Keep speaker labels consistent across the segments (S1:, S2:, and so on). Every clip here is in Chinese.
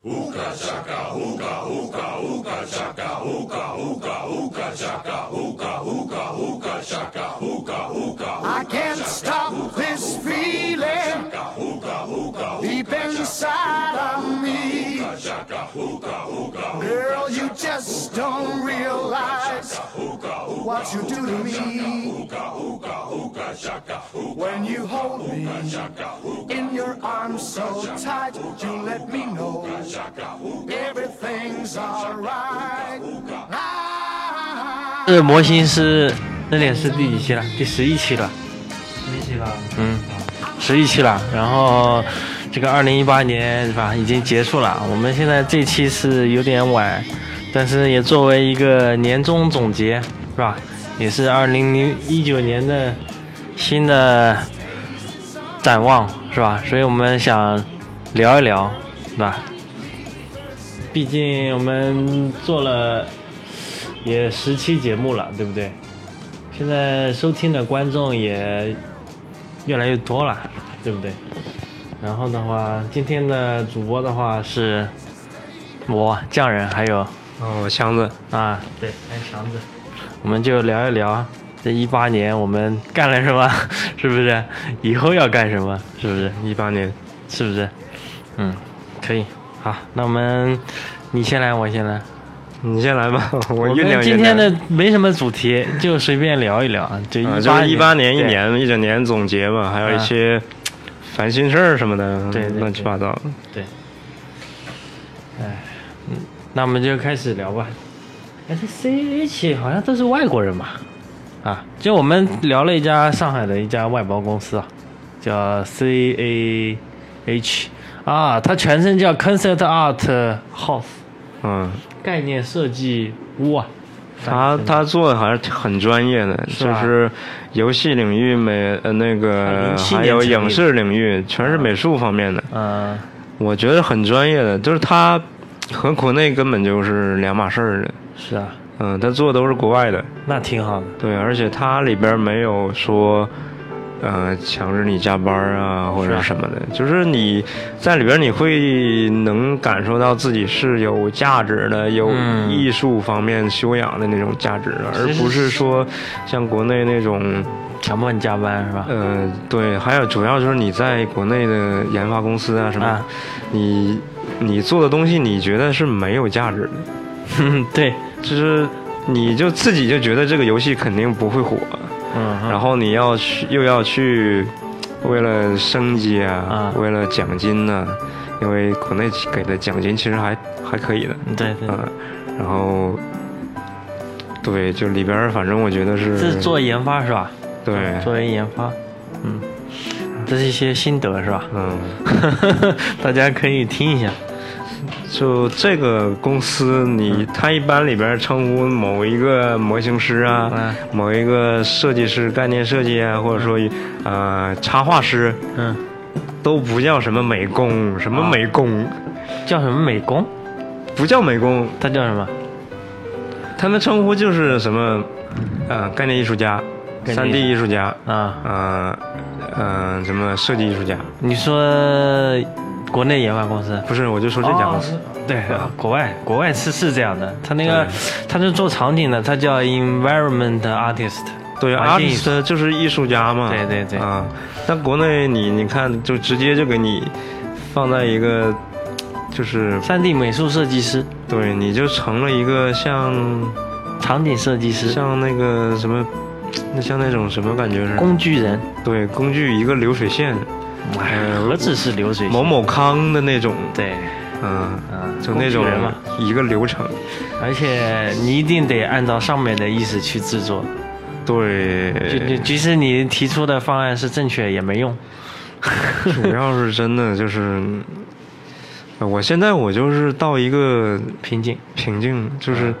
S1: Uka chaka, uka, uka, uka chaka, uka, uka, uka chaka, uka, uka, uka chaka, uka, uka,
S2: I can't stop this feeling
S1: uka, uka,
S2: deep inside of me.
S1: uka chaka, uka, uka,
S2: Girl, you just don't realize what you do to me
S1: uka, uka, uka chaka, uka,
S2: when you hold me
S1: chaka, uka,
S2: in your arms so tight. You let me know
S1: chaka, uka,
S2: everything's alright. Ah. I
S3: 是魔心是那点是第几期了？第十一期了，
S4: 一起吧。
S3: 嗯，十一期了。然后这个二零一八年是吧，已经结束了。我们现在这期是有点晚，但是也作为一个年终总结是吧，也是二零零一九年的新的展望是吧？所以我们想聊一聊是吧？毕竟我们做了也十期节目了，对不对？现在收听的观众也越来越多了，对不对？然后的话，今天的主播的话是我匠人，还有
S4: 哦，箱子，
S3: 啊，对，还有强子，我们就聊一聊这一八年我们干了什么，是不是？以后要干什么，是不是？
S4: 一八年，
S3: 是不是？嗯，可以，好，那我们你先来，我先来。
S4: 你先来 吧，我
S3: 我
S4: 越聊
S3: 们
S4: 越
S3: 今天
S4: 难
S3: 的没什么主题，就随便聊一聊啊，就
S4: 啊，
S3: 一
S4: 就
S3: 八
S4: 是一八年一
S3: 对
S4: 年一整年总结吧，还有一
S3: 啊
S4: 些烦心事儿什么的，
S3: 对对对
S4: 乱七八糟。
S3: 对，哎，嗯，那我们就开始聊吧。哎，这 CH 好像都是外国人吧？啊，就我们聊了一家上海的一家外包公司啊，叫 CAH 啊，它全称叫 Concept Art House，
S4: 嗯，
S3: 概念设计屋啊。
S4: 他他做的还是很专业的，
S3: 是
S4: 就
S3: 吧
S4: 是游戏领域美呃那个
S3: 他07
S4: 还有
S3: 年成立
S4: 影视领域，全是美术方面的，
S3: 嗯、
S4: 我觉得很专业的。就是他和国内根本就是两码事儿的。
S3: 是啊，
S4: 嗯，他做的都是国外的，
S3: 那挺好的。
S4: 对，而且它里边没有说，呃，强制你加班啊或者什么的，就是你在里边你会能感受到自己是有价值的，有
S3: 嗯
S4: 艺术方面修养的那种价值的，而
S3: 其实
S4: 不是说像国内那种，
S3: 强迫你加班是吧？
S4: 呃，对，还有主要就是你在国内的研发公司啊什么，
S3: 啊
S4: 你你做的东西你觉得是没有价值的，
S3: 嗯， 对，
S4: 就是你就自己就觉得这个游戏肯定不会火。
S3: 嗯，
S4: 然后你要去又要去，为了升级啊，
S3: 啊
S4: 为了奖金呢、因为国内给的奖金其实还还可以的，
S3: 对对，
S4: 啊，然后对，就里边儿反正我觉得是
S3: 这是做研发是吧？
S4: 嗯对，
S3: 作为研发，嗯，这是一些心得是吧？
S4: 嗯，
S3: 大家可以听一下。
S4: 就这个公司你，它一般里边儿称呼某一个模型师啊，
S3: 嗯
S4: 某一个设计师、概念设计啊，或者说呃插画师，
S3: 嗯，
S4: 都不叫什么美工，什么
S3: 啊
S4: 美工。
S3: 叫什么美工？
S4: 不叫美工，
S3: 他叫什么？
S4: 他们称呼就是什么，呃，概念艺术家、
S3: 概念
S4: 三 D 艺术家，
S3: 啊，
S4: 呃，呃，什么设计艺术家？
S3: 你说国内研发公司？
S4: 不是，我就说这家公司。嗯
S3: 对，啊国外国外是是这样的，他那个
S4: 对
S3: 他是做场景的，他叫 environment artist。
S4: 对
S3: 环境艺术
S4: ，artist 就是艺术家嘛。
S3: 对对对
S4: 啊，但国内你你看，就直接就给你放在一个，就是
S3: 三 D 美术设计师、
S4: 对，你就成了一个像
S3: 场景设计师、
S4: 像那个什么，那像那种什么感觉是？
S3: 工具人，
S4: 对，工具一个流水线，
S3: 哎，何止是流水线
S4: 嗯某某康的那种，
S3: 对，
S4: 嗯。
S3: 啊，
S4: 就那种
S3: 工具人嘛。
S4: 一个流程，
S3: 而且你一定得按照上面的意思去制作，
S4: 对，
S3: 就就即使你提出的方案是正确也没用。
S4: 主要是真的就是，呃我现在我就是到一个
S3: 瓶颈啊
S4: 瓶颈，就是，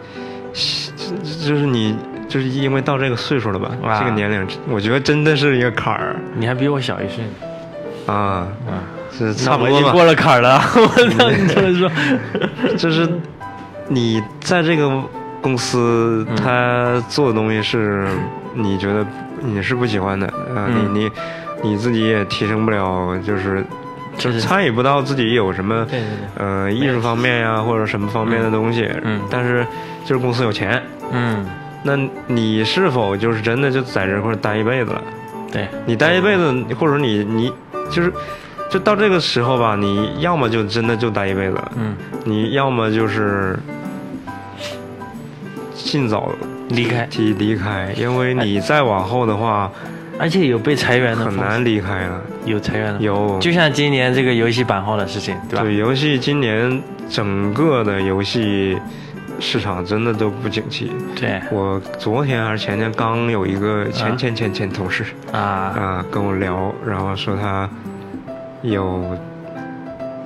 S4: 就是你就是因为到这个岁数了吧，
S3: 啊
S4: 这个年龄，我觉得真的是一个坎儿
S3: 你还比我小一岁呢，
S4: 啊，
S3: 啊，
S4: 是
S3: 那
S4: 差不
S3: 我已
S4: 多嗯
S3: 经
S4: 吧，
S3: 过了坎儿了。 我当你这 么说，
S4: 就是你在这个公司，
S3: 嗯
S4: 他做的东西是你觉得你是不喜欢的，啊，
S3: 嗯
S4: 你你你自己也提升不了，就是就是
S3: 是
S4: 参与不到自己有什么，
S3: 对对对
S4: 呃，艺术方面呀、或者什么方面的东西，
S3: 嗯
S4: 但是就是公司有钱，
S3: 嗯，
S4: 那你是否就是真的就在这块儿待一辈子了？
S3: 对，
S4: 你待一辈子，
S3: 嗯
S4: 或者你你就是，就到这个时候吧，你要么就真的就待一辈子了，
S3: 嗯，
S4: 你要么就是尽早
S3: 离开，哎
S4: 提离开，因为你再往后的话
S3: 而且有被裁员的
S4: 很
S3: 风险，
S4: 难离开了。
S3: 有裁员的，，
S4: 有
S3: 嗯就像今年这个游戏版号的事情，对吧？
S4: 对游戏今年整个的游戏市场真的都不景气。
S3: 对
S4: 我昨天还是前天刚有一个前
S3: 啊
S4: 前前前同事
S3: 啊，
S4: 啊跟我聊，然后说他有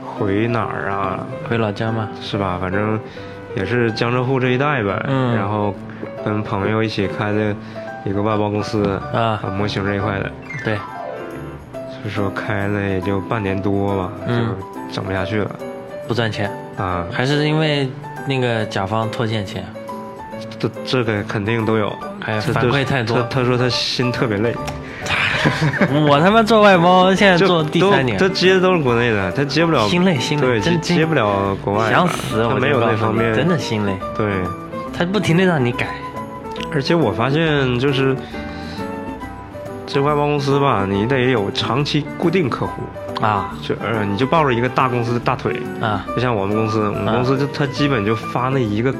S4: 回哪儿啊，
S3: 回老家嘛，
S4: 是吧？反正也是江浙沪这一带呗。
S3: 嗯
S4: 然后跟朋友一起开的一个外包公司
S3: 啊
S4: 模型这一块的，
S3: 对，
S4: 就是说开了也就半年多吧，
S3: 嗯
S4: 就整不下去了
S3: 不赚钱，
S4: 啊。
S3: 还是因为那个甲方拖欠 钱，
S4: 这这个肯定都有，
S3: 哎呀
S4: 这
S3: 反
S4: 都
S3: 馈太多
S4: 他他说他心特别累，
S3: 我他妈做外包，现在
S4: 就
S3: 做第
S4: 都
S3: 三年
S4: 他，接的都是国内的，他接不了，
S3: 心累心累
S4: 对，接
S3: 真
S4: 接不了国外的，
S3: 想死
S4: 他
S3: 我！
S4: 没有那方面，
S3: 真的心累，
S4: 对。
S3: 他不停的让你改，
S4: 而且我发现就是这外包公司吧，你得有长期固定客户，
S3: 啊
S4: 就呃你就抱着一个大公司的大腿，
S3: 啊
S4: 就像我们公司，我们
S3: 啊
S4: 公司就它基本就发那一个，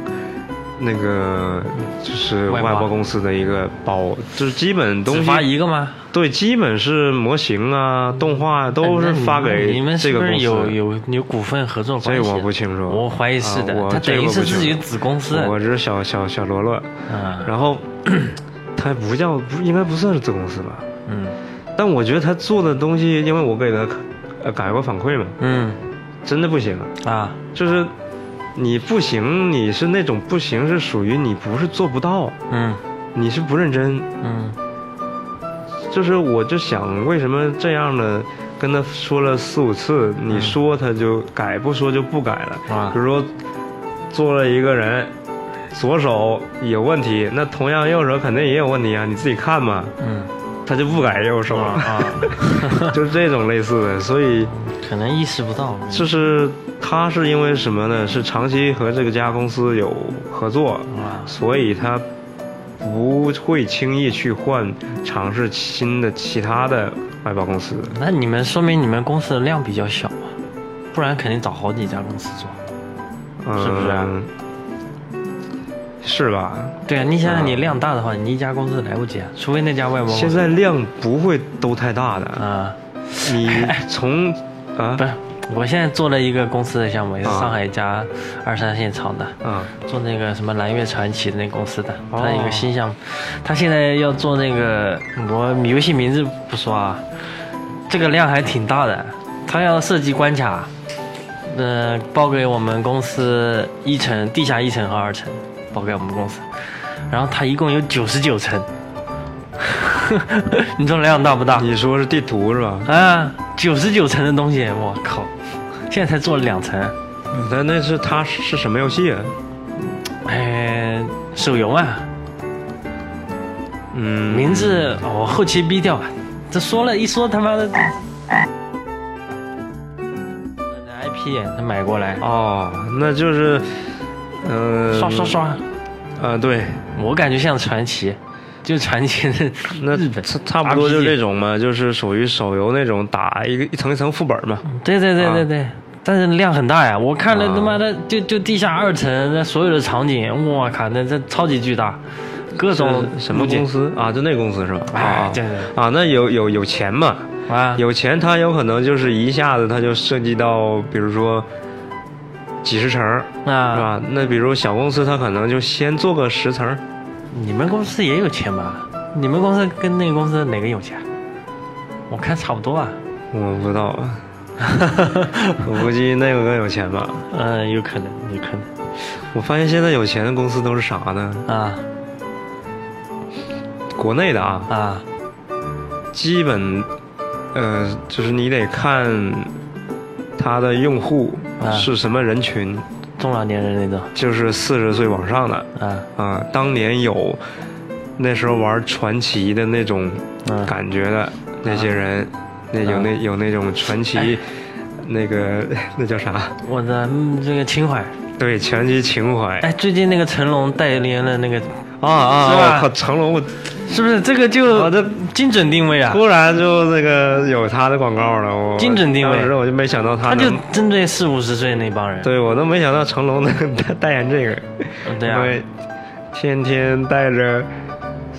S4: 那个就是外
S3: 外包
S4: 包公司的一个包，就是基本东
S3: 只
S4: 西
S3: 发一个吗？
S4: 对，基本是模型啊、动画都是
S3: 哎那你
S4: 发给
S3: 你们
S4: 这
S3: 是
S4: 个
S3: 不
S4: 公
S3: 是
S4: 司。
S3: 有有有股份合作关
S4: 这
S3: 系？啊
S4: 我不清楚，
S3: 我怀疑是的
S4: 啊我
S3: 他等于
S4: 这个
S3: 是
S4: 不清楚
S3: 自己子公司
S4: 我这是小小小罗罗，
S3: 啊，
S4: 然后 他不叫，不应该不算是子公司吧？
S3: 嗯
S4: 但我觉得他做的东西，因为我给他呃改过反馈嘛，
S3: 嗯
S4: 真的不行，
S3: 啊
S4: 就是你不行，你是那种不行是属于你不是做不到，
S3: 嗯
S4: 你是不认真，
S3: 嗯
S4: 就是我就想，为什么这样呢？跟他说了四五次，你说他就改，不说就不改了。
S3: 啊
S4: 比如说，做了一个人，左手有问题，那同样右手肯定也有问题啊，你自己看嘛。
S3: 嗯
S4: 他就不改右手
S3: 啊
S4: 了，
S3: 啊，
S4: 就是这种类似的。所以，
S3: 可能意识不 到，
S4: 就是他是因为什么呢？是长期和这个家公司有合作，
S3: 啊
S4: 所以他不会轻易去换尝试新的其他的外包公司。
S3: 那你们说明你们公司的量比较小啊，不然肯定找好几家公司做。是不是啊
S4: 嗯，是吧？
S3: 对啊，你想
S4: 啊
S3: 想你量大的话，你一家公司来不及啊，除非那家外包公司。
S4: 现在量不会都太大的，
S3: 啊，
S4: 你 从啊
S3: 不是，我现在做了一个公司的项目，也是
S4: 啊
S3: 上海一家二三线厂的。
S4: 啊
S3: 做那个什么蓝月传奇的那公司的，
S4: 哦
S3: 他有一个新项目，他现在要做那个我游戏名字不说啊，这个量还挺大的，他要设计关卡，呃，包给我们公司一层、地下一层和二层，包给我们公司，然后他一共有九十九层， 你说量大不大？
S4: 你说是地图是吧？
S3: 啊，九十九层的东西，我靠，现在才做了两层，
S4: 但那是它是什么游戏啊？
S3: 哎，手游啊。
S4: 嗯，
S3: 名字我、后期逼掉吧，这说了一说他妈的。IP 他买过来，
S4: 哦，那就是，呃，
S3: 刷刷刷，
S4: 啊，对，
S3: 我感觉像传奇，就传奇 的
S4: 那
S3: 日本
S4: 差差不多就
S3: RPG
S4: 这。种嘛，就是属于手游那种打一个一层一层副本嘛。
S3: 对对对
S4: 啊
S3: 对对，但是量很大呀！我看了
S4: 啊
S3: 他妈的就就地下二层那所有的场景，我靠，那这超级巨大，各种
S4: 是什么
S3: 路径
S4: 公司啊？就那公司是吧？
S3: 哎
S4: 啊
S3: 对对
S4: 啊，那有有有钱嘛？
S3: 啊？
S4: 有钱他有可能就是一下子他就涉及到，比如说几十层，是
S3: 啊？
S4: 吧？那比如小公司他可能就先做个十层，
S3: 你们公司也有钱吧？你们公司跟那个公司哪个有钱？我看差不多啊 吧。
S4: 我不知道啊，我估计那个更有钱吧。
S3: 嗯，有可能，有可能
S4: 我发现现在有钱的公司都是啥呢？
S3: 啊
S4: 国内的啊，
S3: 啊
S4: 基本，呃，就是你得看他的用户
S3: 啊
S4: 是什么人群，
S3: 中老年人那
S4: 就是四十岁往上的
S3: 种啊
S4: 啊。当年有那时候玩传奇的那种
S3: 嗯啊哎
S4: 感觉的那些人，那有那有那种传奇那个 那叫啥？
S3: 我的嗯这个情怀。
S4: 对，拳击情怀。
S3: 哎，最近那个成龙代言了那个，
S4: 啊啊！
S3: 是吧
S4: 我靠，成龙，我
S3: 是不是这个就
S4: 我这
S3: 精准定位啊？
S4: 突然就那个有他的广告了，我
S3: 精准定位
S4: 当时我就没想到他
S3: 他就
S4: 能
S3: 针对四五十岁那帮人。
S4: 对我都没想到成龙能代代言这个，
S3: 嗯对啊
S4: 因为天天带着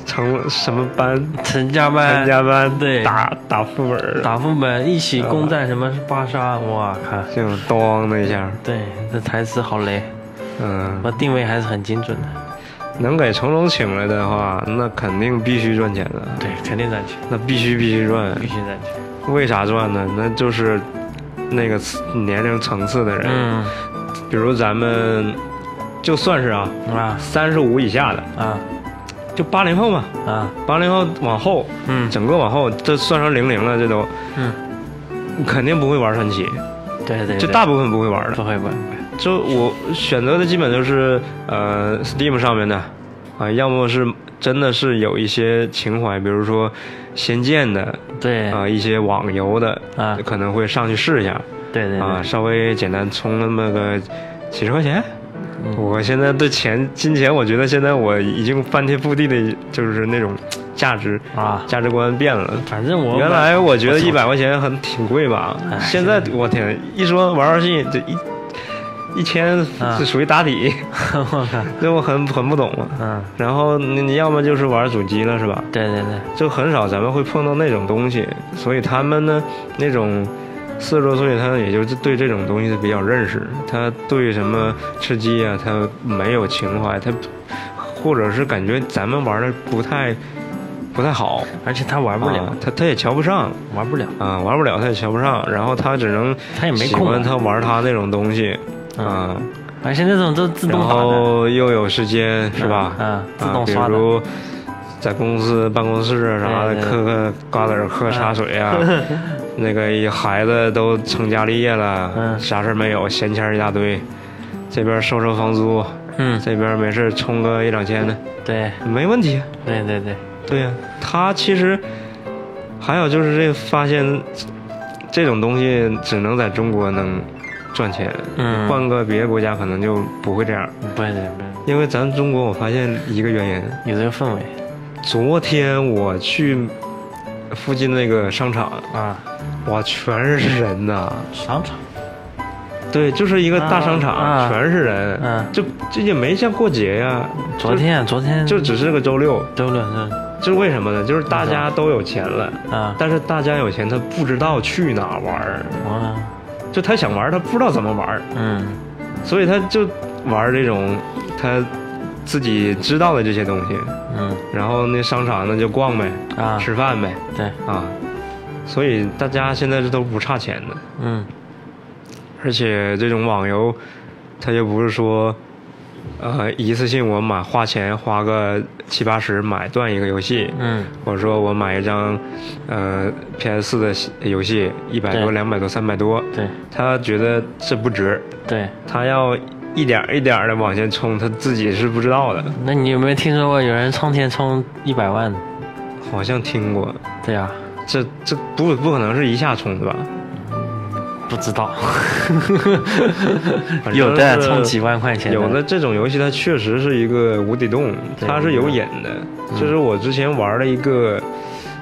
S4: 成什么班
S3: 陈家班、
S4: 参加班，
S3: 对
S4: 打打副本儿，
S3: 打副本一起攻占什么巴沙，哇靠！
S4: 这种咚的一下，
S3: 对，这台词好雷，
S4: 嗯，
S3: 我定位还是很精准的。
S4: 能给成龙请来的话，那肯定必须赚钱的，
S3: 对，肯定赚钱，
S4: 那必须必须赚
S3: 必，须赚钱。
S4: 为啥赚呢？那就是那个年龄层次的人，
S3: 嗯
S4: 比如咱们就算是啊，
S3: 啊
S4: 三十五以下的，
S3: 啊
S4: 就八零后嘛，
S3: 啊，
S4: 八零后往后，
S3: 嗯
S4: 整个往后，这算上零零了，这都
S3: 嗯，
S4: 肯定不会玩传奇，
S3: 对对，对
S4: 就大部分不会玩的
S3: 不。会不会，
S4: 就我选择的基本就是呃 Steam 上面的，啊、要么是真的是有一些情怀，比如说《仙剑》的
S3: 对
S4: 啊、一些网游的
S3: 啊
S4: 可能会上去试一下
S3: 对对
S4: 啊、
S3: 对，
S4: 稍微简单充那么个几十块钱。
S3: 嗯
S4: 我现在对钱、金钱，我觉得现在我已经翻天覆地的，就是那种价值
S3: 啊
S4: 价值观变了。
S3: 反正我
S4: 原来我觉得
S3: 操
S4: 一百块钱很挺贵吧
S3: 哎，
S4: 现在我天，一说玩游戏这一一千
S3: 啊
S4: 是属于打底，
S3: 我靠，
S4: 这我很很不懂了。
S3: 嗯，
S4: 然后你你要么就是玩主机了是吧？
S3: 对对对，
S4: 就很少咱们会碰到那种东西，所以他们呢那种。四十多岁，他也就是对这种东西比较认识，他对什么吃鸡啊，他没有情怀，他或者是感觉咱们玩的不太不太好，
S3: 而且他玩不了
S4: 啊，他他也瞧不上，
S3: 玩不了，
S4: 啊，玩不了他也瞧不上，然后他只能
S3: 他也没
S4: 喜
S3: 空
S4: 欢
S3: 玩。
S4: 他玩他那种东西，啊，
S3: 而且那种都自
S4: 然
S3: 动打的，
S4: 后又有时间是吧？
S3: 嗯
S4: 啊
S3: 嗯，自动刷
S4: 比
S3: 的
S4: 如在公司办公室啊啥
S3: 对
S4: 的，
S3: 对嗯
S4: 嗑嗑瓜子儿，喝茶 水啊，那个孩子都成家立业了，
S3: 嗯
S4: 啥事儿没有，闲钱儿一大堆，这边收收房租，
S3: 嗯，
S4: 这边没事儿充个一两千的，
S3: 对
S4: 没问题啊。
S3: 对对对，
S4: 对呀、他其实还有就是这发现这种东西只能在中国能赚钱，
S3: 嗯
S4: 换个别的国家可能就不会这样。
S3: 不是不是，
S4: 因为咱中国，我发现一个原因，
S3: 有这个氛围
S4: 昨天我去附近那个商场，
S3: 啊，
S4: 哇，全是人呐、
S3: 商场，
S4: 对，就是一个大商场，
S3: 啊啊
S4: 全是人，
S3: 嗯
S4: 就这也没像过节呀、
S3: 昨天啊昨天
S4: 就只是个周六，
S3: 周六是
S4: 就是为什么呢？就是大家都有钱了。
S3: 啊，
S4: 但是大家有钱，他不知道去哪玩儿，
S3: 完了，
S4: 就他想玩儿，他不知道怎么玩儿，
S3: 嗯
S4: 所以他就玩儿这种他自己知道的这些东西，
S3: 嗯
S4: 然后那商场那就逛呗，
S3: 啊，
S4: 吃饭呗，
S3: 对，
S4: 啊，所以大家现在这都不差钱的，
S3: 嗯
S4: 而且这种网游，他又不是说。呃，一次性我买花钱花个七八十买断一个游戏，
S3: 嗯
S4: 我说我买一张，呃，PS 的游戏，一百多、
S3: 对
S4: 两百多、三百多，
S3: 对
S4: 他觉得这不值，
S3: 对，
S4: 他要一点儿一点的往前冲，他自己是不知道的。
S3: 那你有没有听说过有人充钱充一百万？
S4: 好像听过，
S3: 对呀、
S4: 这这不不可能是一下冲的吧？
S3: 不知 道，
S4: 反正
S3: 有的
S4: 是
S3: 充几万块钱，
S4: 有的这种游戏它确实是一个无底洞，
S3: 对嗯
S4: 它是有瘾的。就是我之前玩了一个。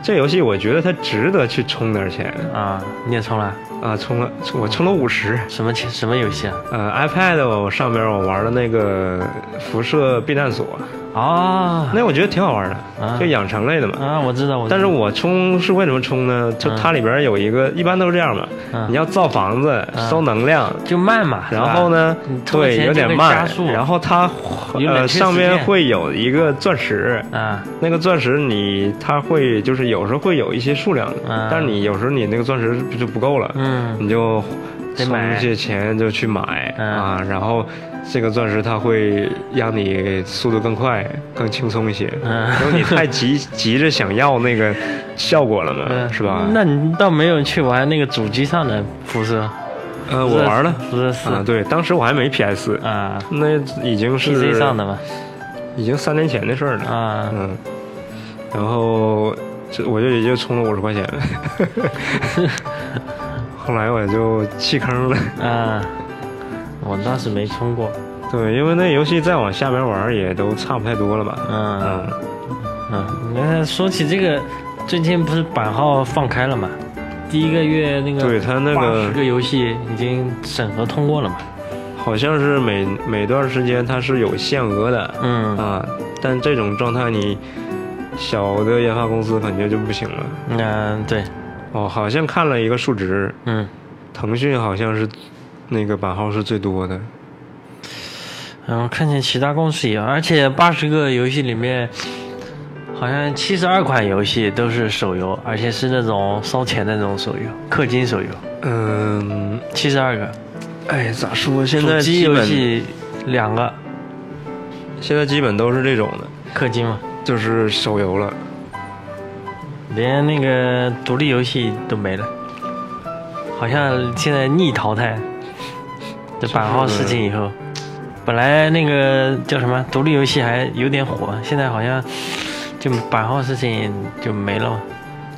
S4: 这游戏我觉得它值得去充点钱
S3: 啊，你也充了？
S4: 啊，充了我充了五十，
S3: 什么钱？什么游戏啊？
S4: 呃，iPad 我上边我玩的那个辐射避难所，
S3: 啊
S4: 那我觉得挺好玩
S3: 啊
S4: 的，就养成类的嘛。
S3: 啊，我知道，我知道啊
S4: 但是我充是为什么充呢？就它里边有一个，一般都是这样嘛，
S3: 嗯
S4: 你要造房子
S3: 啊
S4: 收能量，
S3: 就慢嘛，是吧
S4: 然后？呢
S3: 你，充了
S4: 对，
S3: 钱就
S4: 有点
S3: 会加
S4: 慢
S3: 速，
S4: 然后它
S3: 有点
S4: 呃
S3: 缺时
S4: 上面
S3: 间
S4: 会有一个钻石，
S3: 啊，
S4: 那个钻石你它会就是有时候会有一些数量
S3: 嗯，
S4: 但是你有时候你那个钻石就不够了，
S3: 嗯
S4: 你就
S3: 得
S4: 充
S3: 买
S4: 这些钱就去买
S3: 嗯
S4: 啊，然后这个钻石它会让你速度更快、更轻松一些。
S3: 嗯
S4: 因为 你太急急着想要那个效果了嘛，嗯是吧？
S3: 嗯那你倒没有去玩那个主机上的辐射，
S4: 呃，我玩了
S3: 辐射四
S4: 啊，对，当时我还没 PS，
S3: 啊
S4: 那已经是
S3: ，PC 上的嘛，
S4: 已经三年前的事儿了。
S3: 啊，
S4: 嗯， 然后这我就也就充了五十块钱，后来我就弃坑了。
S3: 啊，我倒是没充过，
S4: 对，因为那游戏再往下边玩儿也都差不太多了吧？
S3: 嗯
S4: 嗯，
S3: 嗯，你看说起这个，最近不是版号放开了嘛？第一个月那个
S4: 对它那个
S3: 80个游戏已经审核通过了嘛？
S4: 好像是每每段时间它是有限额的
S3: 嗯，
S4: 啊，但这种状态你小的研发公司感觉就不行了。
S3: 嗯、对，
S4: 哦，好像看了一个数值，
S3: 嗯
S4: 腾讯好像是那个版号是最多的。
S3: 然后看见其他公司也有，而且八十个游戏里面，好像七十二款游戏都是手游，而且是那种烧钱的那种手游，氪金手游，
S4: 嗯，
S3: 七十二个。
S4: 哎，咋说？现
S3: 主
S4: 在
S3: 机
S4: 基
S3: 游
S4: 本
S3: 戏两个
S4: 现在基本都是这种的，
S3: 氪金嘛，
S4: 就是手游了。
S3: 连那个独立游戏都没了，好像现在逆淘汰。这版号事情以后，本来那个叫什么独立游戏还有点火，现在好像就版号事情就没了嘛。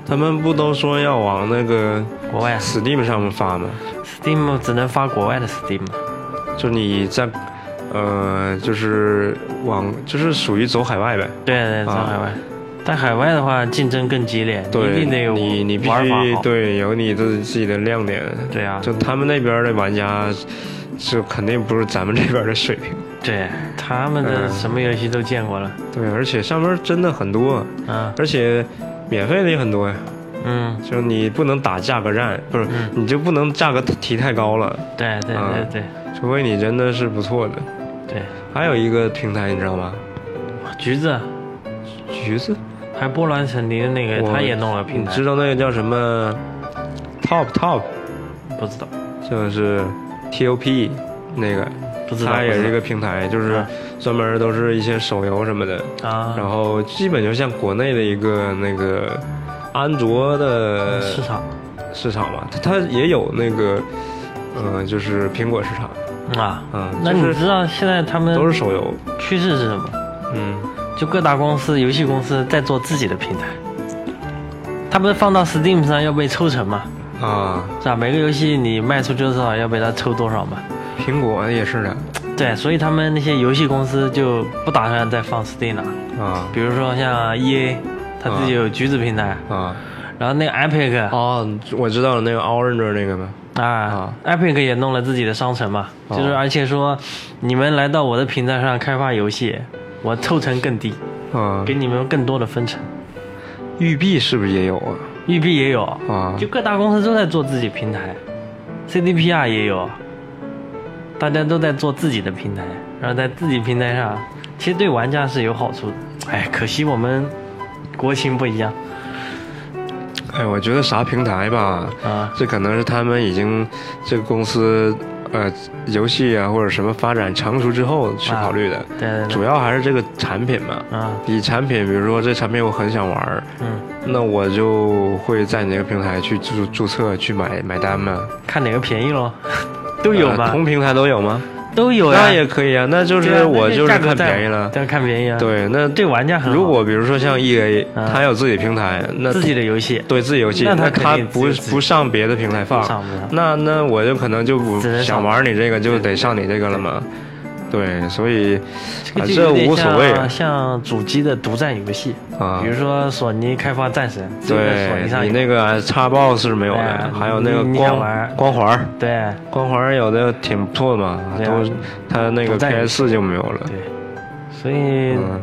S4: 他们不都说要往那个
S3: 国外
S4: Steam 上面发吗？
S3: Steam 只能发国外的 Steam，
S4: 就你在，呃，就是往，就是属于走海外呗。
S3: 对啊对，在海外。但海外的话，竞争更激烈，一
S4: 啊对，
S3: 定得有
S4: 你你必
S3: 玩法
S4: 须
S3: 好。
S4: 对有你自己自己的亮点。
S3: 对啊
S4: 就他们那边的玩家，就肯定不是咱们这边的水平。
S3: 对，他们的
S4: 嗯
S3: 什么游戏都见过了。
S4: 对，而且上面真的很多，
S3: 啊，
S4: 而且免费的也很多呀。
S3: 嗯，
S4: 就你不能打价格战，不是，
S3: 嗯
S4: 你就不能价格提太高了，
S3: 对对对
S4: 嗯
S3: 对
S4: 除非你真的是不错的。
S3: 对，
S4: 还有一个平台你知道吗？
S3: 橘子啊
S4: 橘子，
S3: 还波兰肯尼的那个，
S4: 我
S3: 他也弄了平
S4: 你
S3: 台，
S4: 知道那个叫什么？Top Top，
S3: 不知道？
S4: 就是 T O P 那个，
S3: 不知道
S4: 它也
S3: 不知
S4: 是
S3: 道
S4: 一个平台，就是
S3: 啊
S4: 专门都是一些手游什么的，
S3: 啊，
S4: 然后基本就像国内的一个那个安卓的
S3: 市场
S4: 市场吧，它它也有那个，呃，就是苹果市场，
S3: 啊，
S4: 嗯
S3: 那
S4: 就
S3: 你
S4: 是
S3: 知道现在他们
S4: 都是手游，
S3: 趋势是什么？
S4: 嗯。
S3: 就各大公司、游戏公司在做自己的平台，他们放到 Steam 上要被抽成嘛，
S4: 啊，
S3: 是吧？每个游戏你卖出去多少要被他抽多少嘛。
S4: 苹果也是的
S3: 对，所以他们那些游戏公司就不打算再放 Steam 了，
S4: 啊
S3: 比如说像 EA，他自己有橘子平台，
S4: 啊
S3: 然后那个 Epic
S4: 嗯哦，我知道了，那个 Orange 那个吗？
S3: 啊，Epic 也弄了自己的商城嘛，
S4: 哦
S3: 就是而且说，你们来到我的平台上开发游戏，我抽成更低，
S4: 啊
S3: 给，你们更多的分成。
S4: 育碧是不是也有啊？
S3: 育碧也有，
S4: 啊
S3: 就各大公司都在做自己平台，CDPR 也有，大家都在做自己的平台，然后在自己平台上，其实对玩家是有好处的。哎，可惜我们国情不一样
S4: 哎，我觉得啥平台吧，
S3: 啊，
S4: 这可能是他们已经这个公司呃游戏啊或者什么发展成熟之后去考虑的，
S3: 对对对，
S4: 主要还是这个产品嘛。
S3: 啊，
S4: 以产品，比如说这产品我很想玩儿，
S3: 嗯，
S4: 那我就会在你那个平台去注注册去买买单嘛。
S3: 看哪个便宜 咯，都有
S4: 呃
S3: 吧，
S4: 同平台都有吗？
S3: 都有呀，
S4: 那也可以啊，那就
S3: 对啊
S4: 是我
S3: 那
S4: 就是
S3: 价格
S4: 看
S3: 在
S4: 便宜了。
S3: 对，看便宜啊，，
S4: 对，那
S3: 对玩家很好
S4: 如果比如说像 E A，
S3: 嗯
S4: 它有自己平台，那
S3: 自己的游戏
S4: 对自己游戏，
S3: 那它
S4: 那
S3: 肯
S4: 它
S3: 定
S4: 不
S3: 自己
S4: 不上别的平台放
S3: 不，上不上
S4: 那那我就可能就不
S3: 只能上
S4: 想玩你这个，就得上你这个了嘛。对，所以
S3: 这
S4: 啊
S3: 个就
S4: 这
S3: 有点
S4: 无所谓
S3: 像像主机的独占游戏，
S4: 啊
S3: 比。如说索尼开发战神，只有在索尼
S4: 对
S3: 上
S4: 你
S3: 有
S4: 那个叉 box 是没有
S3: 哎
S4: 的，还有那个
S3: 你你想玩
S4: 光光环儿，
S3: 对
S4: 光环儿有的挺不错的嘛，
S3: 对啊
S4: 都它那
S3: 独
S4: 个
S3: 占游
S4: PS 四就没有了。
S3: 对，所以、
S4: 嗯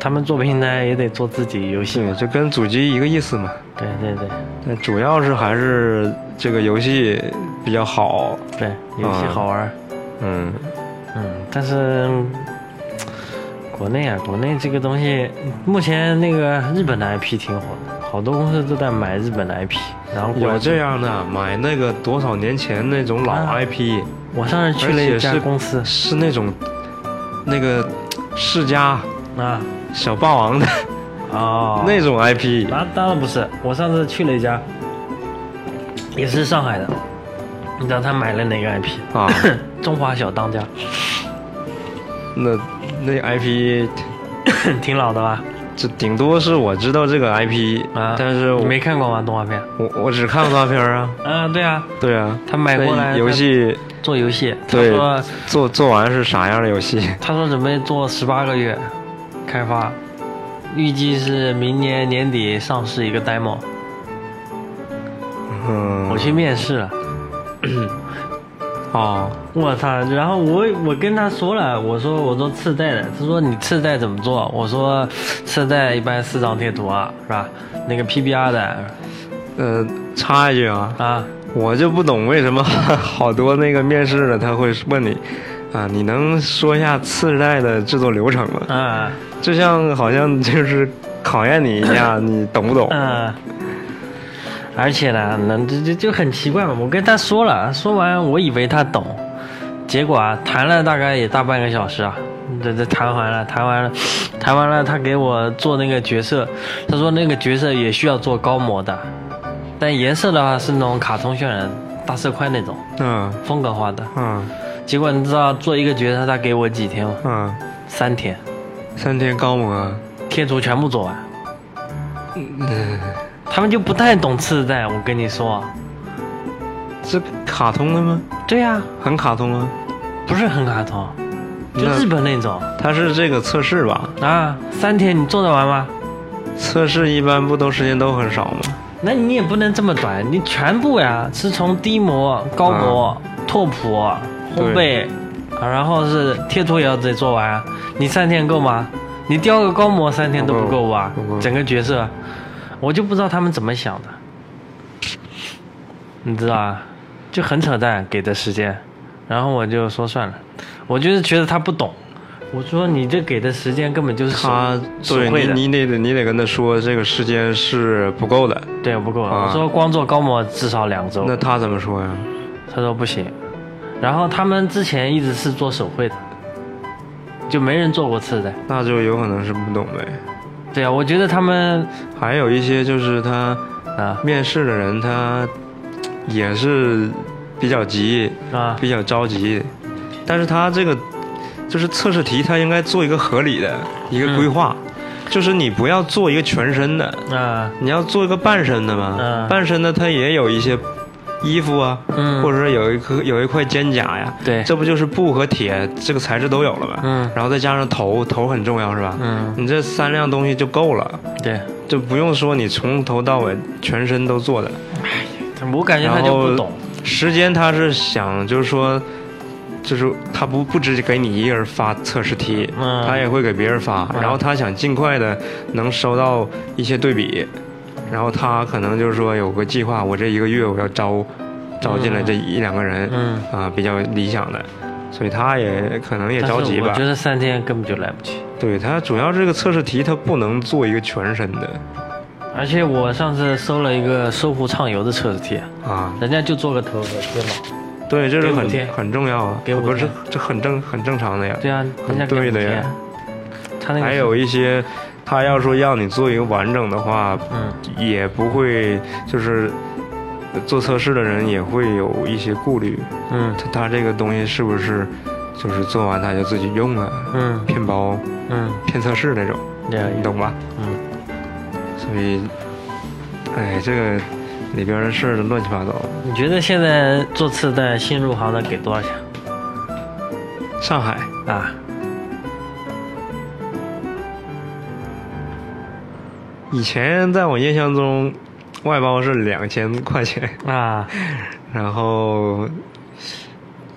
S3: 他们做平台也得做自己游戏
S4: 对，
S3: 嘛，
S4: 就跟主机一个意思嘛。
S3: 对对对
S4: 那主要是还是这个游戏比较好，
S3: 对，游戏
S4: 嗯
S3: 好玩儿，
S4: 嗯，
S3: 嗯，但是。嗯国内啊，国内这个东西，目前那个日本的 IP 挺火的，好多公司都在买日本的 IP，然后过来
S4: 有
S3: 做
S4: 这样的买那个多少年前那种老
S3: 啊
S4: IP，、
S3: 我上次去了一
S4: 而且
S3: 家
S4: 是
S3: 公司
S4: 是那种那个世嘉
S3: 啊，
S4: 小霸王的、
S3: 哦，
S4: 那种 IP，
S3: 那当然不是，我上次去了一家，也是上海的，你知道他买了哪个 IP？
S4: 啊，
S3: 中华小当家，
S4: 那那 IP
S3: 挺老的吧？
S4: 这顶多是我知道这个 IP，、
S3: 啊，
S4: 但是我
S3: 你没看过吗？动画片？
S4: 我我只看过动画片儿啊，
S3: 啊，对啊，
S4: 对啊，
S3: 他买过来
S4: 但游戏，
S3: 做游戏，他
S4: 对
S3: 说，
S4: 做做完是啥样的游戏？
S3: 他说准备做十八个月开发，预计是明年年底上市一个 demo。
S4: 嗯，
S3: 我去面试了，
S4: 哦，
S3: 我操！然后我我跟他说了，我说我做次贷的，他说你次贷怎么做？我说次贷一般四张贴图啊，是吧？那个 PBR 的
S4: 呃，插一句啊，
S3: 啊，
S4: 我就不懂为什么 好多那个面试的他会问你，啊，你能说一下次世代的制作流程吗？
S3: 嗯
S4: 就像好像就是考验你一 下，你懂不懂？
S3: 嗯。而且呢，那这就就很奇怪嘛，我跟他说了，说完我以为他懂，结果啊谈了大概也大半个小时啊，这这谈完了，谈完了，谈完了，他给我做那个角色，他说那个角色也需要做高模的，但颜色的话是那种卡通渲染大色块那种
S4: 嗯
S3: 风格化的。
S4: 嗯
S3: 结果你知道做一个角色他给我几天吗？
S4: 嗯，
S3: 三天，
S4: 三天高模，
S3: 贴图全部做完。他们就不太懂次代，我跟你说，
S4: 这卡通的吗？
S3: 对呀、
S4: 很卡通啊，
S3: 不是很卡通，就
S4: 那
S3: 日本那种
S4: 它是这个测试吧？
S3: 啊，三天你做得完吗？
S4: 测试一般不都时间都很少吗？
S3: 那你也不能这么短，你全部呀是从低模、高模、
S4: 啊
S3: 拓扑、烘焙，啊然后是贴图也要得做完，啊你三天够吗？你雕个高模三天都不够吧
S4: 不够不？够
S3: 整个角色，我就不知道他们怎么想的，你知道吧？就很扯淡给的时间，然后我就说算了，我就是觉得他不懂，我说你这给的时间根本就是手
S4: 他
S3: 手
S4: 对
S3: 绘的。
S4: 你你得你得跟他说这个时间是不够的，
S3: 对，不够。
S4: 啊
S3: 我说光做高模至少两周，
S4: 那他怎么说呀？
S3: 他说不行。然后他们之前一直是做手绘的，就没人做过次的。
S4: 那就有可能是不懂呗。
S3: 对啊，我觉得他们
S4: 还有一些就是他
S3: 啊
S4: 面试的人，他也是比较急，
S3: 啊
S4: 比较着急，但是他这个就是测试题，他应该做一个合理的一个规划，
S3: 嗯
S4: 就是你不要做一个全身的，
S3: 啊
S4: 你要做一个半身的嘛，
S3: 嗯
S4: 半身的它也有一些衣服啊，
S3: 嗯
S4: 或者说有一颗有一块肩甲呀，
S3: 对
S4: 这不就是布和铁这个材质都有了嘛，
S3: 嗯
S4: 然后再加上头，头很重要是吧？
S3: 嗯
S4: 你这三样东西就够了，
S3: 对，
S4: 就不用说你从头到尾全身都做的。
S3: 我感觉他就不懂。
S4: 时间他是想就是说，就是他不不只给你一个人发测试题，
S3: 嗯
S4: 他也会给别人发，
S3: 嗯
S4: 然后他想尽快的能收到一些对比，然后他可能就是说有个计划，我这一个月我要招招进来这一两个人，
S3: 嗯
S4: 啊比较理想的。所以他也可能也
S3: 但
S4: 着
S3: 是
S4: 急
S3: 我
S4: 吧
S3: 觉，得三天根本就来不及。
S4: 对他主要这个测试题他不能做一个全身的
S3: 而且我上次搜了一个搜狐畅游的测试题，
S4: 啊，
S3: 人家就做个头和贴嘛。
S4: 对，这是
S3: 给五
S4: 很
S3: 天
S4: 很重要啊，
S3: 给五
S4: 不是
S3: 天
S4: 这很正很正常的呀，
S3: 对啊，人家给
S4: 很对
S3: 五
S4: 的
S3: 天
S4: 呀。
S3: 他那个
S4: 还有一些，他要说让你做一个完整的话，
S3: 嗯
S4: 也不会就是做测试的人也会有一些顾虑，
S3: 嗯
S4: 他他这个东西是不是就是做完他就自己用啊，
S3: 嗯
S4: 骗包、
S3: 嗯，
S4: 骗测试那种，
S3: 对啊
S4: 你懂吧？
S3: 嗯。
S4: 所以，哎，这个里边的事儿乱七八糟。
S3: 你觉得现在做次贷新入行的给多少钱
S4: 上海
S3: 啊？
S4: 以前在我印象中，外包是两千块钱。
S3: 啊，
S4: 然后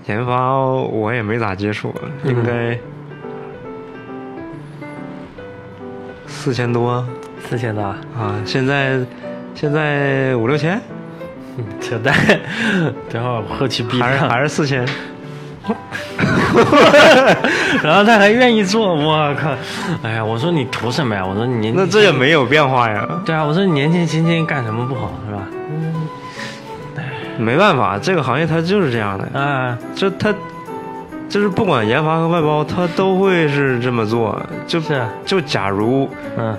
S4: 研发我也没咋接触，
S3: 嗯
S4: 应该四千多
S3: 四千多啊，
S4: 啊，现在现在五六千，
S3: 嗯扯淡。等会儿我后期逼
S4: 还是
S3: 上，
S4: 还是四 千，
S3: 然后他还愿意做，我靠！哎呀，我说你图什么呀？我说你年
S4: 那这也没有变化呀，
S3: 对啊，我说你年纪轻轻干什么不好是吧？
S4: 没办法，这个行业它就是这样的，
S3: 啊，
S4: 这它。就是不管研发和外包，它都会是这么做。就是
S3: 啊
S4: 就假如
S3: 嗯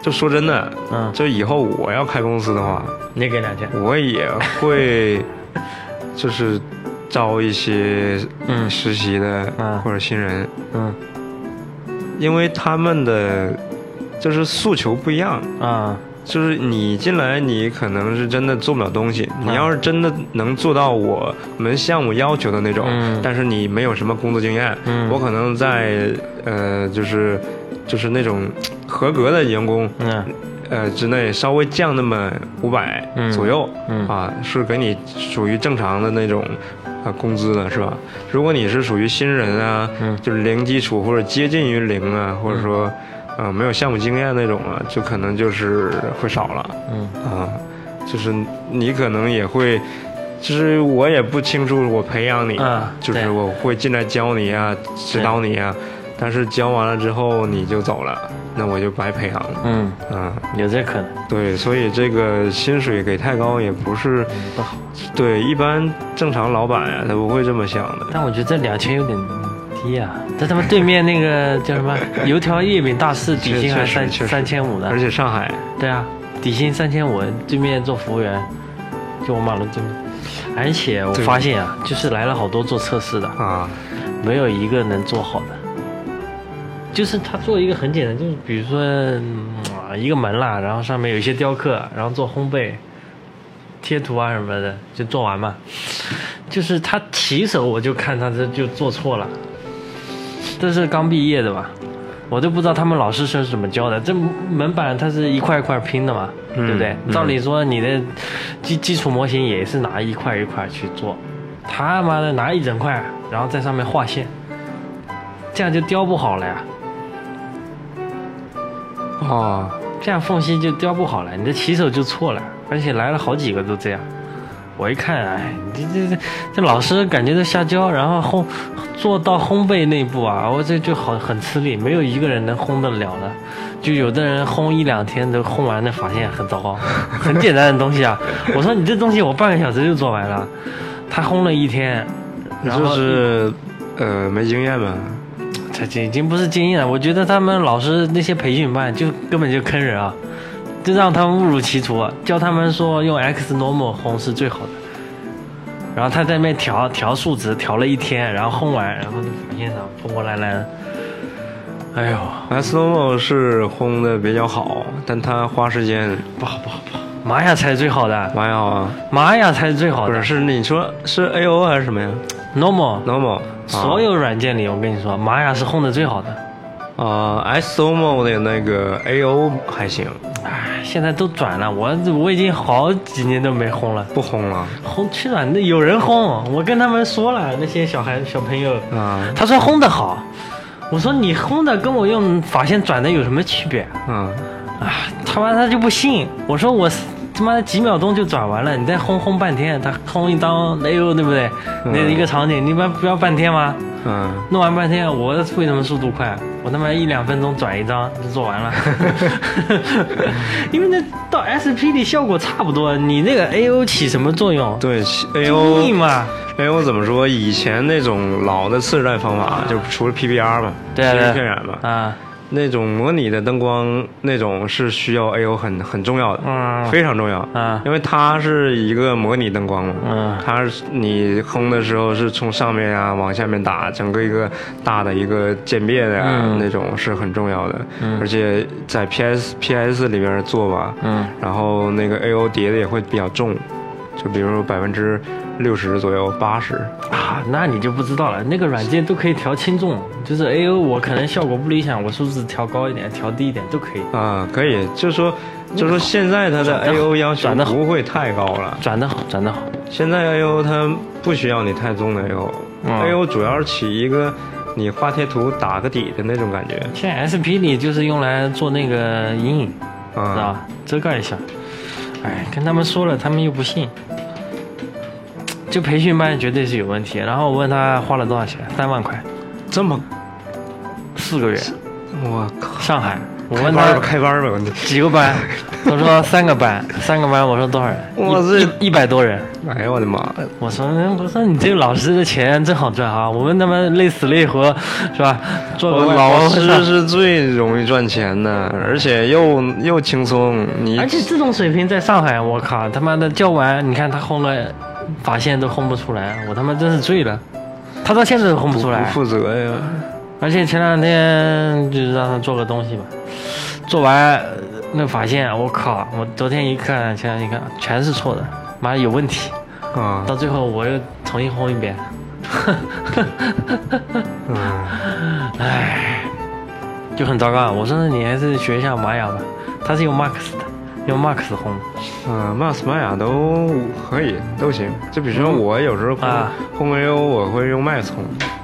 S4: 就说真的，
S3: 嗯，
S4: 就以后我要开公司的话，
S3: 你给两千，
S4: 我也 会，就是招一些
S3: 嗯
S4: 实习的
S3: 嗯
S4: 或者新人，
S3: 嗯
S4: 因为他们的就是诉求不一样。
S3: 啊，
S4: 就是你进来，你可能是真的做不了东
S3: 啊
S4: 西。你要是真的能做到我们项目要求的那种，
S3: 嗯
S4: 但是你没有什么工作经验，
S3: 嗯
S4: 我可能在呃，就是就是那种合格的员工
S3: 嗯
S4: 呃之内稍微降那么五百
S3: 嗯
S4: 左右，
S3: 嗯
S4: 啊，是给你属于正常的那种。啊，工资的是吧？如果你是属于新人啊，
S3: 嗯
S4: 就是零基础或者接近于零啊，或者说，
S3: 嗯
S4: 呃，没有项目经验那种啊，就可能就是会少了。
S3: 嗯
S4: 啊，就是你可能也会，就是我也不清楚我培养你，
S3: 嗯
S4: 就是
S3: 对
S4: 我会进来教你啊，指导你啊，但是教完了之后你就走了，那我就白培养了。
S3: 嗯，
S4: 嗯，
S3: 有这可能。
S4: 对，所以这个薪水给太高也不是
S3: 不好，
S4: 对，一般正常老板呀、他不会这么想的。
S3: 但我觉得这两千有点低啊。但他们对面那个叫什么油条月饼大师底薪还
S4: 确
S3: 三
S4: 确实
S3: 三千五呢
S4: 而。且上海，
S3: 对啊，底薪三千五，对面做服务员，就我马路对面。而且我
S4: 对
S3: 发现啊，就是来了好多做测试的，
S4: 啊，
S3: 没有一个能做好的。就是他做一个很简单，就是比如说、嗯啊一个门啦，然后上面有一些雕刻，然后做烘焙、贴图啊什么的，就做完嘛。就是他起手我就看他这就做错了，这是刚毕业的吧？我都不知道他们老师是怎么教的。这门板它是一块一块拼的嘛，
S4: 嗯
S3: 对不对？
S4: 嗯
S3: 照理说你的基基础模型也是拿一块一块去做，他妈的拿一整块，然后在上面画线，这样就雕不好了呀，
S4: 哦，
S3: 这样缝隙就雕不好了，你的起手就错了，而且来了好几个都这样。我一看，哎，你这这这这老师感觉都瞎教，然后烘做到烘焙那一步啊，我这就好很吃力，没有一个人能烘得了的。就有的人烘一两天都烘完了，发现很糟 糕，很简单的东西啊。我说你这东西我半个小时就做完了，他烘了一天，然
S4: 就
S3: 后
S4: 是呃没经验呗。
S3: 这这已经不是经验了，我觉得他们老师那些培训班就根本就坑人啊，就让他们误入歧途啊，教他们说用 X normal 烘是最好的，然后他在那边调调数值，调了一天，然后烘完，然后就发现啊破破烂烂，哎呦，
S4: S O O 是烘的比较好，但它花时间
S3: 不好不好不好，玛雅才是最好的，
S4: 蛮好啊。
S3: 玛雅才是最好
S4: 不
S3: 的
S4: 是，是你说是 A O 还是什么呀
S3: normal，、
S4: ？Normal，啊
S3: 所有软件里我跟你说，玛雅是烘的最好的。
S4: 啊 S O O 的那个 A O 还行，
S3: 哎，现在都转了，我我已经好几年都没烘了。
S4: 不烘了
S3: 烘去哪？那有人烘，我跟他们说了，那些小孩小朋友，
S4: 啊
S3: 他说烘的好，我说你烘的跟我用法线转的有什么区别啊？
S4: 啊
S3: 啊他妈他就不信，我说我他妈的几秒钟就转完了，你再烘烘半天，他烘一刀，哎呦，对不对？那
S4: 嗯
S3: 一个场景，你不要不要半天吗？
S4: 嗯，
S3: 弄完半天，我为什么速度快？我他妈一两分钟转一张就做完了， 因为那到 SP 里效果差不多，你那个 AO 起什么作用？
S4: 对哦 A
S3: 腻
S4: O
S3: 嘛。
S4: A O 怎么说？以前那种老的次时代方法，就除了 P B R 嘛，
S3: 对啊
S4: 即
S3: 对
S4: 时
S3: 啊
S4: 渲染嘛，
S3: 啊，
S4: 那种模拟的灯光那种是需要 A O 很很重要的，
S3: 嗯
S4: 非常重要
S3: 嗯
S4: 因为它是一个模拟灯光嘛，
S3: 嗯
S4: 它是你轰的时候是从上面啊往下面打，整个一个大的一个渐变的、啊
S3: 嗯
S4: 那种是很重要的，而且在 P S P S 里边做吧，
S3: 嗯
S4: 然后那个 A O 叠的也会比较重，就比如说百分之六十左右，八十，
S3: 啊，那你就不知道了。那个软件都可以调轻重，就是 AO 我可能效果不理想，我数值调高一点，调低一点都可以。
S4: 啊，可以，就是说，就是说现在它的
S3: 转得
S4: A
S3: 好
S4: O 要求
S3: 转得好
S4: 不会太高了。
S3: 转的好，转的好。
S4: 现在 A O 它不需要你太重的 A O，A
S3: 嗯
S4: O 主要是起一个你画贴图打个底的那种感觉
S3: 现在 SP 里就是用来做那个阴影，知道
S4: 啊。
S3: 吧？遮盖一下。哎，跟他们说了，他们又不信。这培训班绝对是有问题。然后我问他花了多少钱，三万块，
S4: 这么，
S3: 四个月，
S4: 我靠！
S3: 上海。我
S4: 开
S3: 问
S4: 班
S3: 他
S4: 吧，开班吧，我你
S3: 几个班，他说三个班，三个班。我说多少人？
S4: 哇
S3: 一
S4: 这
S3: 一一百多人。
S4: 哎呦我的妈！
S3: 我说，嗯我说你这个老师的钱真好赚啊！我们他妈累死累活，是吧？做
S4: 我
S3: 个
S4: 老
S3: 师
S4: 师是最容易赚钱的，而且又又轻松。你
S3: 而且这种水平在上海，我靠，他妈的教完，你看他轰了，法线都轰不出来，我他妈真是醉了。他到现在都轰不
S4: 不
S3: 出
S4: 不
S3: 来，
S4: 负责呀？
S3: 而且前两天就是让他做个东西吧，做完呃那发现，我靠！我昨天一看，前天一看，全是错的，妈有问题。
S4: 啊，
S3: 到最后我又重新烘一遍。
S4: 嗯，
S3: 唉，就很糟糕。我说那你还是学一下玛雅吧，它是用 Max 的，用 Max 烘。
S4: 嗯，Max、玛雅都可以，都行。就比如说我有时候烘
S3: 啊
S4: 烘煤油，我会用 Max 烘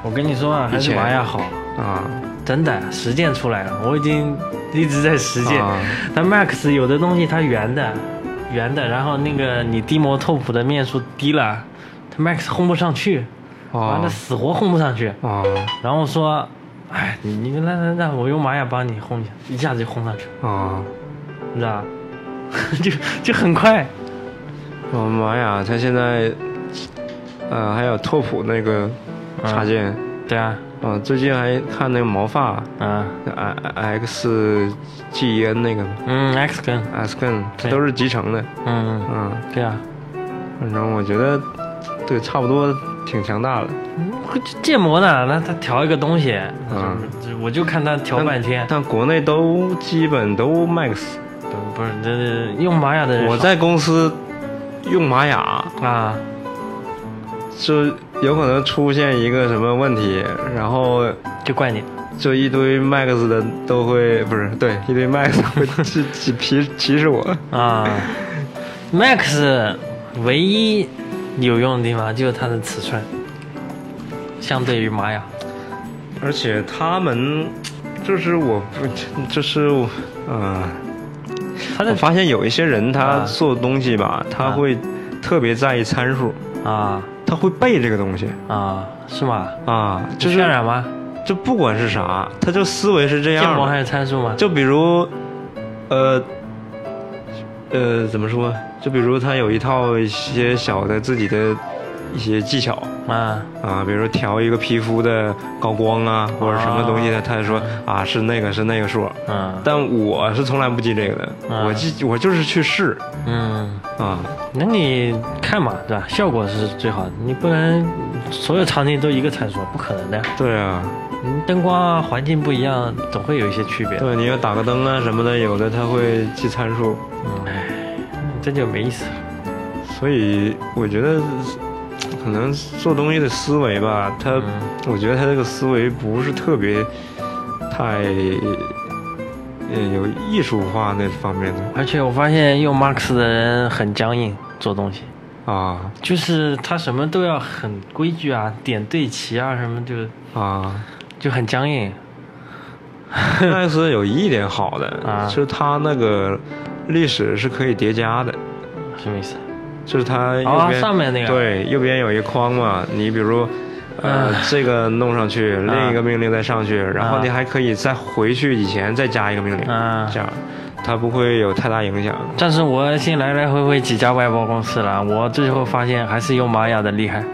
S3: 我跟你说啊，还
S4: 以
S3: 是
S4: 前
S3: 玛雅好，
S4: 啊，
S3: 真的实践出来了。我已经一直在实践
S4: 啊。
S3: 但 Max 有的东西它圆的，圆的，然后那个你低模拓扑的面数低了，它 Max 烘不上去，完了
S4: 哦
S3: 死活烘不上去。
S4: 哦
S3: 然后说，哎，你你那那那我用玛雅帮你烘一下，一下子就烘上去了，
S4: 哦，
S3: 你知道吧？ 就就很快。
S4: 我的妈呀，它现在呃还有拓扑那个插件，
S3: 对啊，
S4: 啊，最近还看那个毛发
S3: 啊，
S4: I X G E N 那个
S3: 嗯，X 根，
S4: S Gun，
S3: 对
S4: 这都是集成的，
S3: 嗯，
S4: 嗯，
S3: 对啊，
S4: 反正我觉得对，差不多挺强大的。
S3: 嗯建模的，那他调一个东西，
S4: 嗯
S3: 就是我就看他调
S4: 但
S3: 半天，
S4: 但国内都基本都 Max。
S3: 不不是，这是用玛雅的人少，
S4: 我在公司用玛雅，
S3: 啊，
S4: 就有可能出现一个什么问题，然后
S3: 就怪你，
S4: 就一堆 Max 的都会不是对，一堆 Max 会 歧歧歧歧视我。
S3: 啊，Max 唯一有用的地方就是它的尺寸，相对于玛雅，
S4: 而且他们就是我不就是我啊。
S3: 它
S4: 我
S3: 的
S4: 发现有一些人他
S3: 啊
S4: 做东西吧，他
S3: 啊
S4: 会特别在意参数，
S3: 啊
S4: 他会背这个东西
S3: 啊是吗？
S4: 啊，就是
S3: 渲染吗？
S4: 就不管是啥，他就思维是这
S3: 建
S4: 样
S3: 模
S4: 的。
S3: 还有参数吗？
S4: 就比如，呃，呃，怎么说？就比如他有一套一些小的自己的一些技巧
S3: 啊
S4: 啊，比如说调一个皮肤的高光啊，或者什么东西的，他就说啊是那个是那个数。
S3: 嗯
S4: 但我是从来不记这个的，
S3: 啊
S4: 我记我就是去试
S3: 嗯。
S4: 啊。
S3: 那你看嘛，对吧？效果是最好的，你不能所有场景都一个参数，不可能的。
S4: 对啊，
S3: 你灯光啊、环境不一样，总会有一些区别。
S4: 对，你要打个灯啊什么的，有的他会记参数，
S3: 嗯，唉，这就没意思了。
S4: 所以我觉得可能做东西的思维吧，他、我觉得他这个思维不是特别太呃有艺术化那方面的
S3: 而且我发现用 Max 的人很僵硬，做东西
S4: 啊
S3: 就是他什么都要很规矩啊，点对齐啊，什么就
S4: 啊。
S3: 就很僵硬。
S4: 麦斯有一点好的，
S3: 啊
S4: 就是他那个历史是可以叠加的。
S3: 什么意思？
S4: 就是它右边、
S3: 哦上面那个
S4: 对，右边有一框嘛，你比如。呃，这个弄上去，另一个命令再上去，然后
S3: 啊
S4: 你还可以再回去以前再加一个命令，
S3: 啊
S4: 这样它不会有太大影响。
S3: 但是我已经来来回回几家外包公司了，我最后发现还是用玛雅的厉害。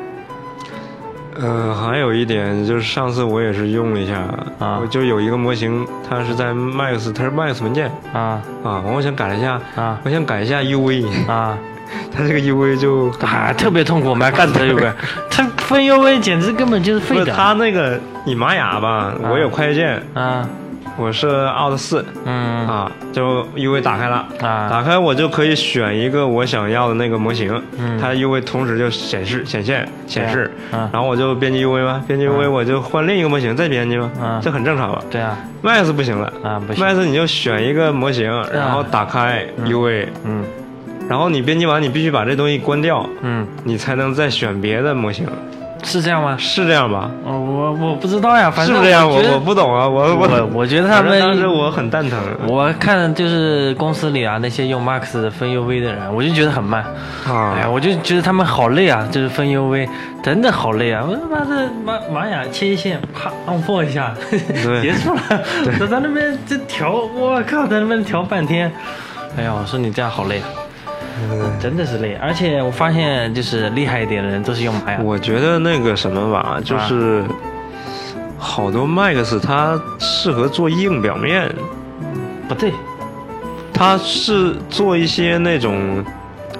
S4: 呃，还有一点就是上次我也是用了一下，
S3: 啊
S4: 我就有一个模型，它是在 Max，它是 Max 文件
S3: 啊
S4: 啊，我想改一下，
S3: 啊
S4: 我想改一下 UV，
S3: 啊！
S4: 它这个 UV 就
S3: 啊，特别痛苦，Max 的 U V，它 分 U V 简直根本就是
S4: 不
S3: 废
S4: 是
S3: 的。
S4: 它那个你玛雅吧，我有快捷键，
S3: 啊，
S4: 我是 Alt 四，
S3: 嗯
S4: 啊，就 UV 打开了，
S3: 啊
S4: 打开我就可以选一个我想要的那个模型，
S3: 嗯
S4: 它 UV 同时就显示、显现、显示，
S3: 嗯
S4: 然后我就编辑 UV 吧，编辑 UV
S3: 嗯
S4: 我就换另一个模型再编辑吧，
S3: 嗯
S4: 这很正常吧
S3: 对啊，
S4: ？Max 不行了
S3: 啊不行
S4: ，Max 你就选一个模型，然后打开 UV，、
S3: 嗯
S4: 然后你编辑完你必须把这东西关掉，
S3: 嗯，
S4: 你才能再选别的模型，
S3: 是这样吗？
S4: 是这样吧？
S3: 哦我我不知道呀，反
S4: 是
S3: 正
S4: 不是这样？
S3: 啊我
S4: 我
S3: 觉得
S4: 我不懂啊，我
S3: 我
S4: 我
S3: 我觉得他
S4: 反正当时
S3: 们。
S4: 我很蛋疼
S3: 我看就是公司里啊，那些用 Max 的分 UV 的人，我就觉得很慢，
S4: 啊
S3: 哎呀，我就觉得他们好累啊，就是分 UV 真的好累啊！我他妈的玛玛雅切一线，啪 on f o r 一下，
S4: 对
S3: 结 束了。在咱那边这调，我靠，在那边调半天。哎呀，我说你这样好累啊，真的是累。而且我发现，就是厉害一点的人都是用玛啊雅。
S4: 我觉得那个什么吧，就是好多 Max 它适合做硬表面，
S3: 不对，
S4: 它是做一些那种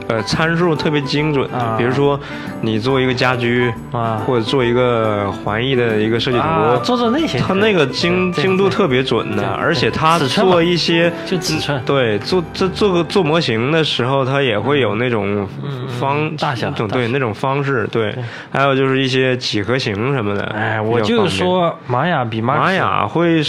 S4: 呃呃参数特别精准的，
S3: 啊
S4: 比如说你做一个家居
S3: 啊
S4: 或者做一个环艺的一个设计图，
S3: 啊，做做类型，
S4: 它那个精
S3: 对对
S4: 精度特别准的，
S3: 对
S4: 而且它
S3: 尺寸嘛
S4: 做一些
S3: 就尺寸
S4: 对做这做个做模型的时候，它也会有那种方
S3: 嗯大小
S4: 那种
S3: 大小
S4: 对那种方式对，还有就是一些几何形什么的。
S3: 哎，
S4: 比
S3: 我
S4: 较
S3: 就
S4: 方便
S3: 是说玛雅比 Max
S4: 玛雅会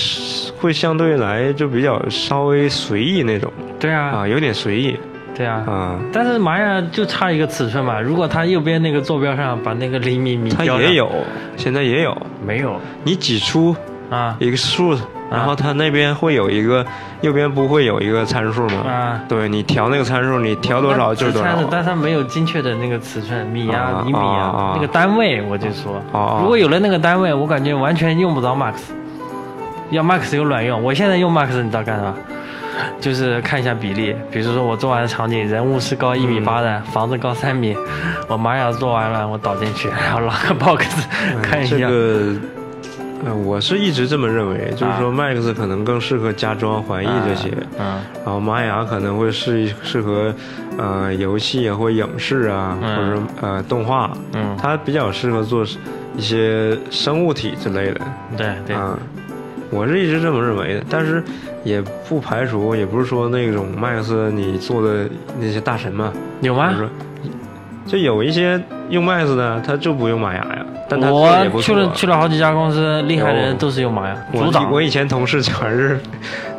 S4: 会相对来就比较稍微随意那种
S3: 对啊
S4: 啊，，有点随意
S3: 对啊。
S4: 啊。
S3: 但是玛雅就差一个尺寸嘛，如果它右边那个坐标上把那个厘米米
S4: 它
S3: 标
S4: 也
S3: 上
S4: 有，现在也有，
S3: 没有
S4: 你挤出
S3: 啊
S4: 一个数，然后它那边会有一个，右边不会有一个参数吗？
S3: 啊？
S4: 对你调那个参数，你调多少就是多
S3: 它只参了但
S4: 少。
S3: 它没有精确的那个尺寸，米啊
S4: 啊、
S3: 厘米
S4: 啊
S3: 啊
S4: 啊
S3: 那个单位，我就说
S4: 啊啊，
S3: 如果有了那个单位，我感觉完全用不着 Max，要 Max 有卵用。我现在用 Max，你知道干啥？就是看一下比例，比如说我做完的场景，人物是高一米八
S4: 嗯
S3: 的，房子高三米，我玛雅做完了，我导进去，然后拉个 box 看一下。
S4: 嗯这个，呃，我是一直这么认为，就是说 Max 可能更适合家装、环艺这些，
S3: 啊嗯
S4: 然后玛雅可能会适适合，呃，游戏啊或影视啊，
S3: 嗯
S4: 或者说呃动画，
S3: 嗯，
S4: 它比较适合做一些生物体之类的。
S3: 对对，
S4: 啊，我是一直这么认为的，但是也不排除，也不是说那种 Max 你做的那些大神嘛，
S3: 有
S4: 比
S3: 吗
S4: 如？说，就有一些用 Max 的，他就不用玛雅呀，但他做得也
S3: 我
S4: 不
S3: 去
S4: 错啊
S3: 了去了好几家公司，厉害的人都是用玛雅，
S4: 我
S3: 组长
S4: 我以前同事全是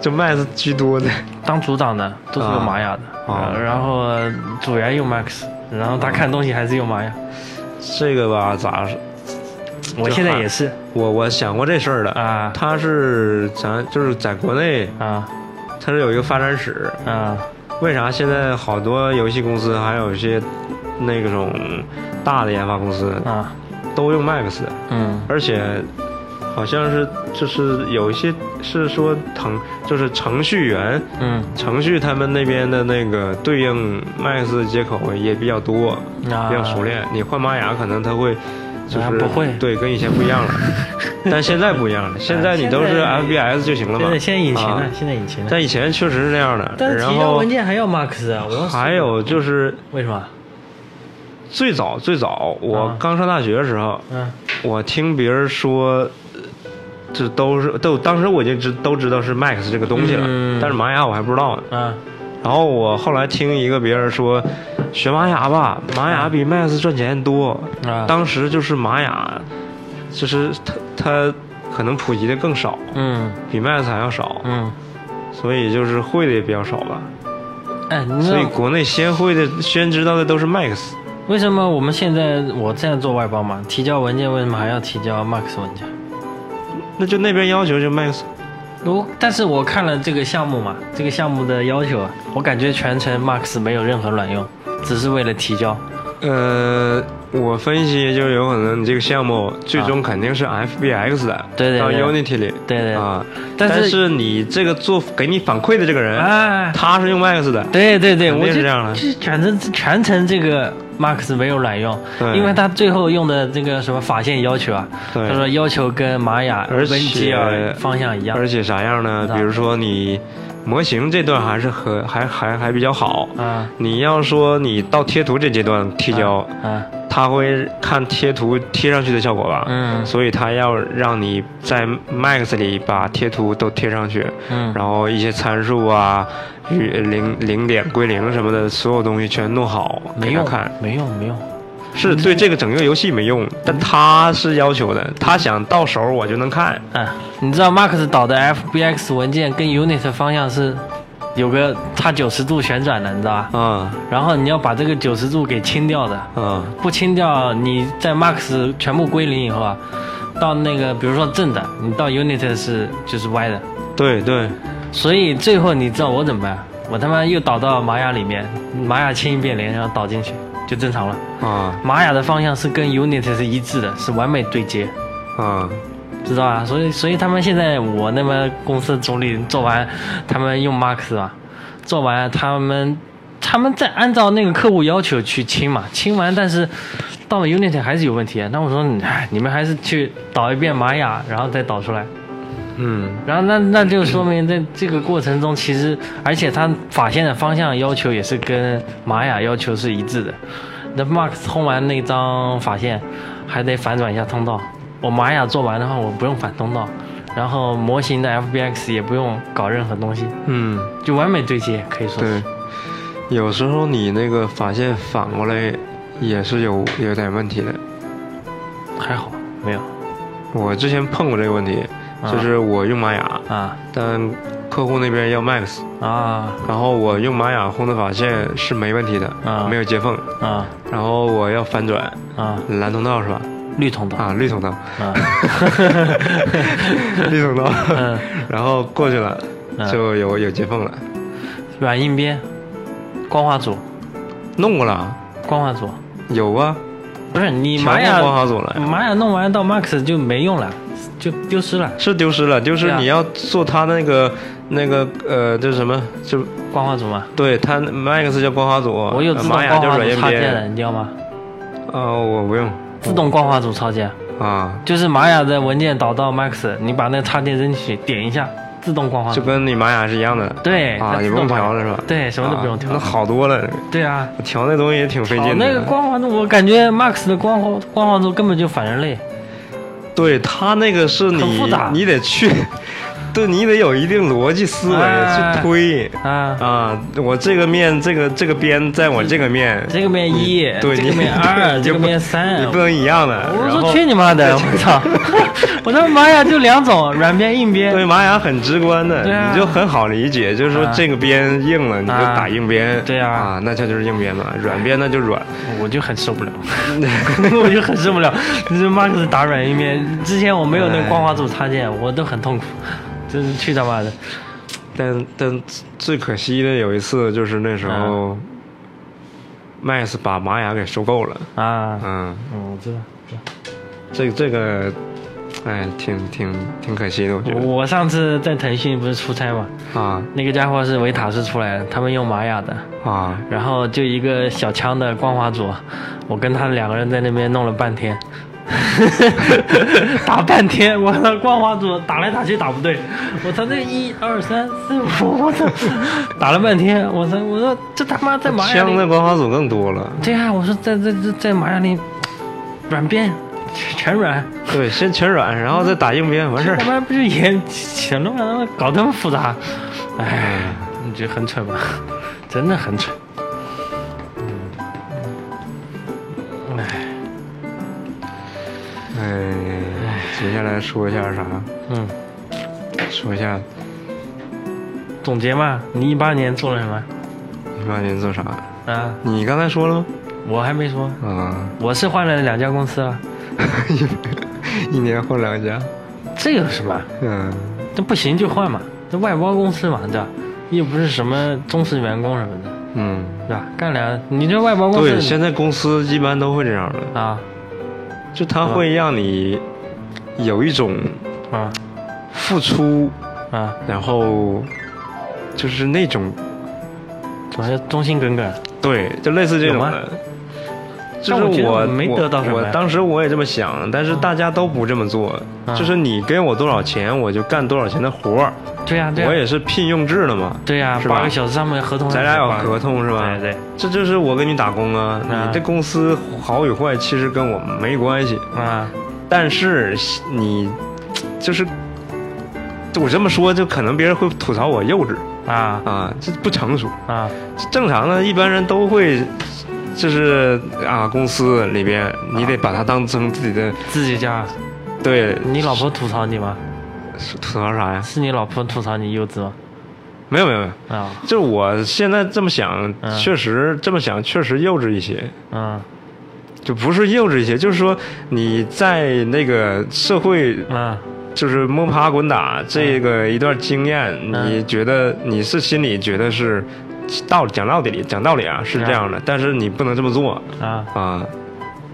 S4: 就 Max 居多的，
S3: 当组长的都是用玛雅的，
S4: 啊
S3: 呃然后组员用 Max，然
S4: 哦
S3: 后他看东西还是用玛雅。
S4: 这个吧咋说？
S3: 我现在也是
S4: 我我想过这事儿了。
S3: 啊
S4: 他是咱就是在国内，
S3: 啊
S4: 他是有一个发展史，
S3: 啊
S4: 为啥现在好多游戏公司还有一些那种大的研发公司
S3: 啊，
S4: 都用 Max，的
S3: 嗯
S4: 而且好像是就是有一些是说腾就是程序员
S3: 嗯
S4: 程序他们那边的那个对应 Max 接口也比较多，
S3: 啊
S4: 比较熟练。你换玛雅可能他会就
S3: 啊
S4: 是
S3: 不会
S4: 对，跟以前不一样 了。但现在不一样了，现在你都是
S3: 啊
S4: FBS 就行了嘛
S3: 现。在现在引擎
S4: 啊
S3: 呢？现在引擎呢？
S4: 但以前确实是这样的。
S3: 但是
S4: 然
S3: 提交
S4: 后
S3: 文件还要 Max 啊，我要
S4: 还有就是
S3: 为什么？
S4: 最早最早，我
S3: 啊
S4: 刚上大学的时候，
S3: 嗯
S4: 我听别人说，呃这都是都当时我就知都知道是 Max 这个东西了，
S3: 嗯
S4: 但是玛雅我还不知道呢。
S3: 啊
S4: 然后我后来听一个别人说，学玛雅吧，玛雅比 Max 赚钱多。
S3: 啊
S4: 当时就是玛雅，就是它它可能普及的更少，
S3: 嗯
S4: 比 Max 还要少，
S3: 嗯，
S4: 所以就是会的也比较少吧。
S3: 哎，你知
S4: 所以
S3: 道
S4: 国内先会的先知道的都是 Max。
S3: 为什么我们现在我这样做外包嘛？提交文件为什么还要提交 Max 文件？
S4: 那就那边要求就 Max
S3: 如，哦但是我看了这个项目嘛，这个项目的要求啊，我感觉全程 Max 没有任何卵用，只是为了提交。
S4: 呃，我分析就是有可能你这个项目最终肯定是 FBX 的，
S3: 啊对对
S4: 到
S3: 对
S4: Unity 里，
S3: 对对
S4: 啊，
S3: 但
S4: 但
S3: 是
S4: 你这个做给你反馈的这个人，
S3: 哎，
S4: 他是用 Max 的，
S3: 对对对，
S4: 肯
S3: 我
S4: 定
S3: 就是
S4: 这样的
S3: 就全程全程这个 Max 没有卵用，
S4: 对
S3: 因为他最后用的这个什么法线要求啊，
S4: 对
S3: 他说要求跟玛雅、
S4: 而
S3: 温
S4: 且
S3: 吉尔方向一样啊
S4: 而且啥样呢
S3: 知？道
S4: 比如说你模型这段还是和还还还比较好，
S3: 啊
S4: 你要说你到贴图这阶段提交，
S3: 啊，
S4: 他会看贴图贴上去的效果吧？
S3: 嗯
S4: 所以他要让你在 Max 里把贴图都贴上去，
S3: 嗯
S4: 然后一些参数啊、与零零点归零什么的，所有东西全弄好
S3: 没
S4: 给他
S3: 用
S4: 看，，
S3: 没用，没用。
S4: 是对这个整个游戏没
S3: 嗯
S4: 用，但他是要求的，他想到手我就能看。
S3: 嗯，你知道 Max 导的 FBX 文件跟 Unit 方向是有个差九十度旋转的，你知道吧？
S4: 啊
S3: 然后你要把这个九十度给清掉的，
S4: 啊
S3: 不清掉，你在 Max 全部归零以后啊，到那个比如说正的，你到 Unit 是就是歪的，
S4: 对对，
S3: 所以最后你知道我怎么办？我他妈又导到玛雅里面，玛雅清一遍零，然后导进去就正常了。
S4: 啊
S3: 玛雅的方向是跟 Unit 是一致的，是完美对接。
S4: 啊，
S3: 知道啊，所以所以他们现在我那边公司总理做完，他们用 Max 嘛，做完他们他们再按照那个客户要求去清嘛，清完但是到了 Unity 还是有问题啊。那我说，哎，你们还是去导一遍玛雅，然后再导出来，
S4: 嗯，
S3: 然后那那就说明在这个过程中，其实而且他法线的方向要求也是跟玛雅要求是一致的。那 Max 通完那张法线，还得反转一下通道。我玛雅做完的话，我不用反通道，然后模型的 FBX 也不用搞任何东西，
S4: 嗯，
S3: 就完美对接，可以说
S4: 对
S3: 是。，
S4: 有时候你那个法线反过来也是有有点问题的。
S3: 还好没有
S4: 我之前碰过这个问题，
S3: 啊
S4: 就是我用玛雅，
S3: 啊
S4: 但客户那边要 Max，
S3: 啊
S4: 然后我用玛雅轰的法线是没问题的，
S3: 啊
S4: 没有接缝。
S3: 啊
S4: 然后我要反转，
S3: 啊，
S4: 蓝通道是吧？
S3: 绿通道
S4: 啊，绿通道，
S3: 啊
S4: 绿通道。
S3: 嗯
S4: 然后过去了，
S3: 嗯
S4: 就有有接缝了，
S3: 软硬边，光滑组
S4: 弄过了，啊
S3: 光滑组，
S4: 有啊，
S3: 不是你
S4: 全
S3: 玛雅
S4: 部光好组了。
S3: 玛雅弄完到 Max 就没用了，就丢失了
S4: 是丢失了，就是
S3: 对啊
S4: 你要做他那个、那个呃，就是什么，就
S3: 光滑组嘛。
S4: 对他 Max 叫光滑组，
S3: 我有自动
S4: 哦玛雅
S3: 光
S4: 叫
S3: 滑
S4: 软
S3: 组
S4: 硬
S3: 插件了，
S4: 边。
S3: 你知道吗？
S4: 哦，我不用
S3: 自动光滑组插件
S4: 啊，
S3: 就是玛雅的文件导到 Max，你把那插件扔进去，点一下，自动光滑
S4: 就
S3: 组。
S4: 跟你玛雅是一样的。
S3: 啊对
S4: 啊，
S3: 它
S4: 也
S3: 自
S4: 不
S3: 动
S4: 用
S3: 帮
S4: 调
S3: 你
S4: 了是吧？
S3: 对什么都不用
S4: 啊
S3: 调
S4: 那好多了。
S3: 对啊，
S4: 调那东西也挺费
S3: 哦
S4: 劲的。
S3: 那个光滑组，我感觉 Max 的光滑光滑组根本就反人类。
S4: 对他那个是
S3: 很
S4: 你
S3: 复杂
S4: 你得去， 对你得有一定逻辑思维
S3: 哎
S4: 去推。
S3: 啊，
S4: 啊，我这个面，这个这个边在我这个面，
S3: 这个面
S4: 你
S3: 一，
S4: 对
S3: 这
S4: 你
S3: 个面二，
S4: 你
S3: 这
S4: 就
S3: 个
S4: 不
S3: 面三，
S4: 你不能一样的。
S3: 我
S4: 然
S3: 说
S4: 后
S3: 去你妈的！我 操！我说玛雅就两种，软边硬边。
S4: 对玛雅很直观的，
S3: 对啊
S4: 你就很好理解，就是说
S3: 啊
S4: 这个边硬了，你就
S3: 啊
S4: 打硬边。
S3: 对啊
S4: 啊，那它就是硬边嘛，软边那就软。
S3: 我就很受不了， 我就很受不了。这 Max 打软硬边，之前我没有那个光滑组插件，我都很痛苦，真是去他妈的！
S4: 但但最可惜的有一次就是那时
S3: 嗯
S4: 候，麦斯把玛雅给收购了。
S3: 啊，
S4: 嗯，
S3: 嗯，我知道。知道
S4: 这这个，哎，挺挺挺可惜的，我觉得
S3: 我上次在腾讯不是出差嘛，
S4: 啊
S3: 那个家伙是维塔斯出来的，他们用玛雅的，
S4: 啊，
S3: 然后就一个小枪的光滑组，我跟他两个人在那边弄了半天，打半天，我的光滑组打来打去打不对，我操，这一二三四五，我操，打了半天，我操，我说这他妈在玛雅
S4: 枪的
S3: 里，
S4: 光滑组更多了。
S3: 对啊，我说在在在在玛雅里软边全全软，
S4: 对，先全软，然后再打硬边，完事儿
S3: 这。他妈哎不是也行了吗？搞这么复杂，哎，你觉得很蠢吗？真的很蠢。嗯，哎，
S4: 哎，接下来说一下啥？
S3: 嗯，
S4: 说一下
S3: 总结嘛，你一八年做了什么？
S4: 一八年做啥？
S3: 啊，
S4: 你刚才说了吗？
S3: 我还没说，
S4: 啊，
S3: 我是换了两家公司啊了，
S4: 一年换两家，
S3: 这有什么？
S4: 嗯，
S3: 这不行就换嘛，这外包公司嘛，对吧？又不是什么忠实员工什么的，
S4: 嗯，
S3: 对吧？干两，你这外包公司
S4: 对，现在公司一般都会这样的，
S3: 啊
S4: 就他会让你有一种
S3: 啊
S4: 付出，
S3: 啊，
S4: 然后就是那种
S3: 总是忠心耿耿。
S4: 对，就类似这种
S3: 有吗
S4: 的。就
S3: 但我觉
S4: 是
S3: 得
S4: 我
S3: 我没得到什么
S4: 我，
S3: 呀
S4: 我当时我也这么想，但是大家都不这么做。
S3: 嗯
S4: 就是你给我多少钱，我就干多少钱的活儿。
S3: 对呀、对呀、
S4: 我也是聘用制的嘛，
S3: 对呀、
S4: 是吧
S3: 八个小时上面合同还
S4: 咱
S3: 是
S4: 俩有
S3: 八个
S4: 合同是吧？
S3: 对对，
S4: 这就是我给你打工啊。
S3: 嗯
S4: 你这公司好与坏其实跟我没关系，
S3: 啊
S4: 但是你就是，就我这么说，就可能别人会吐槽我幼稚
S3: 啊
S4: 啊，这不成熟。
S3: 啊
S4: 正常的，一般人都会，就是啊，公司里边你得把它当成自己的，
S3: 自己家，
S4: 对，
S3: 你老婆吐槽你吗？
S4: 吐槽啥呀？
S3: 是你老婆吐槽你幼稚吗？
S4: 没有没有没有，
S3: 啊
S4: 就是我现在这么想，
S3: 嗯
S4: 确实这么想，确实幼稚一些。
S3: 嗯
S4: 就不是幼稚一些，就是说你在那个社会，
S3: 嗯
S4: 就是摸爬滚打这个一段经验，
S3: 嗯
S4: 你觉得你是心里觉得是道讲道理讲道理啊是这样的，但是你不能这么做
S3: 啊，
S4: 啊，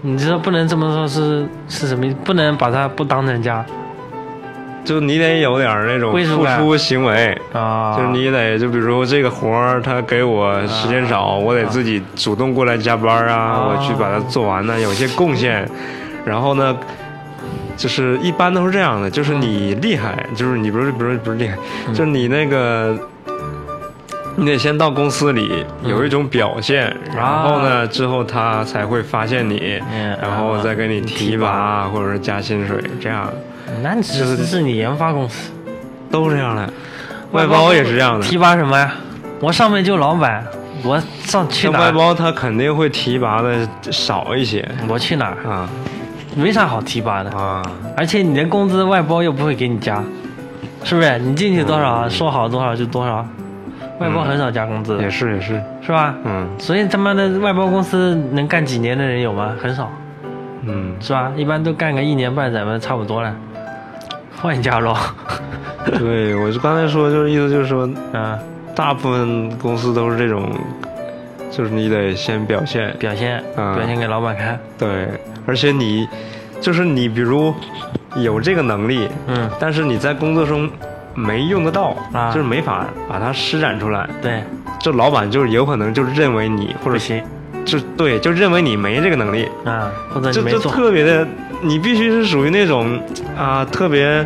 S3: 你知道不能这么说是是什么意思？不能把她不当成家
S4: 就你得有点儿那种
S3: 归属
S4: 付
S3: 感
S4: 出行为。
S3: 啊，
S4: 就是你得就比如说这个活儿，他给我时间少，我得自己主动啊过来加班啊，
S3: 啊
S4: 我去把它做完呢，有一些贡献。然后呢，就是一般都是这样的，就是你厉害，就是你不是不是不是厉害，就是你那个。你得先到公司里有一种表现，然后呢，之后他才会发现你，
S3: 嗯
S4: 然后再给你啊提拔或者是加薪水，这样
S3: 那只是是你研发公司，
S4: 都这样的。外包也是这样的，
S3: 提拔什么呀？我上面就老板，我上去
S4: 那
S3: 哪
S4: 外
S3: 儿？
S4: 包他肯定会提拔的少一些
S3: 我去哪儿？
S4: 啊
S3: 没啥好提拔的。
S4: 啊，
S3: 而且你的工资外包又不会给你加，是不是？你进去多
S4: 嗯
S3: 少，说好多少就多少，外包很少加工资，
S4: 也是也是，
S3: 是吧？
S4: 嗯
S3: 所以他妈的外包公司能干几年的人有吗？很少，
S4: 嗯，
S3: 是吧？一般都干个一年半载吧，差不多了。换一家 喽，
S4: 嗯对我就刚才说就是意思就是说，
S3: 嗯，
S4: 大部分公司都是这种，就是你得先表现，
S3: 表现、
S4: 嗯
S3: 表现给老板看，
S4: 对，而且你就是你，比如有这个能力，
S3: 嗯，
S4: 但是你在工作中没用得到，
S3: 啊
S4: 就是没法把它施展出来，
S3: 对，
S4: 这老板就是有可能就认为你或
S3: 不
S4: 者
S3: 行，
S4: 就对，就认为你没这个能力，
S3: 啊、或者
S4: 就
S3: 你没
S4: 就
S3: 做，
S4: 特别的，你必须是属于那种啊、特别。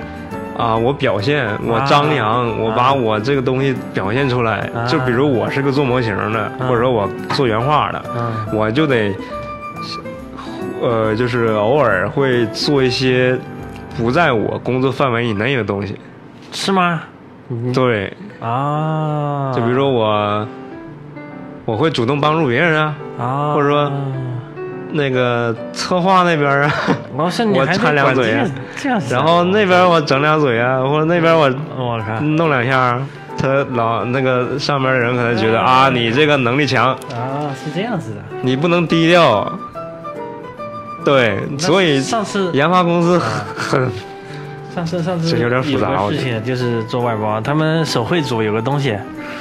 S4: 啊，我表现，我
S3: 啊
S4: 张扬，我
S3: 啊
S4: 把我这个东西表现出来。
S3: 啊
S4: 就比如我是个做模型的，或者说我做原画的，
S3: 嗯
S4: 我就得，呃，就是偶尔会做一些不在我工作范围以内的东西。
S3: 是吗？嗯
S4: 对，
S3: 啊，
S4: 就比如说我，我会主动帮助别人啊，
S3: 啊，
S4: 或者说那个策划那边 啊，
S3: 老师你
S4: 我
S3: 还得
S4: 掺两
S3: 管
S4: 嘴
S3: 这
S4: 啊
S3: 个这样子啊，
S4: 然后那边我整两嘴啊，或者那边我
S3: 我靠，
S4: 弄两下啊，他老那个上面的人可能觉得
S3: 嗯
S4: 啊，你这个能力强，
S3: 啊，是这样子的。
S4: 你不能低调。对，
S3: 那
S4: 所以
S3: 上次
S4: 研发公司很很
S3: 上次上次
S4: 这有点复杂啊
S3: 有
S4: 我
S3: 个
S4: 觉
S3: 事
S4: 得
S3: 情就是做外包，他们手绘组有个东西，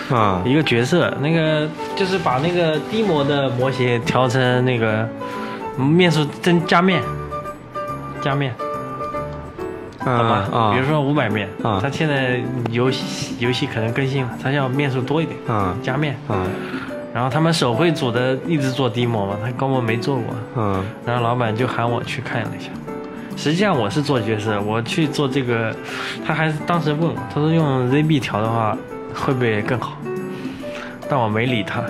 S4: 啊，
S3: 一个角色，那个就是把那个低模的模型调成那个面数增加面，加面，好吧？
S4: 啊，
S3: 嗯比如说五百面，
S4: 啊
S3: 它现在游戏游戏可能更新了，它要面数多一点，
S4: 啊
S3: 加面。
S4: 啊
S3: 然后他们手绘组的一直做低模嘛，他高模没做过，
S4: 啊
S3: 然后老板就喊我去看了一下。实际上我是做角色，我去做这个，他还当时问我，他说用 ZB 调的话会不会更好？但我没理他，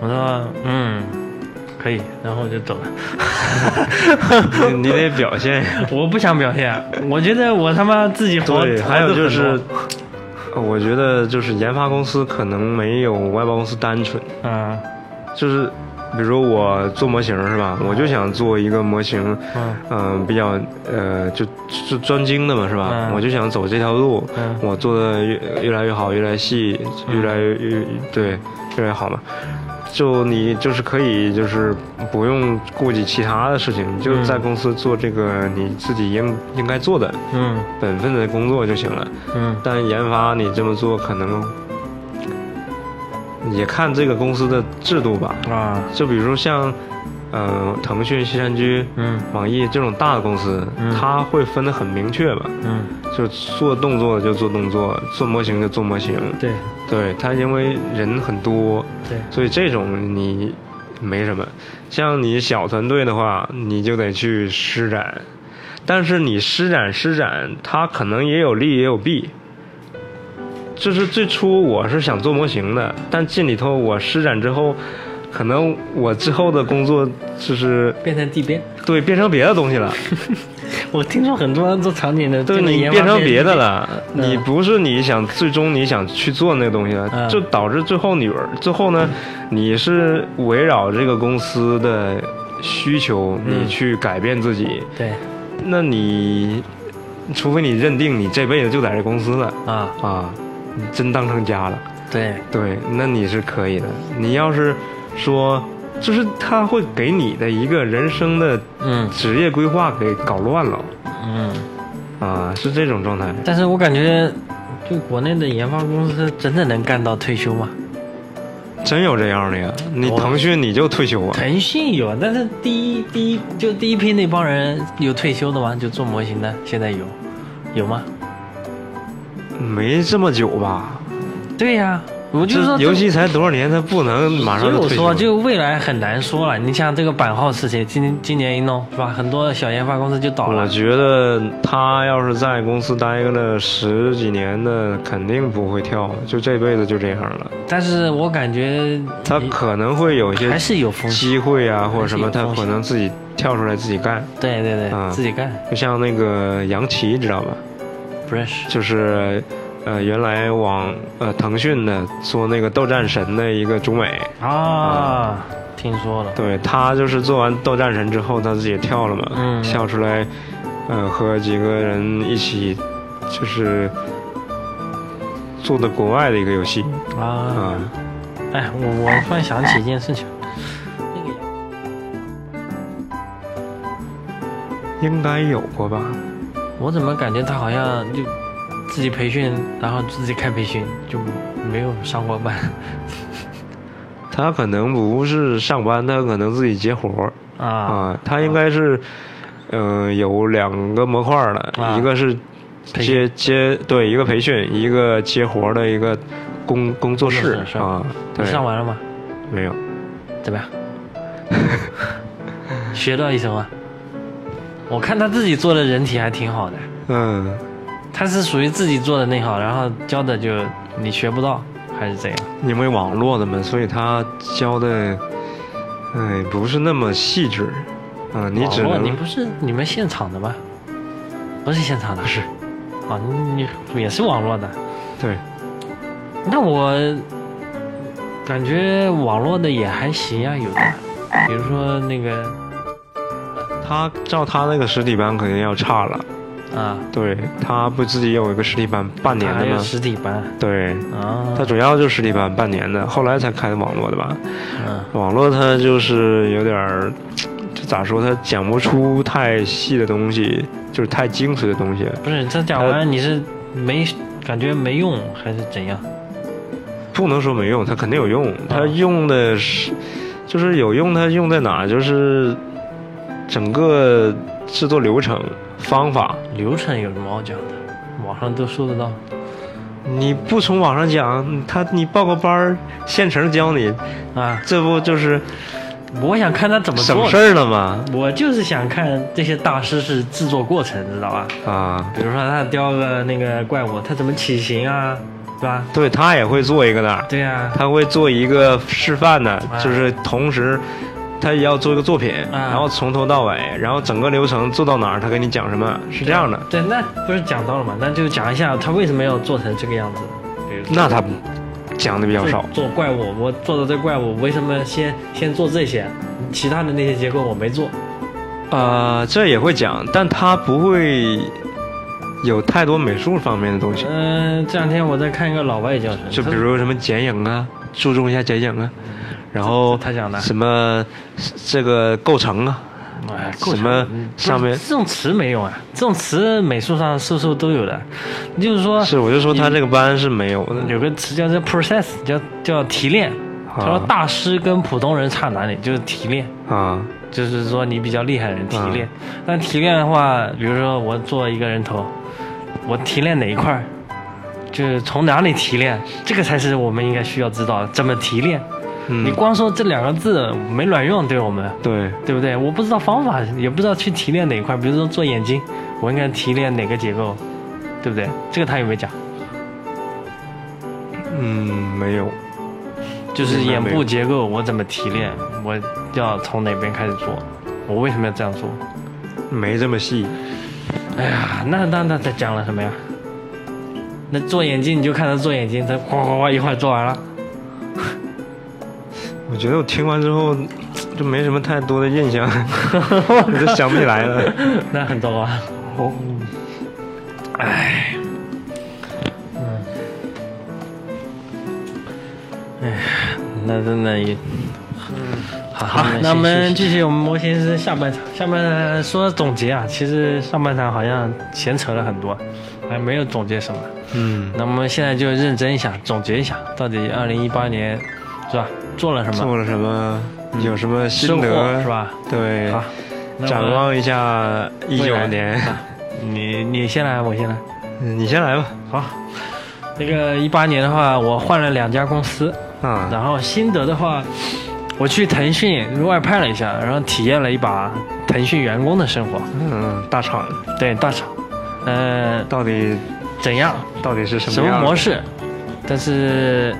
S3: 我说嗯，可以，然后我就走了。
S4: 你你得表现。
S3: 我不想表现，啊我觉得我他妈自己活。
S4: 对，
S3: 活
S4: 还有
S3: 得
S4: 就
S3: 很多，
S4: 是我觉得就是研发公司可能没有外包公司单纯，
S3: 嗯
S4: 就是比如我做模型是吧？我就想做一个模型，
S3: 嗯
S4: 嗯、比较呃就就专精的嘛是吧？
S3: 嗯
S4: 我就想走这条路，
S3: 嗯
S4: 我做的越越来越好，越来越细，越来越越对越来越好嘛。就你就是可以就是不用顾及其他的事情，你就
S3: 嗯
S4: 在公司做这个你自己应应该做的
S3: 嗯
S4: 本分的工作就行了。
S3: 嗯
S4: 但研发你这么做可能也看这个公司的制度吧。
S3: 啊
S4: 就比如像，呃，腾讯、西山居、
S3: 嗯
S4: 网易这种大的公司，
S3: 嗯
S4: 它会分得很明确吧？
S3: 嗯，
S4: 就做动作就做动作，做模型就做模型。
S3: 对
S4: 对，它因为人很多，
S3: 对
S4: 所以这种你没什么。像你小团队的话，你就得去施展，但是你施展施展，它可能也有利也有弊。就是最初我是想做模型的，但进里头我施展之后，可能我之后的工作就是
S3: 变成地边。
S4: 对变成别的东西了，
S3: 我听说很多做场景的，
S4: 对
S3: 这个
S4: 你
S3: 研发
S4: 变成别的了，
S3: 嗯
S4: 你不是你想最终你想去做那个东西了，
S3: 嗯
S4: 就导致最后你最后呢，你是围绕这个公司的需求
S3: 嗯
S4: 你去改变自己，
S3: 对
S4: 那你除非你认定你这辈子就在这公司了
S3: 啊
S4: 啊，你真当成家了，
S3: 对
S4: 对，那你是可以的。你要是说，就是他会给你的一个人生的
S3: 嗯
S4: 职业规划给搞乱了
S3: 嗯。
S4: 啊，是这种状态。
S3: 但是我感觉，就国内的研发公司真的能干到退休吗？
S4: 真有这样的呀？你
S3: 我
S4: 腾讯你就退休啊？
S3: 腾讯有，但是第一第一就第一批那帮人有退休的吗？就做模型的，现在有，有吗？
S4: 没这么久吧？
S3: 对呀、我就说
S4: 这
S3: 这
S4: 游戏才多少年，它不能马上
S3: 所以
S4: 就
S3: 我
S4: 退休
S3: 说，
S4: 了。
S3: 就未来很难说了。你像这个版号事情，今今年一弄是吧，很多小研发公司就倒
S4: 我
S3: 了。
S4: 觉得他要是在公司待个十几年的，肯定不会跳，就这辈子就这样了。
S3: 但是我感觉
S4: 他可能会有一些
S3: 还是有风险。
S4: 机会啊，或者什么，
S3: 还是有
S4: 他
S3: 风险
S4: 可能自己跳出来自己干。
S3: 对对对，
S4: 嗯
S3: 自己干
S4: 就像那个杨奇，知道吧？
S3: 不认识。
S4: 就是，呃，原来往呃腾讯的做那个《斗战神》的一个主美，
S3: 啊，听说了。
S4: 对他就是做完《斗战神》之后，他自己跳了嘛，
S3: 嗯
S4: 跳出来，呃，和几个人一起，就是做的国外的一个游戏啊
S3: 啊，、哎，我我突然想起一件事情，那个
S4: 应该有过吧？
S3: 我怎么感觉他好像就自己培训，然后自己开培训，就没有上过班
S4: 他可能不是上班，他可能自己接活儿
S3: 啊？
S4: 啊，他应该是，呃，有两个模块儿了，
S3: 啊
S4: 一个是
S3: 培
S4: 接
S3: 训嗯
S4: 接对一个培训，一个接活儿的一个工工作室
S3: 工作室是吧
S4: 啊，
S3: 你
S4: 对，
S3: 上完了吗？
S4: 没有？
S3: 怎么样？ 学到一手啊？我看他自己做的人体还挺好的，
S4: 嗯，
S3: 他是属于自己做的那好，然后教的就你学不到，还是这样？
S4: 因为网络的嘛，所以他教的，哎，不是那么细致，啊、你只
S3: 网络你
S4: 能
S3: 哦不是你们现场的吗？不是现场的，
S4: 是
S3: 啊，你你也是网络的。
S4: 对，
S3: 那我感觉网络的也还行啊，有的，比如说那个
S4: 他照他那个实体班肯定要差了，
S3: 啊，
S4: 对他不自己有一个实体班半年
S3: 他还
S4: 的
S3: 有
S4: 吗？
S3: 实体班
S4: 对，
S3: 啊，
S4: 他主要就是实体班半年的，后来才开的网络的吧？
S3: 嗯
S4: 网络它就是有点儿，这咋说？它讲不出太细的东西，就是太精髓的东西。
S3: 不是他讲完你是没感觉没用还是怎样？
S4: 不能说没用，它肯定有用。它用的是，就是有用，它用在哪？就是整个制作流程、方法，
S3: 流程有什么好讲的？网上都搜得到。
S4: 你不从网上讲，他你报个班儿，现成教你，
S3: 啊，
S4: 这不就是
S3: 我想看他怎么
S4: 省
S3: 做
S4: 事
S3: 的。
S4: 儿了吗？
S3: 我就是想看这些大师是制作过程，知道吧？
S4: 啊，
S3: 比如说他雕个那个怪物，他怎么起形啊，是吧？
S4: 对他也会做一个的，
S3: 对啊，
S4: 他会做一个示范的
S3: 啊，
S4: 就是同时。他也要做一个作品，然后从头到尾，然后整个流程做到哪儿，他给你讲什么，是这样的。
S3: 对，那不是讲到了嘛？那就讲一下他为什么要做成这个样子。比如说
S4: 那他讲的比较少，
S3: 做做怪物，我做的这怪物为什么先先做这些，其他的那些结构我没做
S4: 呃，这也会讲，但他不会有太多美术方面的东西，
S3: 嗯、这两天我在看一个老外教程，
S4: 就
S3: 他
S4: 比如什么剪影啊，注重一下剪影啊，然后
S3: 他讲的
S4: 什么这个构成啊，
S3: 哎，
S4: 什么上面
S3: 不是这种词没用啊，这种词美术上是不是都有的？就是说，
S4: 是我就说他这个班是没有的，
S3: 有个词叫做 process，叫叫提炼。他说
S4: 啊
S3: 大师跟普通人差哪里？就是提炼，
S4: 啊，
S3: 就是说你比较厉害的人提
S4: 啊
S3: 炼。但提炼的话，比如说我做一个人头，我提炼哪一块儿，就是从哪里提炼，这个才是我们应该需要知道的。怎么提炼？你
S4: 嗯，
S3: 光说这两个字没卵用，对我们。
S4: 对，
S3: 对不对？我不知道方法，也不知道去提炼哪一块，比如说做眼睛，我应该提炼哪个结构，对不对？这个他有没有讲？
S4: 嗯，没有，
S3: 就是
S4: 明白
S3: 眼
S4: 没有
S3: 部结构我怎么提炼，我要从哪边开始做，我为什么要这样做？
S4: 没这么细，
S3: 哎呀，那那那他讲了什么呀？那做眼睛你就看他做眼睛，他哗哗哗一会儿做完了，
S4: 我觉得我听完之后就没什么太多的印象， 我就想不起来 了。
S3: 那很糟糕。啊
S4: 哦，
S3: 哎哎那真的也。嗯好，好那我们继续我们魔形师下半场。下半场说总结啊，其实上半场好像闲扯了很多，还没有总结什么。
S4: 嗯，
S3: 那我们现在就认真一下，总结一下，到底二零一八年是吧做了什么，
S4: 做了什么？有什么
S3: 收获
S4: 心得
S3: 是？吧？
S4: 对，
S3: 好，啊那我
S4: 展望一下一
S3: 未
S4: 九
S3: 来
S4: 年。
S3: 啊你你先来，我先来。
S4: 嗯你先来吧。
S3: 好，这个一八年的话，我换了两家公司，
S4: 啊
S3: 然后心得的话，我去腾讯外派了一下，然后体验了一把腾讯员工的生活，
S4: 嗯，大厂
S3: 对大厂，呃，
S4: 到底
S3: 怎样，
S4: 到底是什
S3: 什
S4: 么
S3: 么
S4: 样
S3: 模式？但是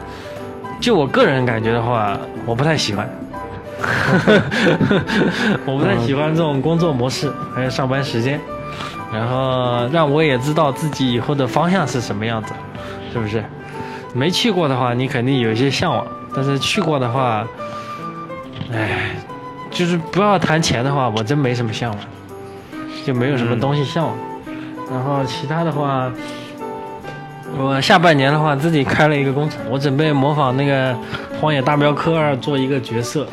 S3: 就我个人感觉的话，我不太喜欢。 我不太喜欢这种工作模式，还有上班时间，然后让我也知道自己以后的方向是什么样子，是不是？没去过的话，你肯定有一些向往，但是去过的话，哎，就是不要谈钱的话，我真没什么向往，就没有什么东西向往。然后其他的话，我下半年的话自己开了一个工厂，我准备模仿那个《荒野大镖客二》做一个角色。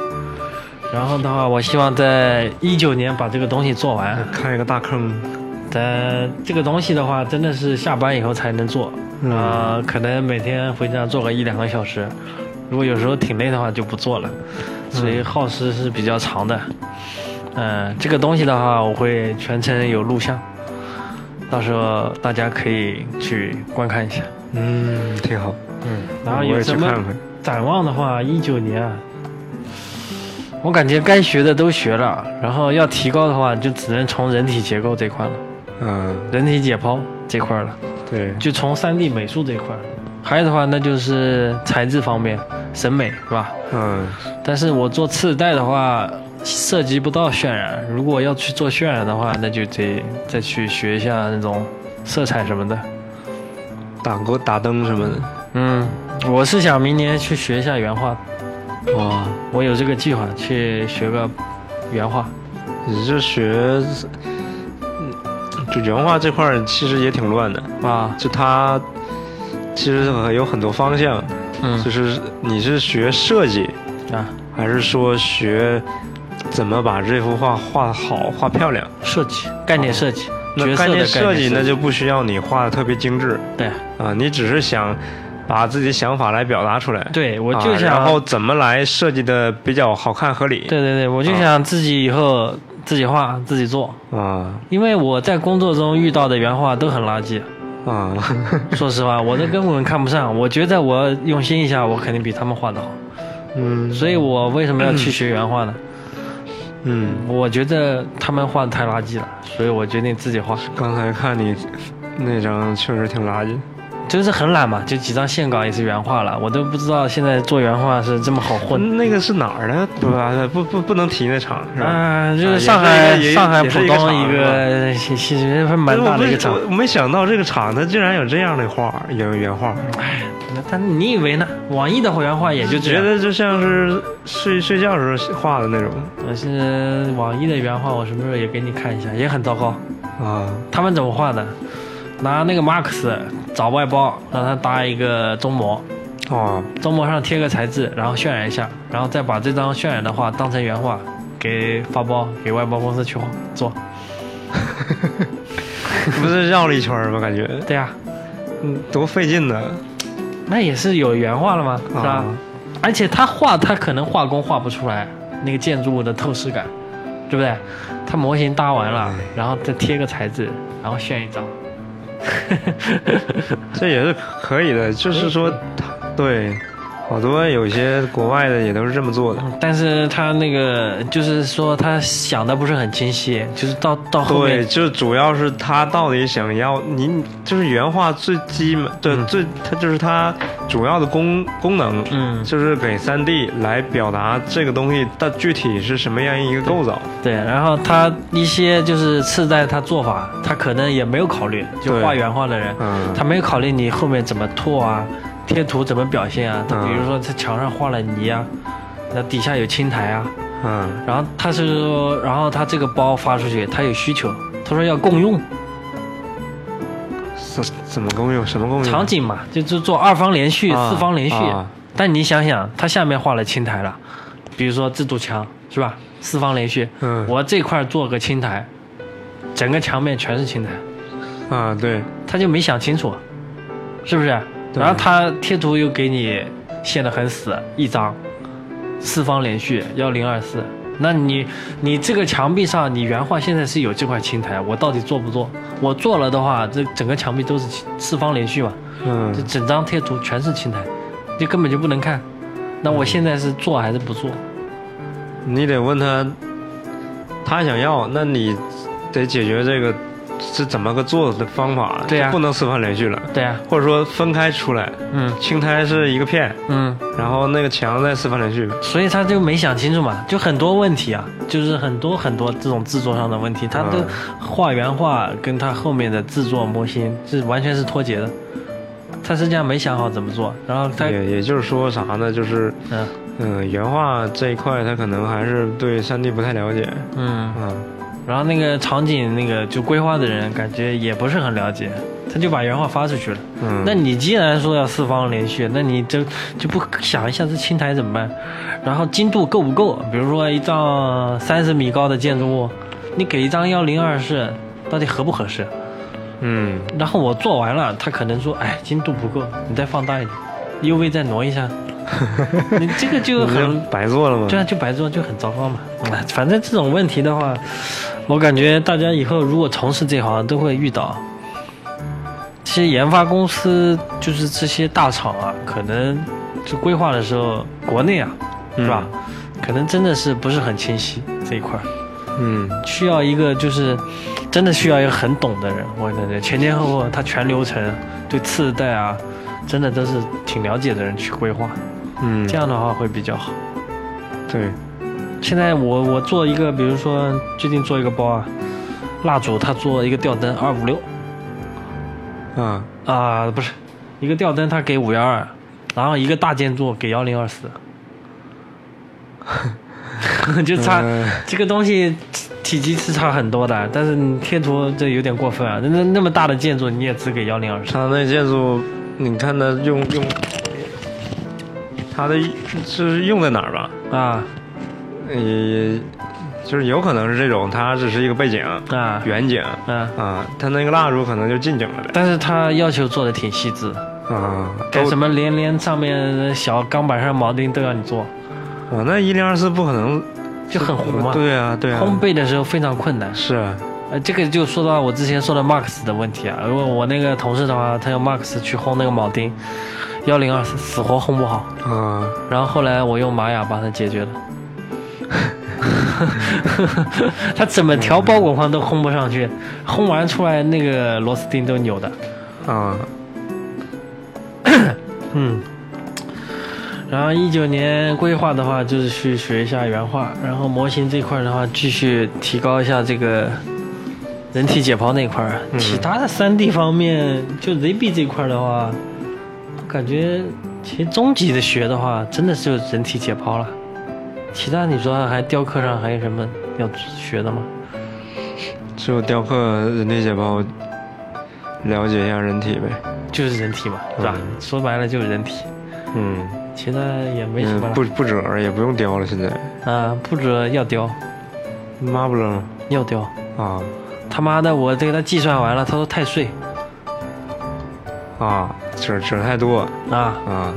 S3: 然后的话，我希望在一九年把这个东西做完。
S4: 看一个大坑，
S3: 但这个东西的话，真的是下班以后才能做，
S4: 嗯
S3: 啊，可能每天回家做个一两个小时，如果有时候挺累的话就不做了，所以耗时是比较长的。嗯、这个东西的话，我会全程有录像，到时候大家可以去观看一下。
S4: 嗯，挺好。
S3: 嗯，然后有
S4: 我也去
S3: 什么
S4: 看看
S3: 展望的话，一九年啊，我感觉该学的都学了，然后要提高的话，就只能从人体结构这块了，
S4: 嗯，
S3: 人体解剖这块了。
S4: 对，
S3: 就从 3D 美术这一块儿，还有的话那就是材质方面，审美是吧？
S4: 嗯，
S3: 但是我做次带的话，涉及不到渲染。如果要去做渲染的话，那就得再去学一下那种色彩什么的。
S4: 打勾打灯什么的。
S3: 嗯，我是想明年去学一下原画，
S4: 哇，
S3: 我有这个计划去学个原画。
S4: 你这学，嗯就原画这块儿其实也挺乱的，
S3: 啊，
S4: 就它其实很有很多方向，
S3: 嗯
S4: 就是你是学设计，
S3: 啊，
S4: 还是说学怎么把这幅画画好、画漂亮？
S3: 设计概念设计，角
S4: 啊那
S3: 色
S4: 概
S3: 的
S4: 念
S3: 设
S4: 设计那就不需要你画的特别精致
S3: 对
S4: 啊，你只是想把自己想法来表达出来。
S3: 对，我
S4: 啊
S3: 就想、
S4: 然后怎么来设计的比较好看合理？
S3: 对对对，我就想自己以后自己画自己做。
S4: 啊
S3: 因为我在工作中遇到的原话都很垃 圾，
S4: 啊，
S3: 说实话，我都根本看不上。我觉得我用心一下，我肯定比他们画的好。
S4: 嗯
S3: 所以我为什么要去学原画呢？
S4: 嗯，
S3: 我觉得他们画的太垃圾了，所以我决定自己画，
S4: 刚才看你那张确实挺垃圾。
S3: 就是很懒嘛，就几张线稿也是原画了，我都不知道现在做原画是这么好混。
S4: 那个是哪儿的？不不不不能提那场是吧？
S3: 啊，就
S4: 啊也
S3: 是
S4: 是
S3: 上海
S4: 一个也
S3: 上海
S4: 也
S3: 浦
S4: 是一个
S3: 东
S4: 厂
S3: 一
S4: 是吧
S3: 个其其实蛮大的一个厂
S4: 我，没我没想到这个厂它竟然有这样的画，有原画，
S3: 那但你以为呢？网易的原画也就这
S4: 觉
S3: 样。
S4: 得就像是睡睡觉时候画的那种
S3: 我是呃网易的原画，我什么时候也给你看一下，也很糟糕。
S4: 啊。
S3: 他们怎么画的？拿那个 Max 找外包，让他搭一个中模，
S4: 哦，
S3: 中模上贴个材质，然后渲染一下，然后再把这张渲染的画当成原画给发包，给外包公司去画做。
S4: 不是绕了一圈儿吗？感觉
S3: 对呀、
S4: 嗯多费劲呢
S3: 那也是有原画了嘛，是吧？
S4: 啊！
S3: 而且他画，他可能画工画不出来那个建筑物的透视感，对不对？他模型搭完
S4: 嗯
S3: 了，然后再贴个材质，然后炫一张。
S4: 这也是可以的，就是说它对，好多有些国外的也都是这么做的。
S3: 但是他那个就是说他想的不是很清晰，就是到到 后
S4: 对，
S3: 面
S4: 就主要是他到底想要你，就是原画最基本对、
S3: 嗯
S4: 最，它就是它主要的功功能，
S3: 嗯
S4: 就是给三 D 来表达这个东西它具体是什么样一个构造。
S3: 对，然后他一些就是次在他做法，他可能也没有考虑，就
S4: 对
S3: 画原画的人，
S4: 嗯
S3: 他没有考虑你后面怎么拓啊，贴图怎么表现啊，他
S4: 嗯
S3: 比如说在墙上画了泥啊，那底下有青苔啊，
S4: 嗯
S3: 然后他是说，然后他这个包发出去，他有需求，他说要共用
S4: 怎怎么功用？什么功用？
S3: 场景嘛，就就做二方连续、
S4: 嗯啊
S3: 四方连续。
S4: 啊
S3: 但你想想，他下面画了青苔了，比如说这堵墙是吧？四方连续，
S4: 嗯
S3: 我这块做个青苔，整个墙面全是青苔，
S4: 啊，对，
S3: 他就没想清楚，是不是？
S4: 对
S3: 然后他贴图又给你限得很死，一张，四方连续幺零二四，那你你这个墙壁上，你原画现在是有这块青苔，我到底做不做？我做了的话，这整个墙壁都是青四方连续嘛，
S4: 嗯
S3: 这整张贴图全是青苔，就根本就不能看。那我现在是做还是不做？
S4: 你得问他，他想要，那你得解决这个是怎么个做的方法，
S3: 对呀
S4: 就不能四方连续了，
S3: 对啊呀、
S4: 或者说分开出来，
S3: 嗯
S4: 青苔是一个片，
S3: 嗯，
S4: 然后那个墙再四方连续，
S3: 所以他就没想清楚嘛，就很多问题啊，就是很多很多这种制作上的问题，他的
S4: 嗯
S3: 画原画跟他后面的制作模型是完全是脱节的，他实际上没想好怎么做，然后他
S4: 也也就是说啥呢？就是
S3: 嗯
S4: 嗯、原画这一块他可能还是对山地不太了解，
S3: 嗯，
S4: 嗯，
S3: 然后那个场景那个就规划的人感觉也不是很了解，他就把原画发出去了。
S4: 嗯
S3: 那你既然说要四方连续，那你就就不想一下这青苔怎么办？然后精度够不够？比如说一幢三十米高的建筑物，你给一张幺零二室，到底合不合适？
S4: 嗯
S3: 然后我做完了，他可能说，哎，精度不够，你再放大一点，UV 再挪一下，你这个就
S4: 你这
S3: 很
S4: 白做了吗？
S3: 对啊，就白做就很糟糕嘛。哎反正这种问题的话，我感觉大家以后如果从事这行啊都会遇到。其实研发公司就是这些大厂啊，可能就规划的时候，国内啊，是吧？可能真的是不是很清晰这一块儿，
S4: 嗯
S3: 需要一个就是真的需要一个很懂的人。我感觉前前后后他全流程对次贷啊，真的都是挺了解的人去规划，
S4: 嗯，
S3: 这样的话会比较好。
S4: 对，
S3: 现在我我做一个，比如说最近做一个包啊，蜡烛它做一个吊灯二五六
S4: 啊
S3: 啊，不是一个吊灯它给五幺二，然后一个大建筑给幺零二四， 就差、
S4: 嗯
S3: 这个东西体积是差很多的，但是你贴图这有点过分啊，那那那么大的建筑你也只给幺零二四，
S4: 他那建筑，你看他用用，他的是用在哪儿吧？
S3: 啊
S4: 也就是有可能是这种，它只是一个背景，
S3: 啊
S4: 远景
S3: 啊，
S4: 啊，它那个蜡烛可能就近景了呗
S3: 但是它要求做的挺细致，
S4: 啊，
S3: 给
S4: 都
S3: 什么连连上面的小钢板上铆钉都要你做，
S4: 啊？那一零二四不可能，
S3: 就很糊嘛。
S4: 对啊，对啊，
S3: 烘焙的时候非常困难。
S4: 是啊，
S3: 呃，这个就说到我之前说的 Max 的问题啊。如果我那个同事的话，他用 Max 去烘那个铆钉，幺零二死活烘不好。
S4: 啊，
S3: 然后后来我用玛雅帮他解决了。 他怎么调包裹框都烘不上去，烘完出来那个螺丝钉都扭的。
S4: 啊，
S3: 嗯，然后一九年规划的话，就是去学一下原画，然后模型这块的话，继续提高一下这个人体解剖那块儿。
S4: 嗯
S3: 其他的三 D 方面，就 ZB 这块的话，感觉其实终极的学的话，真的是有人体解剖了。其他你说还雕刻上还有什么要学的吗？
S4: 只有雕刻人体解剖，了解一下人体呗，
S3: 就是人体嘛，是吧？
S4: 嗯
S3: 说白了就是人体，
S4: 嗯，
S3: 其他也没什么
S4: 嗯
S3: 了。
S4: 不不折儿也不用雕了，现在
S3: 啊，不止要雕，
S4: 抹不楞
S3: 要雕。
S4: 啊
S3: 他妈的，我给他计算完了，他说太碎
S4: 啊，褶褶太多
S3: 啊，
S4: 啊，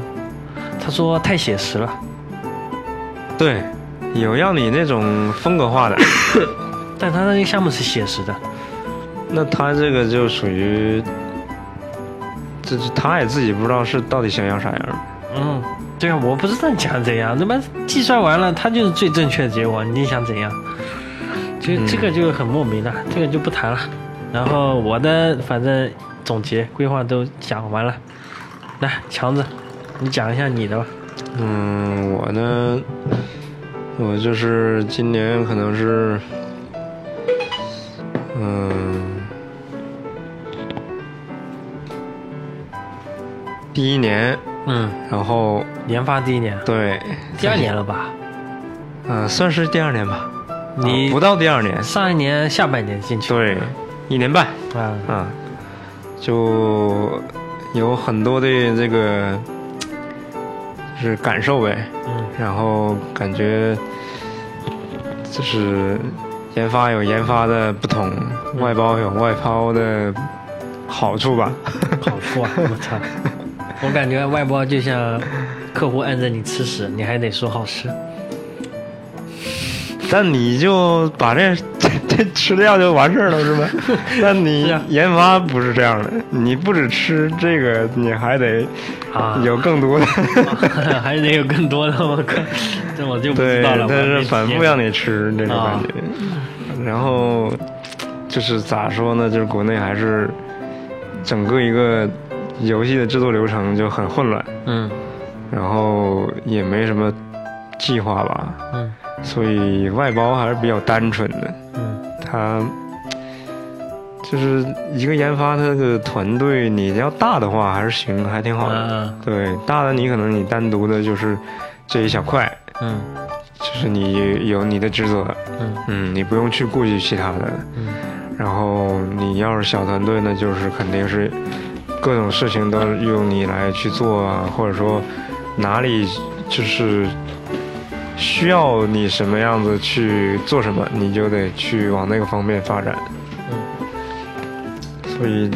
S3: 他说太写实了，
S4: 对，有要你那种风格化的。
S3: 但他那个项目是写实的，
S4: 那他这个就属于，这这他也自己不知道是到底想要啥样儿
S3: 嗯，对啊，我不知道你想怎样，他妈计算完了，他就是最正确的结果，你想怎样？就
S4: 嗯
S3: 这个就很莫名了，这个就不谈了。然后我的反正总结规划都讲完了，来强子，你讲一下你的吧。
S4: 嗯，我呢，我就是今年可能是，嗯，第一年，
S3: 嗯，
S4: 然后
S3: 研发第一年，
S4: 对，
S3: 第二年了吧？
S4: 嗯、算是第二年吧，
S3: 你
S4: 啊不到第二年，
S3: 上一年下半年进去，
S4: 对，一年半，
S3: 啊，
S4: 啊，就有很多的这个就是感受呗，
S3: 嗯
S4: 然后感觉就是研发有研发的不同，外包有外包的好处吧。
S3: 好处啊！我操， 我感觉外包就像客户按着你吃屎，你还得说好吃。
S4: 但你就把这这这吃掉就完事儿了，是吧？ 但你研发不是这啊样的，你不只吃这个，你还得
S3: 啊
S4: 有更多的。
S3: 还得有更多的，我靠，这我就不知
S4: 对
S3: 道了。，
S4: 但是反复让
S3: 你
S4: 你吃那种感觉。
S3: 啊
S4: 然后就是咋说呢？就是国内还是整个一个游戏的制作流程就很混乱，
S3: 嗯
S4: 然后也没什么计划吧，
S3: 嗯
S4: 所以外包还是比较单纯的。
S3: 嗯
S4: 它就是一个研发，它的团队你要大的话还是行，还挺好的。
S3: 嗯
S4: 对，大的你可能你单独的就是这一小块，
S3: 嗯
S4: 就是你有你的职责，
S3: 嗯
S4: 嗯，你不用去顾及其他的。
S3: 嗯
S4: 然后你要是小团队呢，就是肯定是各种事情都用你来去做啊，或者说哪里就是需要你什么样子去做什么，你就得去往那个方面发展。所以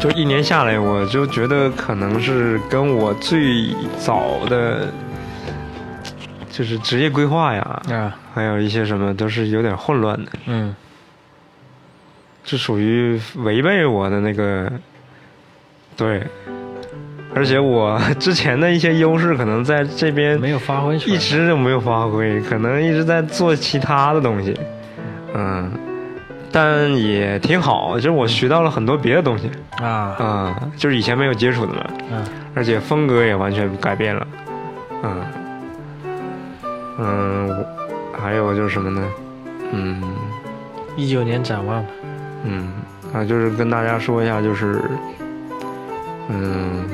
S4: 就一年下来，我就觉得可能是跟我最早的就是职业规划呀，
S3: 嗯啊
S4: 还有一些什么都是有点混乱的，
S3: 嗯
S4: 这属于违背我的那个对。而且我之前的一些优势，可能在这边
S3: 没有发挥出来，
S4: 一直就没有发挥，可能一直在做其他的东西，嗯，但也挺好，就是我学到了很多别的东西，
S3: 啊
S4: 啊、就是以前没有接触的嘛，
S3: 嗯
S4: 而且风格也完全改变了，嗯，嗯，我还有就是什么呢？嗯
S3: 一九年展望吧，
S4: 嗯，啊，就是跟大家说一下，就是，嗯，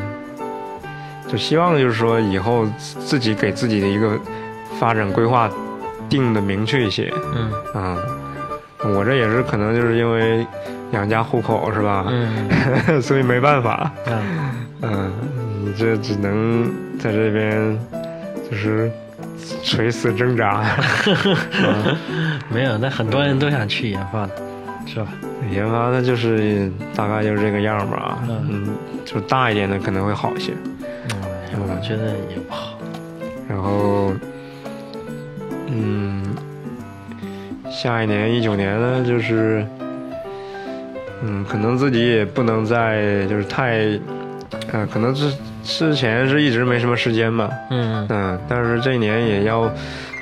S4: 就希望就是说以后自自己给自己的一个发展规划定的明确一些，
S3: 嗯
S4: 啊、我这也是可能就是因为养家糊口是吧，
S3: 嗯
S4: 所以没办法，
S3: 嗯
S4: 嗯，你这只能在这边就是垂死 挣扎，
S3: 没有，但很多人都想去研发的，是吧？
S4: 研发的就是大概就是这个样吧。
S3: 嗯
S4: 嗯，就大一点的可能会好一些。
S3: 嗯，我觉得也不好，
S4: 然后，嗯，下一年一九年呢，就是，嗯，可能自己也不能再就是太，呃，可能之之前是一直没什么时间吧。
S3: 嗯
S4: 嗯，但是这一年也要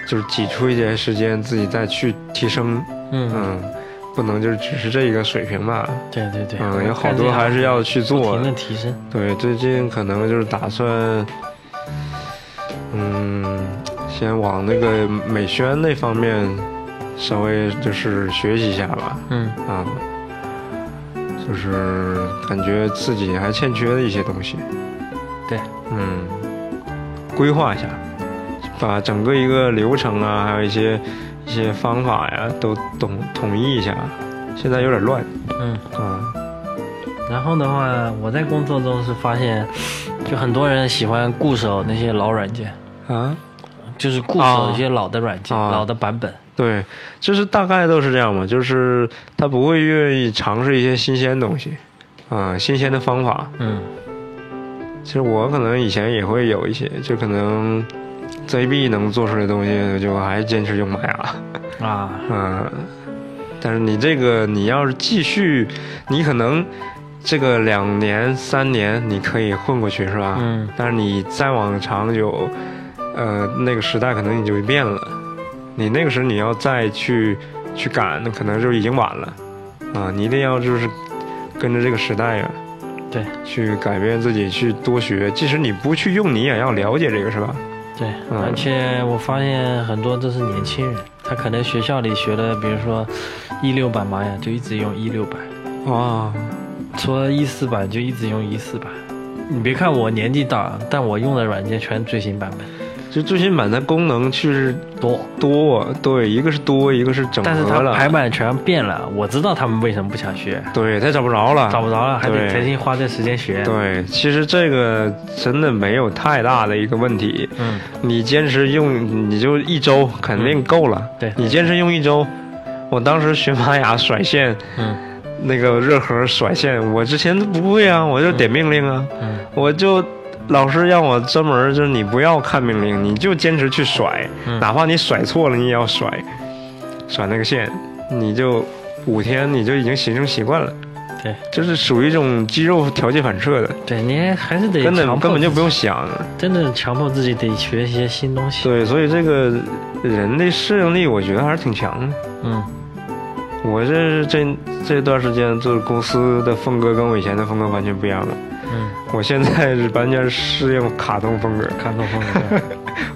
S4: 就是挤出一些时间自己再去提升，
S3: 嗯，
S4: 嗯，不能就是只是这一个水平吧，
S3: 对对对，
S4: 嗯，有好多还是要去
S3: 不
S4: 做
S3: 停
S4: 的
S3: 的。提升，
S4: 对，最近可能就是打算，嗯，先往那个美宣那方面稍微就是学习一下吧，
S3: 嗯
S4: 啊、就是感觉自己还欠缺的一些东西。
S3: 对，
S4: 嗯，规划一下，把整个一个流程啊，还有一些一些方法呀，都统统一一下。现在有点乱
S3: 嗯。
S4: 啊、
S3: 然后的话，我在工作中是发现，就很多人喜欢固守那些老软件，
S4: 啊，
S3: 就是固
S4: 啊
S3: 守一些老的软件、
S4: 啊
S3: 老的版本。
S4: 对，就是大概都是这样嘛，就是他不会愿意尝试一些新鲜东西，啊、新鲜的方法。
S3: 嗯
S4: 其实我可能以前也会有一些，就可能 ZB 能做出来的东西，就还坚持用玛雅。
S3: 啊，
S4: 嗯，但是你这个你要是继续，你可能这个两年三年你可以混过去是吧？
S3: 嗯
S4: 但是你再往长久，呃，那个时代可能你就变了，你那个时候你要再去去赶，可能就已经晚了啊、你一定要就是跟着这个时代呀、
S3: 对
S4: 去改变自己，去多学。即使你不去用，你也要了解这个，是吧？
S3: 对，
S4: 嗯
S3: 而且我发现很多都是年轻人，他可能学校里学了，比如说一六版玛雅，就一直用一六版；哦
S4: 啊，
S3: 除了一四版，就一直用一四版。你别看我年纪大，但我用的软件全最新版本
S4: 就最新版的功能去
S3: 多，
S4: 多，对，一个是多，一个是整
S3: 但是
S4: 合
S3: 它
S4: 了，
S3: 排版全变了。我知道他们为什么不想学，
S4: 对，他找不着了，
S3: 找不着了，还得
S4: 啊对
S3: 重新花这时间学。
S4: 对，其实这个真的没有太大的一个问题，
S3: 嗯，
S4: 你坚持用你就一周肯定够了，
S3: 嗯对
S4: 你坚持用一周，我当时学玛雅甩线，
S3: 嗯
S4: 那个热核甩线，我之前都不会啊，我就点命令啊，
S3: 嗯
S4: 我就老师让我专门就是你不要看命令，你就坚持去甩，
S3: 嗯
S4: 哪怕你甩错了，你也要甩，甩那个线，你就五天你就已经形成习惯了。
S3: 对，
S4: 就是属于一种肌肉条件反射的，
S3: 对，你还是得
S4: 根本
S3: 强迫
S4: 根本就
S3: 自
S4: 不用想。
S3: 己真的强迫自己得学一些新东西。
S4: 对，所以这个人的适应力，我觉得还是挺强的。
S3: 嗯，
S4: 我这是这这段时间，就是公司的风格跟我以前的风格完全不一样了。
S3: 嗯，
S4: 我现在是完全适应卡通风格，
S3: 看东风格。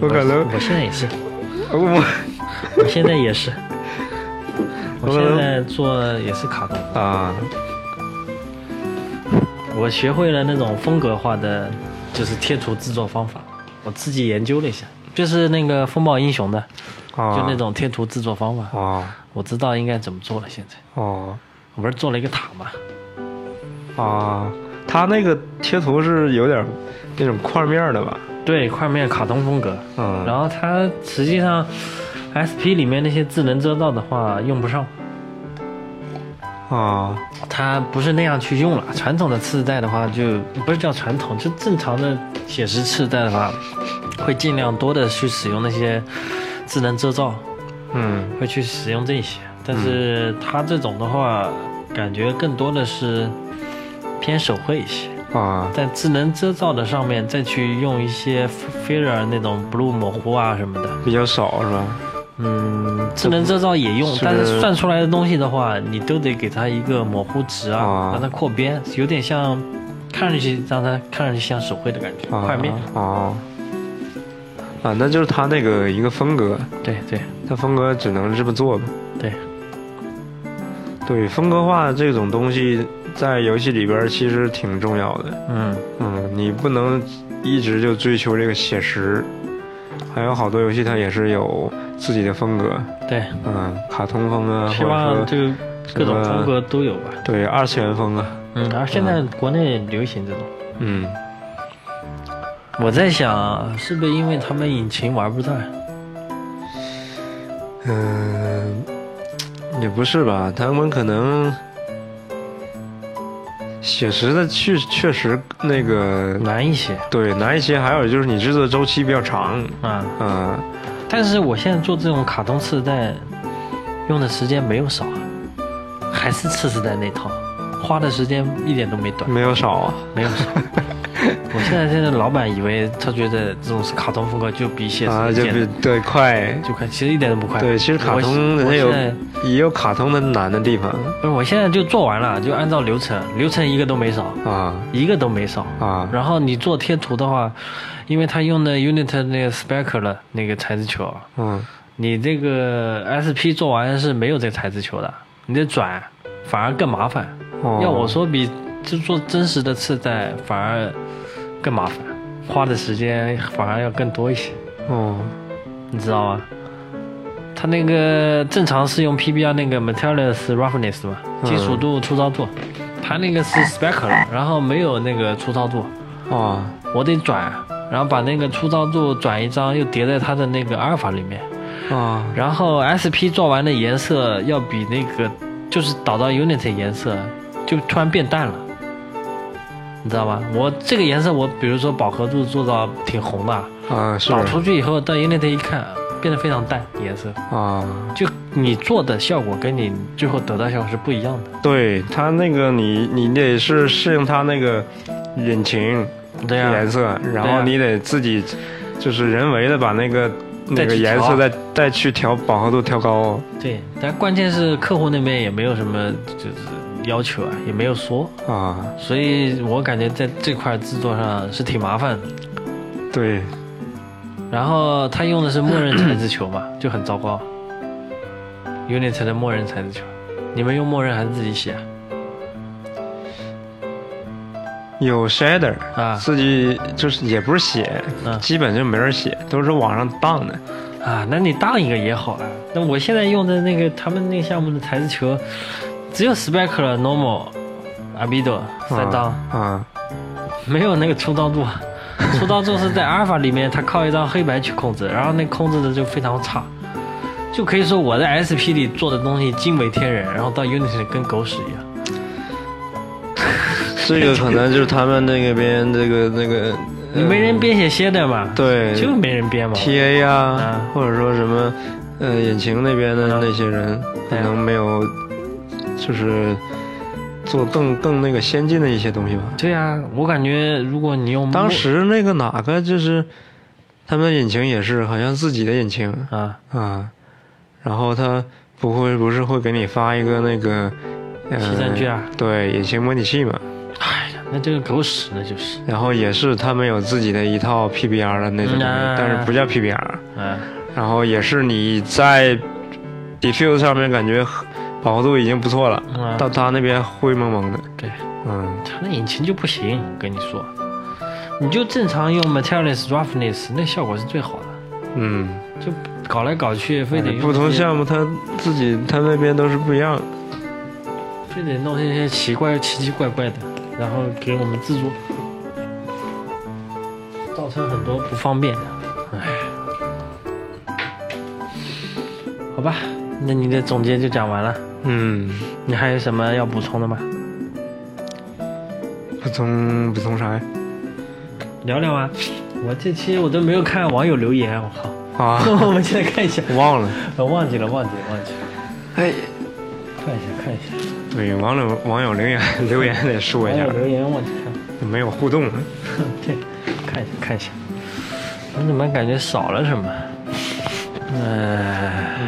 S4: 我可能
S3: 我现在也是，
S4: 我
S3: 我现在也 是，我
S4: 我可
S3: 现
S4: 能
S3: 在做也是卡通风格。
S4: 啊，
S3: 我学会了那种风格化的，就是贴图制作方法。我自己研究了一下，就是那个风暴英雄的，
S4: 啊
S3: 就那种贴图制作方法，
S4: 哦
S3: 我知道应该怎么做了。现在
S4: 哦
S3: 我不是做了一个塔嘛，
S4: 啊，他那个贴图是有点那种块面儿的吧？
S3: 对，块面卡通风格。
S4: 嗯，
S3: 然后它实际上 SP 里面那些智能遮罩的话用不上，
S4: 啊
S3: 它不是那样去用了。传统的次世代的话就不是叫传统，就正常的写实次世代的话，会尽量多的去使用那些智能遮罩，
S4: 嗯
S3: 会去使用这些。但是它这种的话，感觉更多的是偏手绘一些，
S4: 啊
S3: 在智能遮罩的上面再去用一些 Filler 那种 Blue 模糊啊什么的。
S4: 比较少是吧？
S3: 嗯，智能遮罩也用，
S4: 是
S3: 但是算出来的东西的话，你都得给它一个模糊值啊，
S4: 啊
S3: 让它扩编，有点像，看上去让它看上去像手绘的感觉，
S4: 啊
S3: 块面。
S4: 哦啊，那就是他那个一个风格，
S3: 对对
S4: 他风格只能这么做吧？
S3: 对，
S4: 对，风格化这种东西在游戏里边儿其实挺重要的。
S3: 嗯，
S4: 嗯，你不能一直就追求这个写实，还有好多游戏它也是有自己的风格，
S3: 对，
S4: 嗯，卡通风啊，
S3: 希
S4: 或
S3: 望
S4: 者
S3: 这
S4: 说
S3: 个各种风格都有吧。
S4: 对二次元风啊，
S3: 嗯，而现在国内流行这种，
S4: 嗯，
S3: 我在想是不是因为他们引擎玩不转？
S4: 嗯，也不是吧，他们可能写实的确确实那个
S3: 难一些
S4: 对难一些，还有就是你制作周期比较长，
S3: 啊。
S4: 嗯，
S3: 但是我现在做这种卡通次世代，用的时间没有少啊，还是次世代那套，花的时间一点都没 短，
S4: 没有少啊，
S3: 没有少。我现在现在老板以为他觉得这种是卡通风格就比写
S4: 啊，
S3: 实
S4: 就
S3: 简
S4: 比
S3: 单，
S4: 对快。
S3: 就快，其实一点都不快。
S4: 对，其实卡通
S3: 我
S4: 人家
S3: 现
S4: 有
S3: 在
S4: 也有卡通的难的地方
S3: 不是，我现在就做完了，就按照流程，流程一个都没少，
S4: 啊
S3: 一个都没少。
S4: 啊
S3: 然后你做贴图的话，因为他用的 Unit 那个 Spec 了那个材质球啊，
S4: 嗯
S3: 你这个 SP 做完是没有这材质球的，你得转，反而更麻烦。
S4: 哦
S3: 要我说比，就做真实的次代反而更麻烦，花的时间反而要更多一些，
S4: 哦
S3: 你知道吗？它那个正常是用 PBR 那个 Materials Roughness 嘛，
S4: 嗯哎
S3: 金属度粗糙度，它那个是 Spec 了，然后没有那个粗糙度，
S4: 哦
S3: 我得转，然后把那个粗糙度转一张，又叠在它的那个阿尔法里面。
S4: 啊
S3: 然后 SP 做完的颜色要比那个就是导到 Unity 颜色就突然变淡了，你知道吗？我这个颜色我比如说饱和度做到挺红的，
S4: 啊是
S3: 导出去以后到 Unity 一看变得非常淡颜色，
S4: 啊，
S3: 就你做的效果跟你最后得到效果是不一样的。
S4: 对他那个你你得是适应他那个引擎
S3: 对呀、
S4: 颜色，然
S3: 对
S4: 后
S3: 啊
S4: 你得自己就是人为的把那个那
S3: 再
S4: 个
S3: 去
S4: 颜
S3: 调
S4: 色再再去调饱和度调高
S3: 对，但关键是客户那边也没有什么就是要求啊，也没有说，
S4: 啊，
S3: 所以我感觉在这块制作上是挺麻烦的。
S4: 对
S3: 然后他用的是默认材质球 嘛，就很糟糕。Unit 的默认材质球，你们用默认还是自己写啊？
S4: 有 shader
S3: 啊
S4: 自己就是也不是写
S3: 嗯，
S4: 基本就没人写，都是网上当的。
S3: 啊那你当一个也好啊。那我现在用的那个他们那个项目的材质球，只有 Spec 了、Normal、Abido 三张，
S4: 啊
S3: 嗯 没有那个粗糙度啊。粗糙度是在阿尔法里面，它靠一张黑白去控制，然后那控制的就非常差。就可以说我在 SP 里做的东西惊为天人，然后到 Unity 跟狗屎一样。
S4: 这个可能就是他们那个边这个那个，呃
S3: 没人编写歇的嘛，
S4: 对
S3: 就没人编嘛。
S4: TA 呀、
S3: 啊
S4: 或者说什么呃引擎那边的那些人，可
S3: 对啊
S4: 能没有就是做更更那个先进的一些东西吧。
S3: 对啊，我感觉如果你用
S4: 当时那个哪个就是他们的引擎也是好像自己的引擎
S3: 啊，
S4: 啊，然后他不会不是会给你发一个那个。呃
S3: 计算机啊
S4: 对，引擎模拟器嘛，
S3: 哎呀，那就是狗屎，那就是，
S4: 然后也是他们有自己的一套 PBR 的那种东西，
S3: 嗯
S4: 但是不叫 PBR，
S3: 嗯，
S4: 然后也是你在 Diffuse 上面感觉饱和度已经不错了，
S3: 嗯
S4: 到他那边灰蒙蒙的。
S3: 对，
S4: 嗯，
S3: 它那引擎就不行，我跟你说，你就正常用 Materialist Roughness，那效果是最好的，
S4: 嗯，
S3: 就搞来搞去，非得用
S4: 哎不同
S3: 这些
S4: 项目他自己他那边都是不一样的。
S3: 非得弄这些奇怪、奇奇怪怪的，然后给我们制作，造成很多不方便。哎唉，好吧，那你的总结就讲完了，
S4: 嗯，
S3: 你还有什么要补充的吗？
S4: 不同不同啥呀？
S3: 聊聊啊！我这期我都没有看网友留言，我靠！
S4: 啊，
S3: 我们现在看一下，
S4: 忘了。
S3: 我忘记了，忘记了，忘记了，
S4: 哎，
S3: 看一下，看一下，
S4: 对，网友网友留言 留言得说一
S3: 网
S4: 下
S3: 友，留言忘记看。
S4: 没有互动。
S3: 对，看一下看一下，我怎么感觉少了 什么？嗯、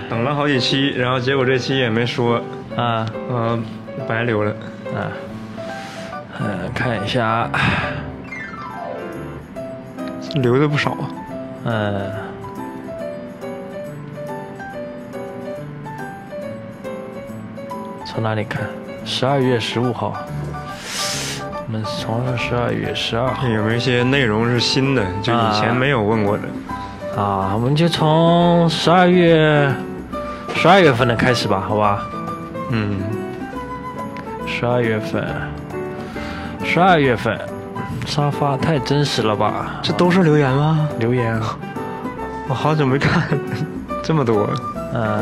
S4: 等了好几期，然后结果这期也没说，
S3: 啊
S4: 嗯、白留了。
S3: 啊，嗯，看一下，
S4: 留的不少啊。
S3: 嗯，从哪里看？十二月十五号，我们从十二月十二号
S4: 有没有一些内容是新的，就以前没有问过的？
S3: 啊，我们就从十二月十二月份的开始吧，好吧？
S4: 嗯，
S3: 十二月份，十二月份，沙发太真实了吧？
S4: 这都是留言吗？
S3: 留言啊，
S4: 我好久没看 这么多。
S3: 嗯，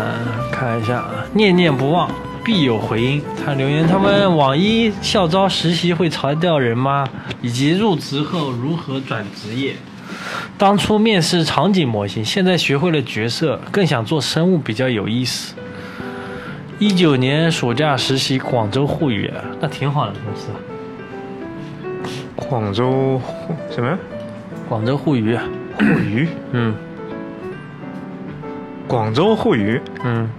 S3: 看一下，啊，念念不忘，必有回音。他留言，他们网一校招实习会裁掉人吗？以及入职后如何转职业？当初面试场景模型，现在学会了角色，更想做生物比较有意思。一九年暑假实习广州沪语，那挺好的公司，
S4: 广州什么呀？
S3: 广州沪语，
S4: 沪娱？
S3: 嗯
S4: 广州沪娱？
S3: 嗯。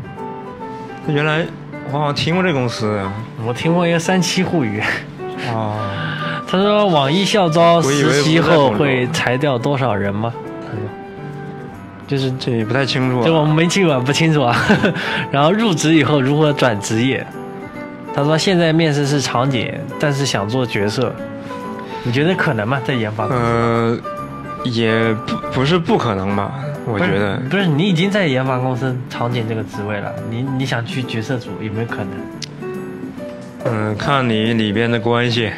S4: 原来我好像听过这公司啊。
S3: 我听过一个三七沪语，
S4: 哦，
S3: 他说网易校招
S4: 我以为
S3: 实习
S4: 不在
S3: 后
S4: 广州
S3: 会裁掉多少人吗？就是这，
S4: 这也不太清楚、
S3: 这
S4: 啊。
S3: 我们没去过，不清楚啊。 然后入职以后如何转职业？他说现在面试是场景，但是想做角色，你觉得可能吗？在研发公司，
S4: 呃，也不不是不可能吧？嗯我
S3: 不是
S4: 觉得
S3: 不是，你已经在研发公司场景这个职位了，你你想去角色组有没有可能
S4: 嗯、看你里边的关系，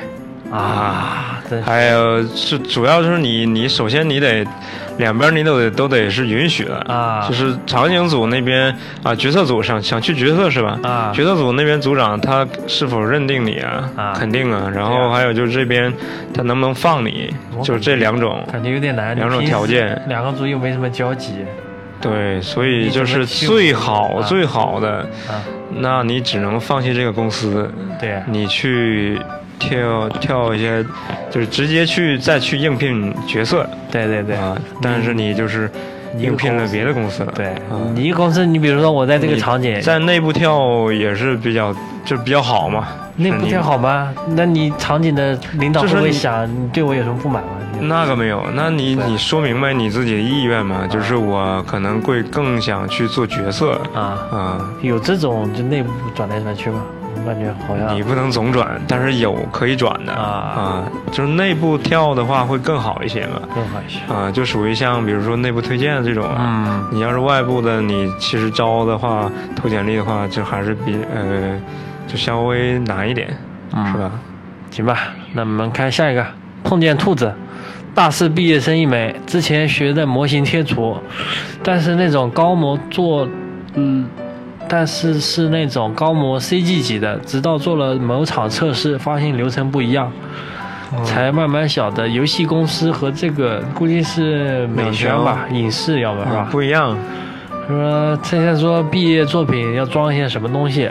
S3: 啊？ 真是
S4: 还有是主要就是你你首先你得两边你都得都得是允许的
S3: 啊
S4: 就是场景组那边啊决策组想想去决策是吧？
S3: 啊
S4: 决策组那边组长他是否认定你啊？
S3: 啊
S4: 肯定啊。然
S3: 对
S4: 后
S3: 啊
S4: 还有就是这边他能不能放你，
S3: 我
S4: 就是这两种。
S3: 感觉有点难。你
S4: 两种
S3: 平时
S4: 条件
S3: 两个组又没什么交集
S4: 对，所以
S3: 你怎
S4: 就
S3: 么
S4: 是
S3: 去
S4: 最好
S3: 啊
S4: 最好的，
S3: 啊。
S4: 那你只能放弃这个公司，
S3: 对啊，
S4: 你去跳跳一些，就是直接去再去应聘角色。
S3: 对对嗯对，
S4: 啊，但是你就是应聘了别的公司了，
S3: 对
S4: 啊，
S3: 你一个公司，你比如说我在这个
S4: 你
S3: 场景，
S4: 在内部跳也是比较就比较好嘛，
S3: 内部
S4: 是你
S3: 挺。好吗？那你场景的领导
S4: 就
S3: 会
S4: 是
S3: 不会
S4: 你嗯
S3: 想你对我有什么不满吗？
S4: 那个没有，那你
S3: 对啊
S4: 你说明白你自己的意愿嘛？就是我可能会更想去做角色
S3: 啊，
S4: 啊，
S3: 有这种就内部转来转去吗？我感觉好像
S4: 啊你不能总转，但是有可以转的
S3: 啊
S4: 啊，就是内部跳的话会更好一些嘛。
S3: 更好一些。
S4: 啊，就属于像比如说内部推荐的这种啊，
S3: 嗯，
S4: 你要是外部的，你其实招的话，投简历的话，就还是比呃，就稍微难一点，
S3: 嗯
S4: 是吧？
S3: 行吧，那我们看下一个，碰见兔子。大四毕业生一枚，之前学的模型贴图，但是那种高模做，嗯，但是是那种高模 CG 级的，直到做了某场测试，发现流程不一样，才慢慢晓得游戏公司和这个估计是美宣吧，影视要不然是吧？
S4: 啊嗯不一样，
S3: 说现在说毕业作品要装一些什么东西，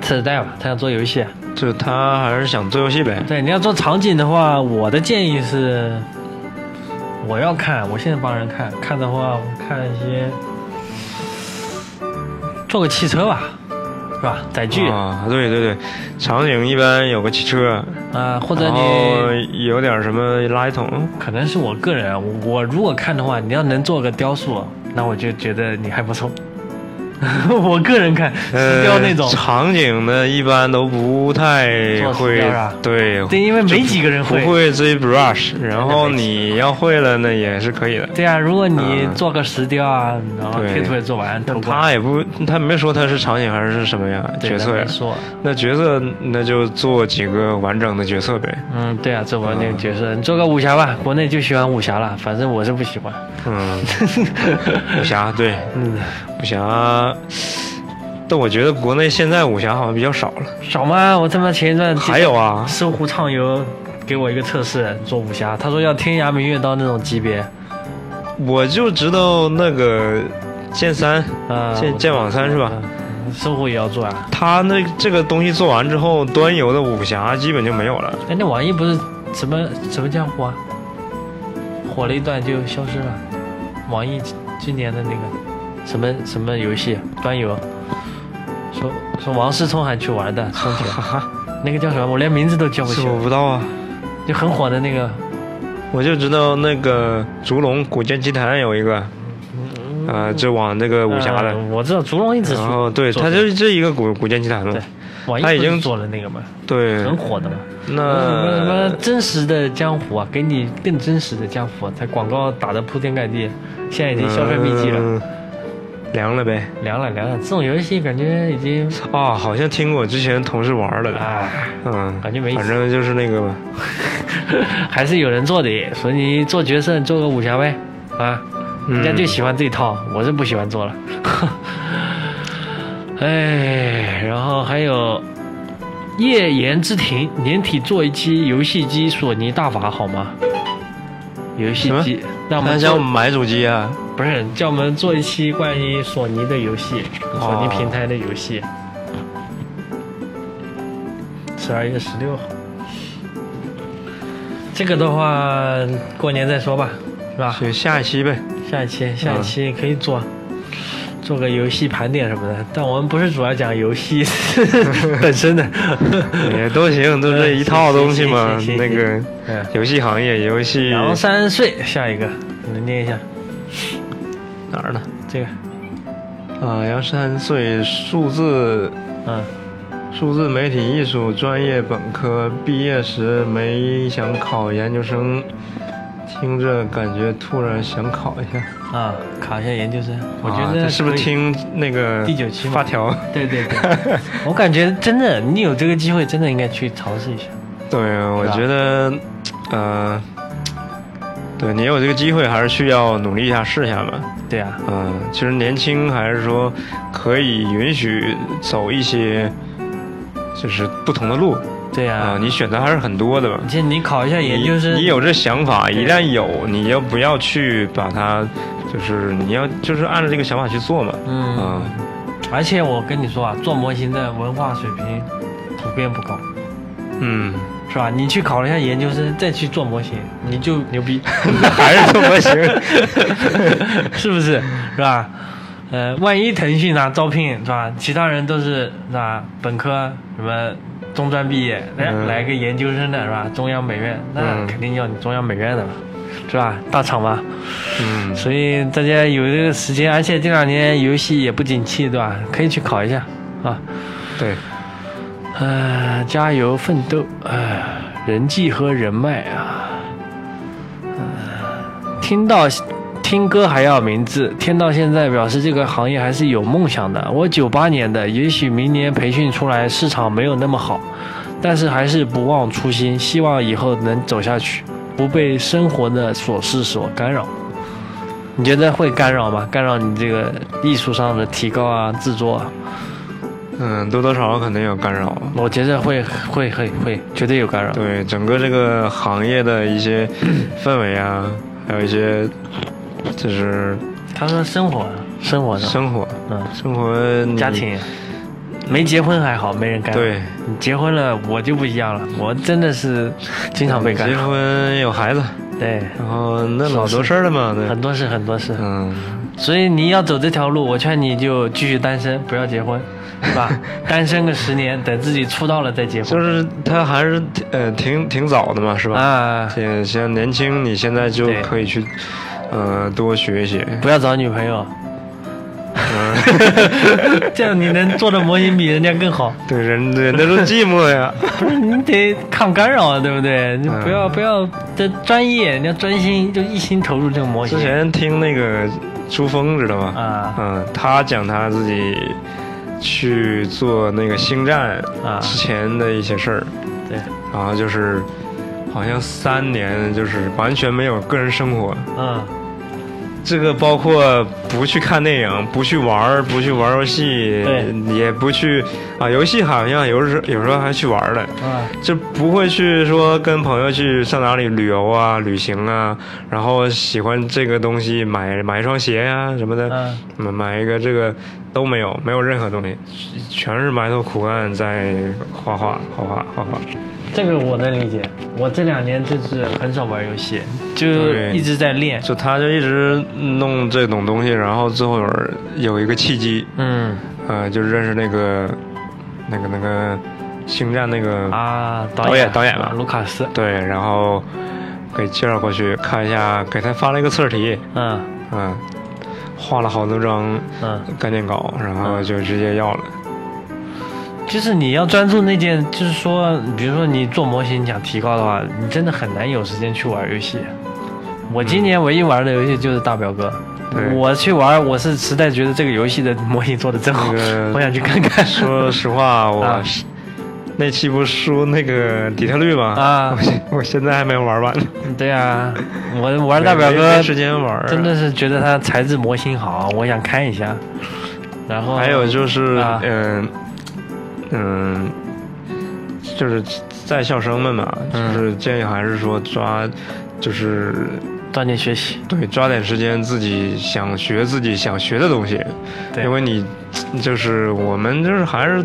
S3: 次世代吧，他想做游戏。
S4: 就他还是想做游戏呗。
S3: 对，你要做场景的话，我的建议是，我要看，我现在帮人看，看的话，我看一些，做个汽车吧，是吧？载具啊、
S4: 啊，对对对，场景一般有个汽车，
S3: 啊或者
S4: 然后
S3: 你
S4: 有点什么垃圾桶，
S3: 可能是我个人啊，我我如果看的话，你要能做个雕塑，那我就觉得你还不错。 我个人看石雕那种，
S4: 呃、场景的，一般都不太
S3: 做石
S4: 会
S3: 雕啊，
S4: 对
S3: 对，因为没几个人
S4: 不
S3: 会。
S4: 会 ZBrush，然后
S3: 没几
S4: 你要会了那也是可以的。
S3: 对啊，如果你
S4: 嗯
S3: 做个石雕啊，然后
S4: 对
S3: 贴图也做完，投过来
S4: 他也不，他没说他是场景还是什么呀，
S3: 对
S4: 角色
S3: 咱
S4: 呀
S3: 没。说。
S4: 那角色那就做几个完整的角色呗。
S3: 嗯，对啊，做完那个角色，你做个武侠吧，国内就喜欢武侠了，反正我是不喜欢。
S4: 嗯，武侠对，
S3: 嗯，
S4: 武侠，但我觉得国内现在武侠好像比较少了。
S3: 少吗？我他妈前一段
S4: 还有啊，
S3: 搜狐畅游给我一个测试做武侠，他说要天涯明月刀那种级别，
S4: 我就知道那个剑三，
S3: 呃，
S4: 剑
S3: 我
S4: 剑网三是吧？
S3: 嗯搜狐也要做啊？
S4: 他那这个东西做完之后，端游的武侠基本就没有了。
S3: 哎，那网易不是什么什么江湖啊？火了一段就消失了。网易今年的那个什么什么游戏端游，说说王思聪还去玩 的，充钱，那个叫什么？我连名字都叫不
S4: 是
S3: 起来。
S4: 我不知道啊，
S3: 就很火的那个，
S4: 我就知道那个烛龙古剑奇谭有一个，呃，就往那个武侠的。
S3: 呃我知道烛龙一直
S4: 然后
S3: 说，
S4: 对，
S3: 做
S4: 他就是这一个古古剑奇谭嘛
S3: 对。网易
S4: 他已经
S3: 不是做了那个嘛，
S4: 对，呃
S3: 很火的嘛。什么什
S4: 那
S3: 么真实的江湖啊，给你更真实的江湖、啊，它广告打得铺天盖地，现在已经销声匿迹了，
S4: 嗯凉了呗。
S3: 凉了凉了。这种游戏感觉已经，
S4: 啊，好像听过之前同事玩了的，
S3: 哎，
S4: 嗯，
S3: 感觉没意思
S4: 反正就是那个吧，
S3: 还是有人做的。所以你做角色，你做个武侠呗，啊，人家就喜欢这一套，我是不喜欢做了。 哎，然后还有夜言之庭，年底做一期游戏机索尼大法好吗？游戏机，让我
S4: 他
S3: 们
S4: 想
S3: 做
S4: 买主机啊，
S3: 不是叫我们做一期关于索尼的游戏，
S4: 哦
S3: 索尼平台的游戏。十二月十六号，这个的话过年再说吧，是吧？
S4: 啊就下一期 呗。
S3: 下一期，
S4: 嗯
S3: 下一期可以做、做个游戏盘点什么的，但我们不是主要讲游 戏本身的。
S4: 也都行，都这一套东西嘛
S3: 行行行行。
S4: 那个
S3: 嗯
S4: 游戏行业，游戏
S3: 杨三岁，下一个你能念一下
S4: 哪儿呢？
S3: 这个？
S4: 啊，杨三岁，数字
S3: 嗯，
S4: 数字媒体艺术专业本科，毕业时没想考研究生，听着感觉突然想考一下。
S3: 啊，考一下研究生，我觉
S4: 啊
S3: 得
S4: 这是不是
S3: 可以
S4: 听那个
S3: 第九期嘛
S4: 嗯 发条？
S3: 对对 对，我感觉真的，你有这个机会，真的应该去尝试一下。
S4: 对，我
S3: 吧
S4: 觉得，呃，对你有这个机会，还是需要努力一下，试一下吧。
S3: 对啊，
S4: 嗯，其实年轻还是说可以允许走一些就是不同的路
S3: 对
S4: 啊、
S3: 啊，
S4: 你选择还是很多的吧
S3: 而。且你考一下研究生，
S4: 你你有这想法，一旦有，你要不要去把它，就是你要就是按照这个想法去做嘛。
S3: 嗯
S4: 啊、
S3: 而且我跟你说啊，做模型的文化水平普遍不高，
S4: 嗯，
S3: 是吧？你去考了一下研究生，再去做模型，你就牛 逼，
S4: 还是这么行。
S3: 是不是？是吧？呃，万一腾讯啊招聘是吧？其他人都是是吧？本科什么中专毕业，来、
S4: 嗯
S3: 来个研究生的是吧？中央美院，那
S4: 嗯
S3: 肯定要你中央美院的了，是吧？大厂嘛。
S4: 嗯，
S3: 所以大家有这个时间，而且这两年游戏也不景气，对吧？可以去考一下啊。
S4: 对，
S3: 呃，加油奋斗，呃，人际和人脉啊。呃、听到听歌还要名字，听到现在表示这个行业还是有梦想的。我九八年的，也许明年培训出来市场没有那么好，但是还是不忘初心，希望以后能走下去，不被生活的琐事所干扰。你觉得会干扰吗？干扰你这个艺术上的提高啊，制作啊？
S4: 嗯，多多少少肯定有干扰。啊
S3: 我觉得会会会会，绝对有干扰。
S4: 对整个这个行业的一些氛围啊，还有一些就是
S3: 他说生活，啊生活上，
S4: 生活，
S3: 嗯，
S4: 生活你
S3: 家庭，啊没结婚还好，没人干扰。
S4: 对，
S3: 你结婚了，我就不一样了，我真的是经常被干
S4: 结
S3: 扰。
S4: 婚有孩子，
S3: 对，
S4: 然后那老多事儿了嘛，对，
S3: 很多事很多事。
S4: 嗯，
S3: 所以你要走这条路，我劝你就继续单身，不要结婚，是 吧？单身个十年，等自己出道了再结婚。
S4: 就是他还是呃挺挺早的嘛，是吧？
S3: 啊，
S4: 也像年轻，你现在就
S3: 对
S4: 可以去，呃，多学一学。
S3: 不要找女朋友， 这样你能做的模型比人家更好。
S4: 对人，对人都寂寞 呀。
S3: 不是你得抗干扰啊，对不对？你
S4: 嗯
S3: 不要、不要这专业，你要专心，就一心投入这个模型。
S4: 之前听那个朱峰，知道吗？
S3: 啊
S4: 嗯，他讲他自己去做那个星战
S3: 啊
S4: 之前的一些事儿，
S3: 对，
S4: 然后就是好像三年就是完全没有个人生活，
S3: 嗯，
S4: 这个包括不去看电影，不去玩儿，不去玩儿游戏
S3: 对，
S4: 也不去啊，游戏好像有时有时候还去玩儿了。
S3: 啊，
S4: 就不会去说跟朋友去上哪里旅游啊、旅行啊，然后喜欢这个东西买买一双鞋呀、什么的，
S3: 嗯
S4: 买买一个这个都没有，没有任何东西，全是埋头苦干在画画、画画、画画。
S3: 这个我能理解。我这两年就是很少玩游戏，就
S4: 对
S3: 一直在练。
S4: 就他就一直弄这种东西，然后最后有有一个契机，
S3: 嗯
S4: 呃，就认识那个那个那个星战那个
S3: 啊，导
S4: 导
S3: 演
S4: 演导演
S3: 啊
S4: 吧
S3: 卢卡斯。
S4: 对，然后给介绍过去看一下，给他发了一个测试题。
S3: 嗯
S4: 嗯，画了好多张
S3: 嗯，
S4: 概念稿，然后就直接要了。
S3: 就是你要专注那件，就是说，比如说你做模型你想提高的话，你真的很难有时间去玩游戏。我今年唯一玩的游戏就是大表哥，
S4: 对
S3: 我去玩，我是实在觉得这个游戏的模型做的真好，
S4: 那个
S3: 我想去看 看。
S4: 说实话，
S3: 嗯啊
S4: 我是那期不是输那个底特律吗？
S3: 啊
S4: 我现 我现在还没玩完，
S3: 对啊，我玩大表
S4: 没
S3: 哥
S4: 没时间玩。
S3: 真的。是觉得它材质模型好，我想看一下。然后
S4: 还有就是
S3: 啊，
S4: 嗯嗯，就是在校生们嘛，
S3: 嗯
S4: 就是建议还是说抓，就是
S3: 锻炼学习，
S4: 对，抓点时间自己想学自己想学的东西，
S3: 对
S4: 因为你就是我们就是还是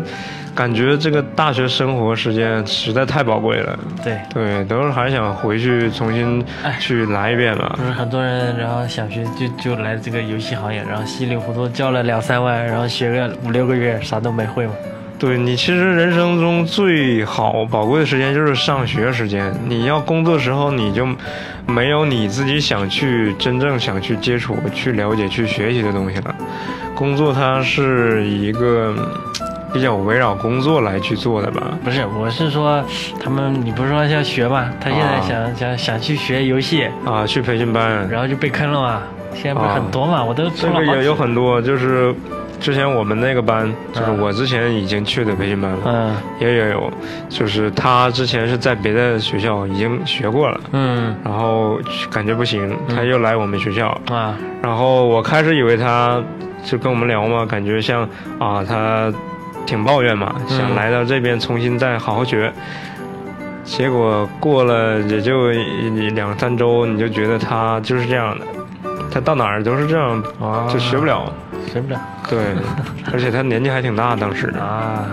S4: 感觉这个大学生活时间实在太宝贵了，
S3: 对。
S4: 对，都是还想回去重新
S3: 哎
S4: 去来一遍嘛
S3: 不。是很多人，然后想学就就来这个游戏行业，然后稀里糊涂交了两三万，然后学个五六个月，啥都没会嘛。
S4: 对你其实人生中最好宝贵的时间就是上学时间，你要工作时候你就没有你自己想去真正想去接触、去了解、去学习的东西了。工作它是一个嗯比较围绕工作来去做的吧。
S3: 不是，我是说他们，你不是说要学嘛？他现在
S4: 啊
S3: 想、想想去学游戏，
S4: 啊，去培训班，
S3: 然后就被坑了嘛。现在不是很多嘛？我都出
S4: 这
S3: 了
S4: 个
S3: 好
S4: 也
S3: 几
S4: 有很多，就是之前我们那个班，就是我之前已经去的培训班了，
S3: 嗯
S4: 也也有，就是他之前是在别的学校已经学过了。
S3: 嗯
S4: 然后感觉不行，他又来我们学校，
S3: 啊
S4: 然后我开始以为他就跟我们聊嘛，感觉像啊他挺抱怨嘛，
S3: 嗯
S4: 想来到这边重新再好好学。结果过了也就一两三周，你就觉得他就是这样的，他到哪儿都是这样，
S3: 啊
S4: 就学不，了。
S3: 学不了
S4: 对，而且他年纪还挺大，当时。
S3: 啊。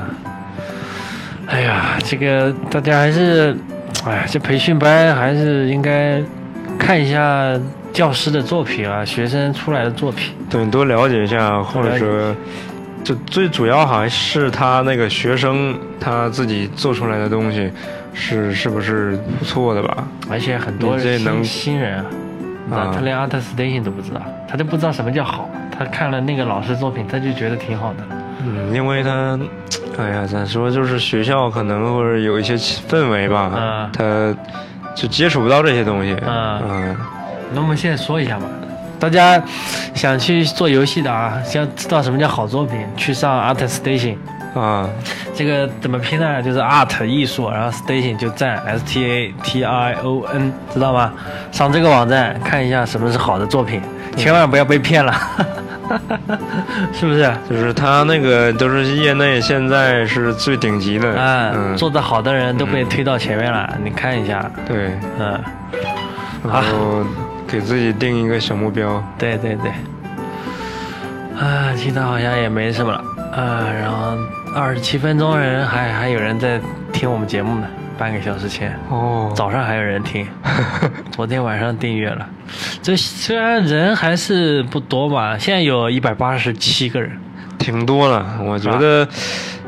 S3: 哎呀，这个大家还是，哎，这培训班还是应该看一下教师的作品啊，学生出来的作品。
S4: 对，多了解一下，或者说，就最主要还是他那个学生他自己做出来的东西是是不是不错的吧？
S3: 而且很多
S4: 你这
S3: 人新
S4: 能
S3: 新人啊，啊
S4: 啊
S3: 他连 art station 都不知道，他都不知道什么叫好。他看了那个老师作品，他就觉得挺好的了。
S4: 嗯，因为他，哎呀，咋说就是学校可能或者有一些气氛围吧，
S3: 嗯
S4: 他就接触不到这些东西，
S3: 嗯
S4: 嗯
S3: 那我们现在说一下吧，大家想去做游戏的啊，想知道什么叫好作品，去上 art station。
S4: 啊，
S3: 这个怎么拼呢？就是 art 艺术，然后 station 就站 s t a t i o n，知道吗？上这个网站看一下什么是好的作品，千万不要被骗了， 是不是？
S4: 就是他那个都是业内现在是最顶级的，
S3: 啊，
S4: 嗯，
S3: 做得好的人都被推到前面了，你看一下，
S4: 对，
S3: 嗯，
S4: 然后给自己定一个小目标，
S3: 对对对，啊，其他好像也没什么了，啊，然后二十七分钟人还还有人在听我们节目呢，半个小时前，
S4: 哦，
S3: 早上还有人 听，昨天晚上订阅了，这虽然人还是不多吧，现在有一百八十七个人，
S4: 挺多了，我觉得，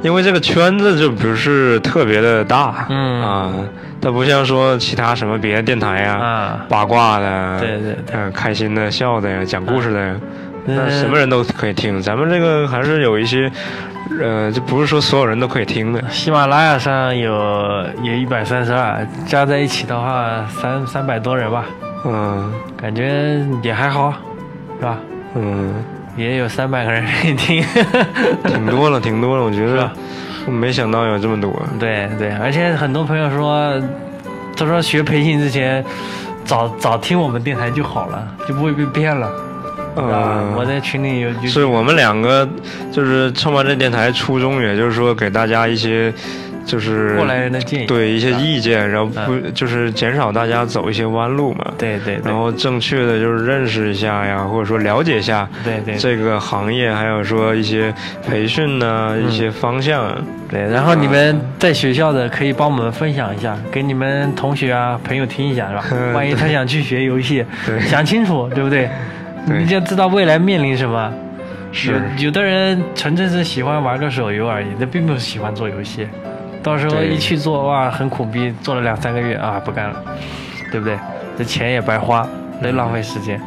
S4: 因为这个圈子就不是特别的大，
S3: 嗯
S4: 啊，它不像说其他什么别的电台呀、
S3: 啊
S4: 八卦的，
S3: 对对对
S4: 呃，开心的、笑的呀、讲故事的呀，那
S3: 嗯
S4: 什么人都可以听。咱们这个还是有一些，呃，就不是说所有人都可以听的，
S3: 喜马拉雅上有有一百三十二，加在一起的话三三百多人吧，
S4: 嗯
S3: 感觉也还好，是吧？
S4: 嗯，
S3: 也有三百个人可以听，
S4: 挺多了，挺多了，我觉
S3: 是
S4: 得
S3: 吧
S4: 我没想到有这么多，
S3: 对对，而且很多朋友说，他说学培训之前，早早听我们电台就好了，就不会被骗了。啊，我
S4: 嗯。
S3: 在群里有有
S4: 是我们两个，就是创办这电台初衷，也就是说给大家一些，就是
S3: 过来人的建议。
S4: 对一些意见，然后不
S3: 嗯
S4: 就是减少大家走一些弯路嘛。
S3: 对对对
S4: 然后正确的就是认识一下呀，或者说了解一下
S3: 对对
S4: 这个行业，还有说一些培训呐、
S3: 嗯
S4: 一些方向。啊
S3: 对，然后你们在学校的可以帮我们分享一下，给你们同学啊朋友听一下，是吧？ 万一他想去学游戏，
S4: 对
S3: 想清楚，对不对？
S4: 对
S3: 你就知道未来面临什么。
S4: 是
S3: 有有的人纯粹是喜欢玩个手游而已，他并不喜欢做游戏。到时候
S4: 对
S3: 一去做，哇，很苦逼，做了两三个月啊，不干了，对不对？这钱也白花，那浪费时间，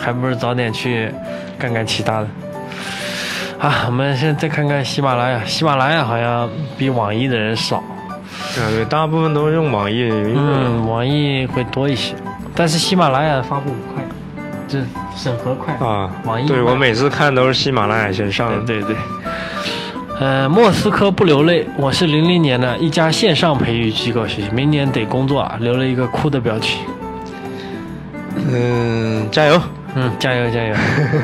S3: 还不如早点去干干其他的。啊，我们现在再看看喜马拉雅，喜马拉雅好像比网易的人少，
S4: 啊，对，大部分都是用网易云音乐。
S3: 嗯，网易会多一些，但是喜马拉雅发布快，这审核快
S4: 啊，
S3: 网易
S4: 对我
S3: 慢
S4: 每次看都是喜马拉雅先上的，
S3: 对对对。呃，莫斯科不流泪，我是零零年的一家线上培育机构学习，明年得工作啊，留了一个哭的表情。
S4: 嗯，加油，
S3: 嗯，加油加油！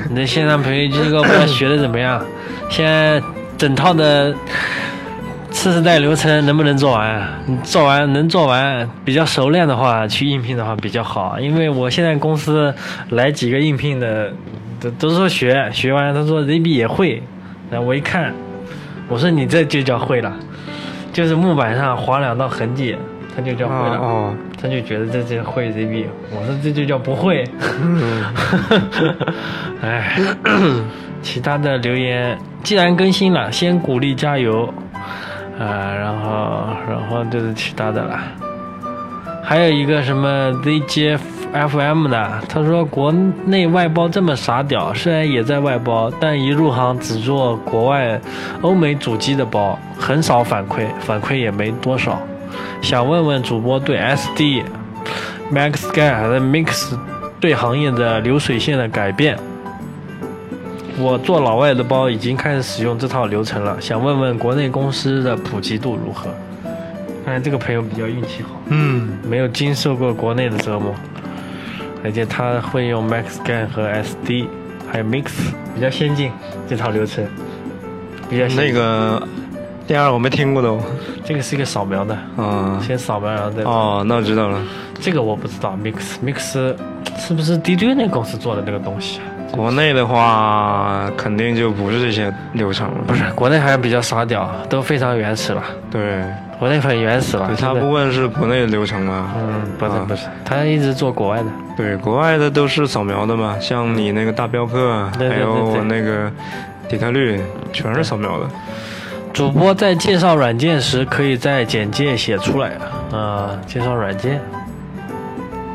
S3: 你的线上培育机构不知道学的怎么样？现在整套的次世代流程能不能做完啊？你做完能做完，比较熟练的话，去应聘的话比较好。因为我现在公司来几个应聘的，都都说学学完，他说 ZB 也会，然后我一看，我说你这就叫会了，就是木板上划两道痕迹，他就叫会了。
S4: 哦，
S3: 他就觉得这这会 ZB，我说这就叫不会。哎，其他的留言，既然更新了，先鼓励加油啊、然后然后就是其他的了。还有一个什么 ZGFM 的，他说国内外包这么傻屌，虽然也在外包，但一入行只做国外欧美主机的包，很少反馈，反馈也没多少。想问问主播对 SD、Max Sky 和 Mix 对行业的流水线的改变。我做老外的包已经开始使用这套流程了，想问问国内公司的普及度如何？看来这个朋友比较运气好。
S4: 嗯，
S3: 没有经受过国内的折磨，而且他会用 MaxGAN 和 SD，还有 Mix，比较先进这套流程，比较先进
S4: 哦那个第二我没听过都，哦
S3: 这个是一个扫描的，
S4: 啊，
S3: 先扫描然后再
S4: 哦，那我知道了，
S3: 这个我不知道 Mix Mix 是不是 DJ 那公司做的这个东西啊？
S4: 国内的话肯定就不是这些流程了，
S3: 不是，国内还比较傻屌，都非常原始了，
S4: 对，
S3: 国内很原始了
S4: 对，他
S3: 现在
S4: 不问是国内的流程吗？
S3: 嗯，不是
S4: 啊
S3: 不是，他一直做国外的，
S4: 对，国外的都是扫描的嘛，像你那个大镖客，
S3: 对对
S4: 还有
S3: 对对
S4: 我那个底特律，全是扫描的。
S3: 主播在介绍软件时，可以在简介写出来啊、介绍软件。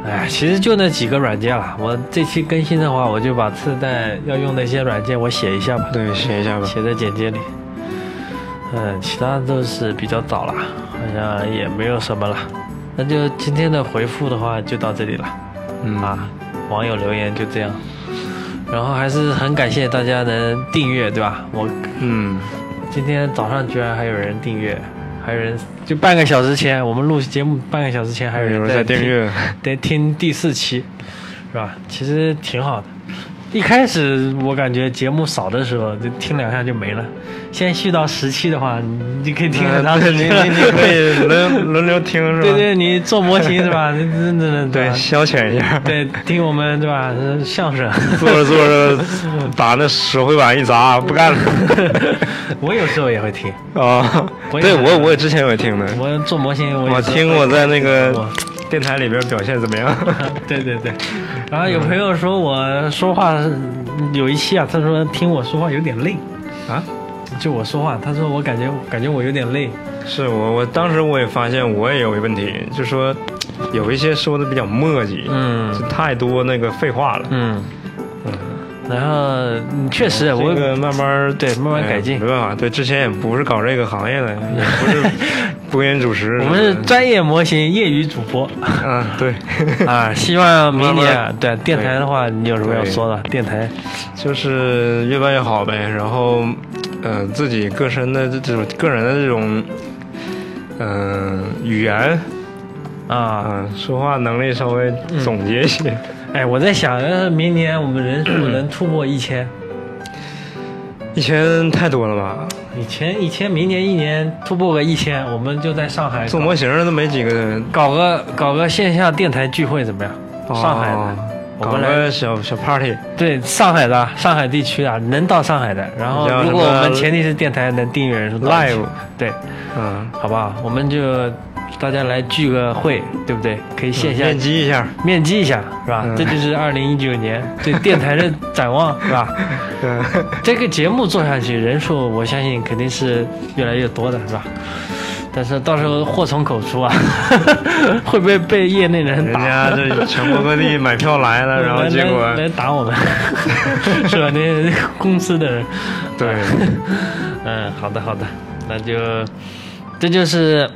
S3: 哎，其实就那几个软件了。我这期更新的话，我就把次代要用的一些软件我写一下吧，
S4: 对，写一下吧。
S3: 写在简介里。嗯，其他都是比较早了，好像也没有什么了。那就今天的回复的话，就到这里了。
S4: 嗯
S3: 啊，网友留言就这样。然后还是很感谢大家能订阅，对吧？我
S4: 嗯，
S3: 今天早上居然还有人订阅，还有人就半个小时前，我们录节目半个小时前还
S4: 还有
S3: 人
S4: 人在
S3: 听
S4: 订，阅，
S3: 得听第四期，是吧？其实挺好的。一开始我感觉节目少的时候就听两下就没了，先续到十期的话，你你可以听很长
S4: 对
S3: 时
S4: 你
S3: 间。
S4: 你你 可以轮轮流听是吧？
S3: 对对，你做模型是吧？真的
S4: 对，消遣一下。
S3: 对，听我们对吧？呃相 声，
S4: 坐着坐着，把那手绘板一砸，不干了。
S3: 我有时候也会听，
S4: 啊，
S3: 我也
S4: 对
S3: 是
S4: 我我之前有听的，
S3: 我做模型我有
S4: 我
S3: 时候
S4: 听
S3: 会
S4: 我在那个
S3: 我
S4: 电台里边表现怎么样？
S3: 对对对，然后有朋友说我说话有一期啊，他说听我说话有点累，
S4: 啊，
S3: 就我说话，他说我感觉感觉我有点累，
S4: 是我我当时我也发现我也有一问题，就说有一些说的比较墨迹，
S3: 嗯
S4: 就太多那个废话了。
S3: 嗯，然后嗯确实我
S4: 这个慢慢
S3: 对慢慢
S4: 哎
S3: 改进
S4: 没办法，对，之前也不是搞这个行 业的，也不是播音主持，
S3: 我们是专业模型业余主 播
S4: 啊，对，
S3: 啊，希望明
S4: 慢
S3: 年
S4: 慢
S3: 啊对电台的话，你有什么要说的？电台
S4: 就是越办越好呗。然后，呃，自己个身的这种个人的这种，嗯、语言，
S3: 啊，
S4: 啊，嗯说话能力稍微总结一些。
S3: 哎，我在想，呃明年我们人数能突破一千，
S4: 以前太多了吧，
S3: 以前以前明年一年突破个一千，我们就在上海
S4: 做
S3: 搞
S4: 模型的都没几个人。
S3: 搞个搞个线下电台聚会怎么样？上海
S4: 哦
S3: 的，我
S4: 搞
S3: 们来
S4: 个小小 party，
S3: 对上海的上海地区啊，能到上海的。然后
S4: 像
S3: 如果
S4: 什么
S3: 我们前提是电台能订阅人数到一千
S4: Live
S3: 对，
S4: 嗯，
S3: 好不好？我们就大家来聚个会，对不对？可以线下
S4: 练级一下，
S3: 面基一下，是吧？
S4: 嗯
S3: 这就是二零一九年 对电台的展望，是吧？
S4: 嗯，
S3: 这个节目做下去，人数我相信肯定是越来越多的，是吧？但是到时候祸从口出啊， 会不会被业内人
S4: 人
S3: 打？
S4: 家这全国各地买票来 了，然后
S3: 来
S4: 结果
S3: 来来打我们， 是吧？那那个公司的人，
S4: 对，
S3: 嗯，好的好的，那就这就是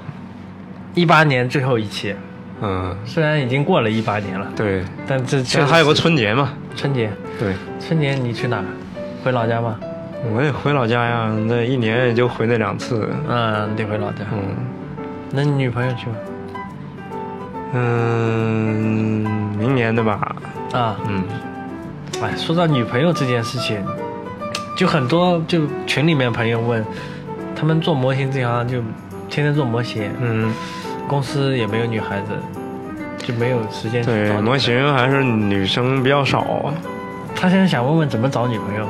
S3: 一八年最后一期，
S4: 嗯，
S3: 虽然已经过了一八年了，
S4: 对，
S3: 但这
S4: 现在还有个春节嘛，
S3: 春节，
S4: 对，
S3: 春节你去哪儿？回老家吗？
S4: 我也回老家呀，那一年也就回那两次，
S3: 嗯，得回老家。
S4: 嗯
S3: 那你女朋友去吗？
S4: 嗯，明年的吧，
S3: 啊，
S4: 嗯，
S3: 哎，说到女朋友这件事情，就很多就群里面朋友问，他们做模型这行啊就天天做模型，
S4: 嗯，
S3: 公司也没有女孩子，就没有时间去
S4: 对
S3: 找，女
S4: 模
S3: 朋友。
S4: 型还是女生比较少，
S3: 他现在想问问怎么找女朋友，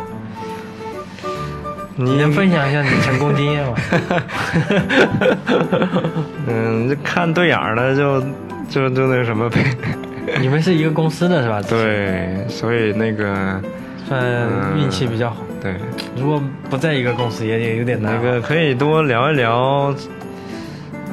S4: 你
S3: 你能分享一下你成功经 验吗？
S4: 嗯，就看对眼儿了就就就那什么呗。
S3: 你们是一个公司的是吧？，
S4: 对，所以那个
S3: 算运气比较好。
S4: 对
S3: 如果不在一个公司，也也有点难
S4: 那
S3: 啊。
S4: 个可以多聊一聊，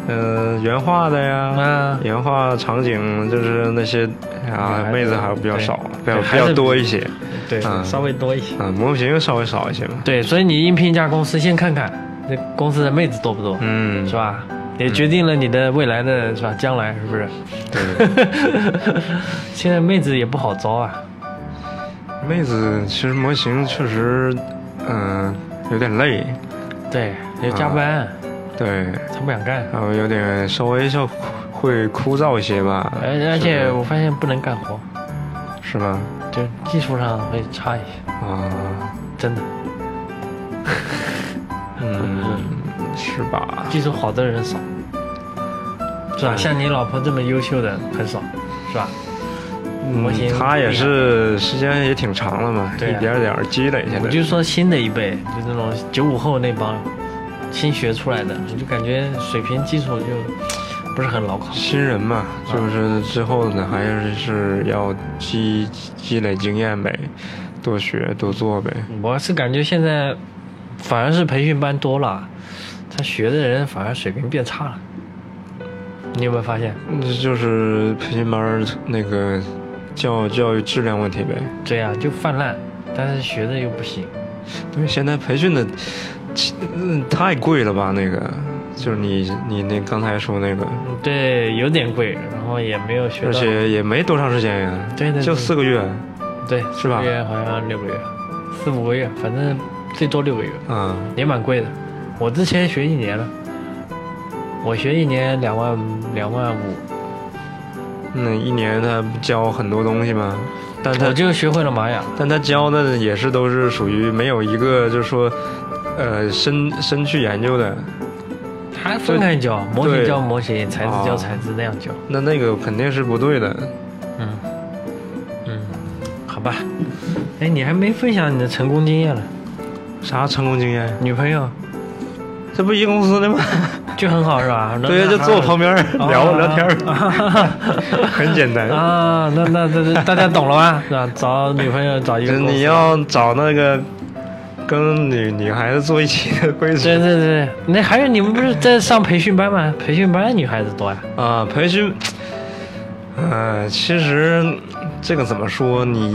S4: 呃，原画的呀
S3: 嗯，
S4: 原画场景就是那些啊
S3: 女孩子
S4: 妹子啊还比较少，比
S3: 对
S4: 较
S3: 对
S4: 比
S3: 还
S4: 较
S3: 是
S4: 多一些。
S3: 对，
S4: 嗯
S3: 稍微多一些。
S4: 啊，模型稍微少一些嘛。
S3: 对，所以你应聘一家公司，先看看那公司的妹子多不多，
S4: 嗯
S3: 是，吧？也决定了你的未来的是吧？将来是不是？
S4: 对，
S3: 现在妹子也不好招啊。
S4: 妹子其实模型确实，嗯，有点累，
S3: 对，也加班，啊
S4: 对，
S3: 她不想干。
S4: 然后有点稍微要会枯燥一些吧。
S3: 而哎而且我发现不能干活，
S4: 是吗？
S3: 就技术上会差一些，
S4: 啊，
S3: 真的。
S4: 嗯，是吧？
S3: 技术好的人少，是吧？像你老婆这么优秀的很少，是吧？模型
S4: 嗯他也是时间也挺长了嘛，
S3: 对啊
S4: 一点点儿积累下
S3: 我就
S4: 来。
S3: 说新的一辈，就那种九五后那帮新学出来的，我就感觉水平基础就不是很牢靠。
S4: 新人嘛，
S3: 啊
S4: 就是之后呢，还是是要积积累经验呗，多学多做呗。
S3: 我是感觉现在反而是培训班多了，他学的人反而水平变差了。你有没有发现？
S4: 那嗯就是培训班儿那个教教育质量问题呗。
S3: 对呀、就泛滥，但是学的又不行。
S4: 对，现在培训的，其嗯，太贵了吧？那个就是你你那刚才说那个，
S3: 嗯对，有点贵，然后也没有学
S4: 而
S3: 到。
S4: 且也没多长时间呀，
S3: 对对对
S4: 就四个月，
S3: 对，
S4: 是吧
S3: 一个月好像六个月，四五个月，反正最多六个月。
S4: 嗯，
S3: 也蛮贵的。我之前学一年了，我学一年两万两万五，
S4: 那一年他教很多东西嘛，但他
S3: 我就学会了玛雅，
S4: 但他教的也是都是属于没有一个就是说，呃，深深去研究的，
S3: 他分开教，模型
S4: 对
S3: 教模型，材质教
S4: 哦
S3: 材质，那样教。
S4: 那那个肯定是不对的。
S3: 嗯，嗯，好吧。哎，你还没分享你的成功经验呢，
S4: 啥成功经验？
S3: 女朋友
S4: 这不一个公司的吗？
S3: 就很好是吧？那
S4: 对，就坐我旁。边儿
S3: 哦
S4: 聊聊天儿，很简
S3: 那
S4: 单。
S3: 啊，那那那大家懂了吧？ 是吧？找女朋友找一
S4: 就
S3: 个
S4: 是
S3: 公司，
S4: 你要找那个跟女女孩子坐一起的 规
S3: 对
S4: 矩
S3: 对对，那还有你们不是在上培训班吗？培训班女孩子多呀、
S4: 啊，培训。呃，其实这个怎么说你，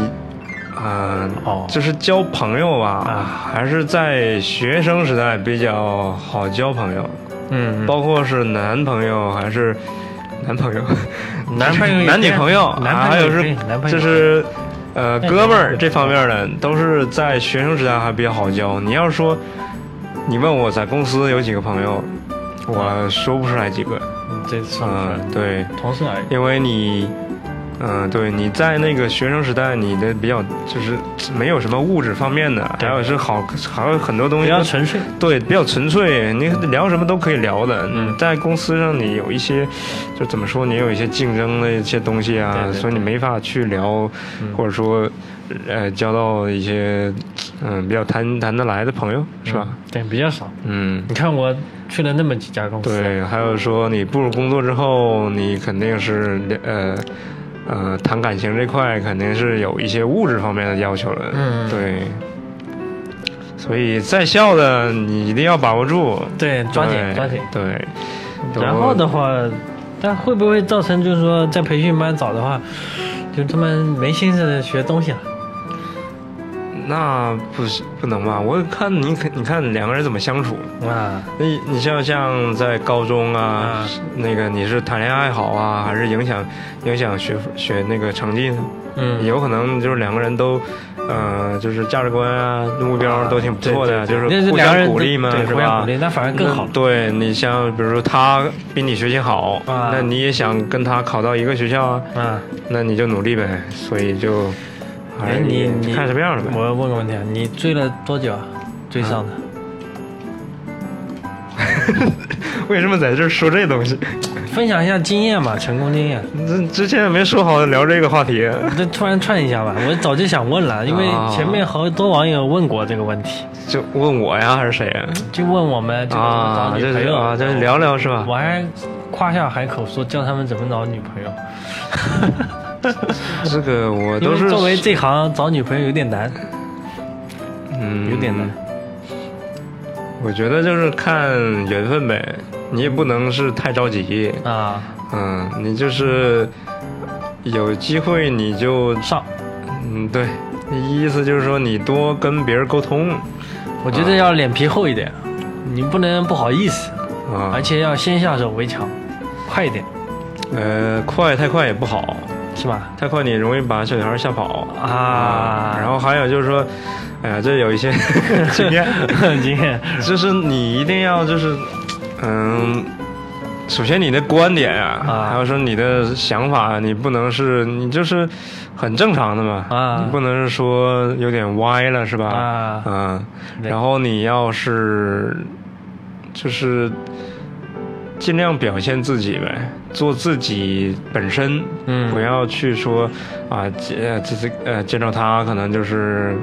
S4: 啊、
S3: 哦
S4: 就是交朋友吧，
S3: 啊
S4: 还是在学生时代比较好交朋友，
S3: 嗯，
S4: 包括是男朋友还是男朋 友，
S3: 男朋友也
S4: 男女
S3: 可以
S4: 朋友，
S3: 男
S4: 啊
S3: 朋
S4: 还
S3: 友
S4: 有
S3: 也可
S4: 是
S3: 以男朋友也
S4: 就
S3: 可以
S4: 是呃
S3: 那
S4: 哥
S3: 男朋
S4: 们
S3: 友
S4: 儿这方面的，都是在学生时代还比较好交。你要说你问我在公司有几个朋友，我说不出来几个。
S3: 这算
S4: 嗯、
S3: 是
S4: 对，
S3: 同事而已。
S4: 因为你。嗯，对，你在那个学生时代，你的比较就是没有什么物质方面的，还
S3: 对
S4: 有是好，还有很多东
S3: 不
S4: 西
S3: 要
S4: 都
S3: 纯粹，
S4: 对，比较纯粹，你聊什么都可以聊的。
S3: 嗯
S4: 你在公司上，你有一些，就怎么说，你有一些竞争的一些东西啊，
S3: 对对对
S4: 所以你没法去聊，
S3: 嗯
S4: 或者说，呃，交到一些，嗯，比较谈谈得来的朋友，是吧？
S3: 对，比较少。
S4: 嗯，
S3: 你看我去了那么几家公司，
S4: 对。还有说，你步入工作之后，你肯定是，呃，呃，谈感情这块肯定是有一些物质方面的要求了。
S3: 嗯
S4: 对。所以在校的你一定要把握住，
S3: 对，抓紧
S4: 对
S3: 抓紧。
S4: 对，
S3: 然后的话，但会不会造成就是说在培训班找的话，就他们没心思学东西了？
S4: 那不是不能吧？我看你看你看两个人怎么相处。
S3: 啊，
S4: 那你像像在高中啊，
S3: 啊
S4: 那个你是谈恋爱好啊，还是影响影响学学那个成绩呢？
S3: 嗯，
S4: 有可能就是两个人都，呃，就是价值观啊、目标都挺不错的，
S3: 对对
S4: 就
S3: 对
S4: 是
S3: 那
S4: 互
S3: 两个人
S4: 相
S3: 都
S4: 鼓励嘛，
S3: 对
S4: 是
S3: 互相
S4: 吧？
S3: 鼓励那反而更好
S4: 那对你像比如说他比你学习好，
S3: 啊
S4: 那你也想跟他考到一个学校啊，
S3: 啊，
S4: 那你就努力呗，所以就，
S3: 哎，
S4: 哎，
S3: 你你
S4: 看什么样了呗。
S3: 我问个问题啊，你追了多久啊？追上的？
S4: 为什么在这儿说这东西？
S3: 分享一下经验吧，成功经验。
S4: 这之前也没说好聊这个话题。
S3: 这突然串一下吧，我早就想问了，因为
S4: 啊
S3: 前面好多网友问过这个问题，
S4: 就问我呀，还是谁啊呀？
S3: 就问我们这个怎么
S4: 啊
S3: 找，
S4: 就
S3: 女
S4: 是
S3: 朋友
S4: 啊，就是聊聊是吧
S3: 我？还夸下海口说教他们怎么找女朋友，
S4: 这个我
S3: 因
S4: 都
S3: 为
S4: 是
S3: 作为这行找女朋友有点难，
S4: 嗯
S3: 有点难。
S4: 我觉得就是看缘分呗，你也不能是太着急。
S3: 啊，
S4: 嗯，你就是有机会你就
S3: 上，
S4: 嗯，对，意思就是说你多跟别人沟通
S3: 我觉得要脸皮厚一点，你不能不好意思，
S4: 啊
S3: 而，且要先下手为强，快一点，
S4: 呃，快太快也不好。
S3: 是吧？
S4: 太快你容易把小女孩吓跑
S3: 啊
S4: 然后还有就是说，哎呀，这有一些 经验，
S3: 经验
S4: 就是你一定要就是，嗯，首先你的观点啊，
S3: 啊
S4: 还有说你的想法，你不能是你就是很正常的嘛，
S3: 啊
S4: 你不能是说有点歪了是吧？
S3: 啊
S4: 嗯，
S3: 对
S4: 然后你要是就是尽量表现自己呗，做自己本身，
S3: 嗯
S4: 不要去说啊，见呃这这呃见到他可能就是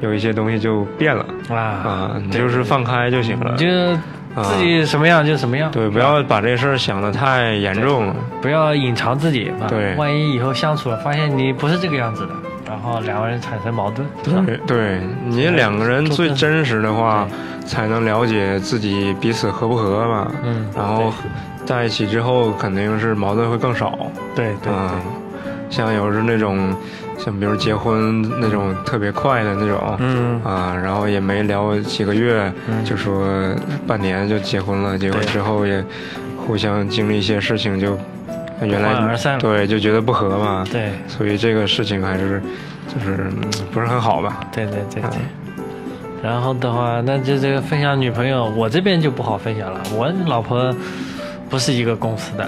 S4: 有一些东西就变了
S3: 啊
S4: 啊，，你
S3: 对
S4: 就是放开就行了
S3: 你，就
S4: 啊
S3: 自己什么样就什么样，
S4: 对，不要把这事儿想的太严重，
S3: 不要隐藏自己啊，
S4: 对
S3: 万一以后相处了发现你不是这个样子的，然后两个人产生矛盾，是吧
S4: 对，对你两个人
S3: 做
S4: 最
S3: 更
S4: 真实的话，才能了解自己彼此合不合嘛，
S3: 嗯
S4: 然后在一起之后肯定是矛盾会更少，
S3: 对对
S4: 嗯
S3: 对，，
S4: 像有时那种，像比如结婚那种特别快的那种，
S3: 嗯
S4: 啊，然后也没聊几个月，就说半年就结婚了，结婚
S3: 对
S4: 之后也互相经历一些事情就，原来
S3: 不欢而散了
S4: 对，就觉得不合嘛，
S3: 对
S4: 所以这个事情还是就是嗯不是很好吧，
S3: 对对对对。
S4: 嗯
S3: 然后的话，那就这个分享女朋友，啊我这边就不好分享了。我老婆不是一个公司的，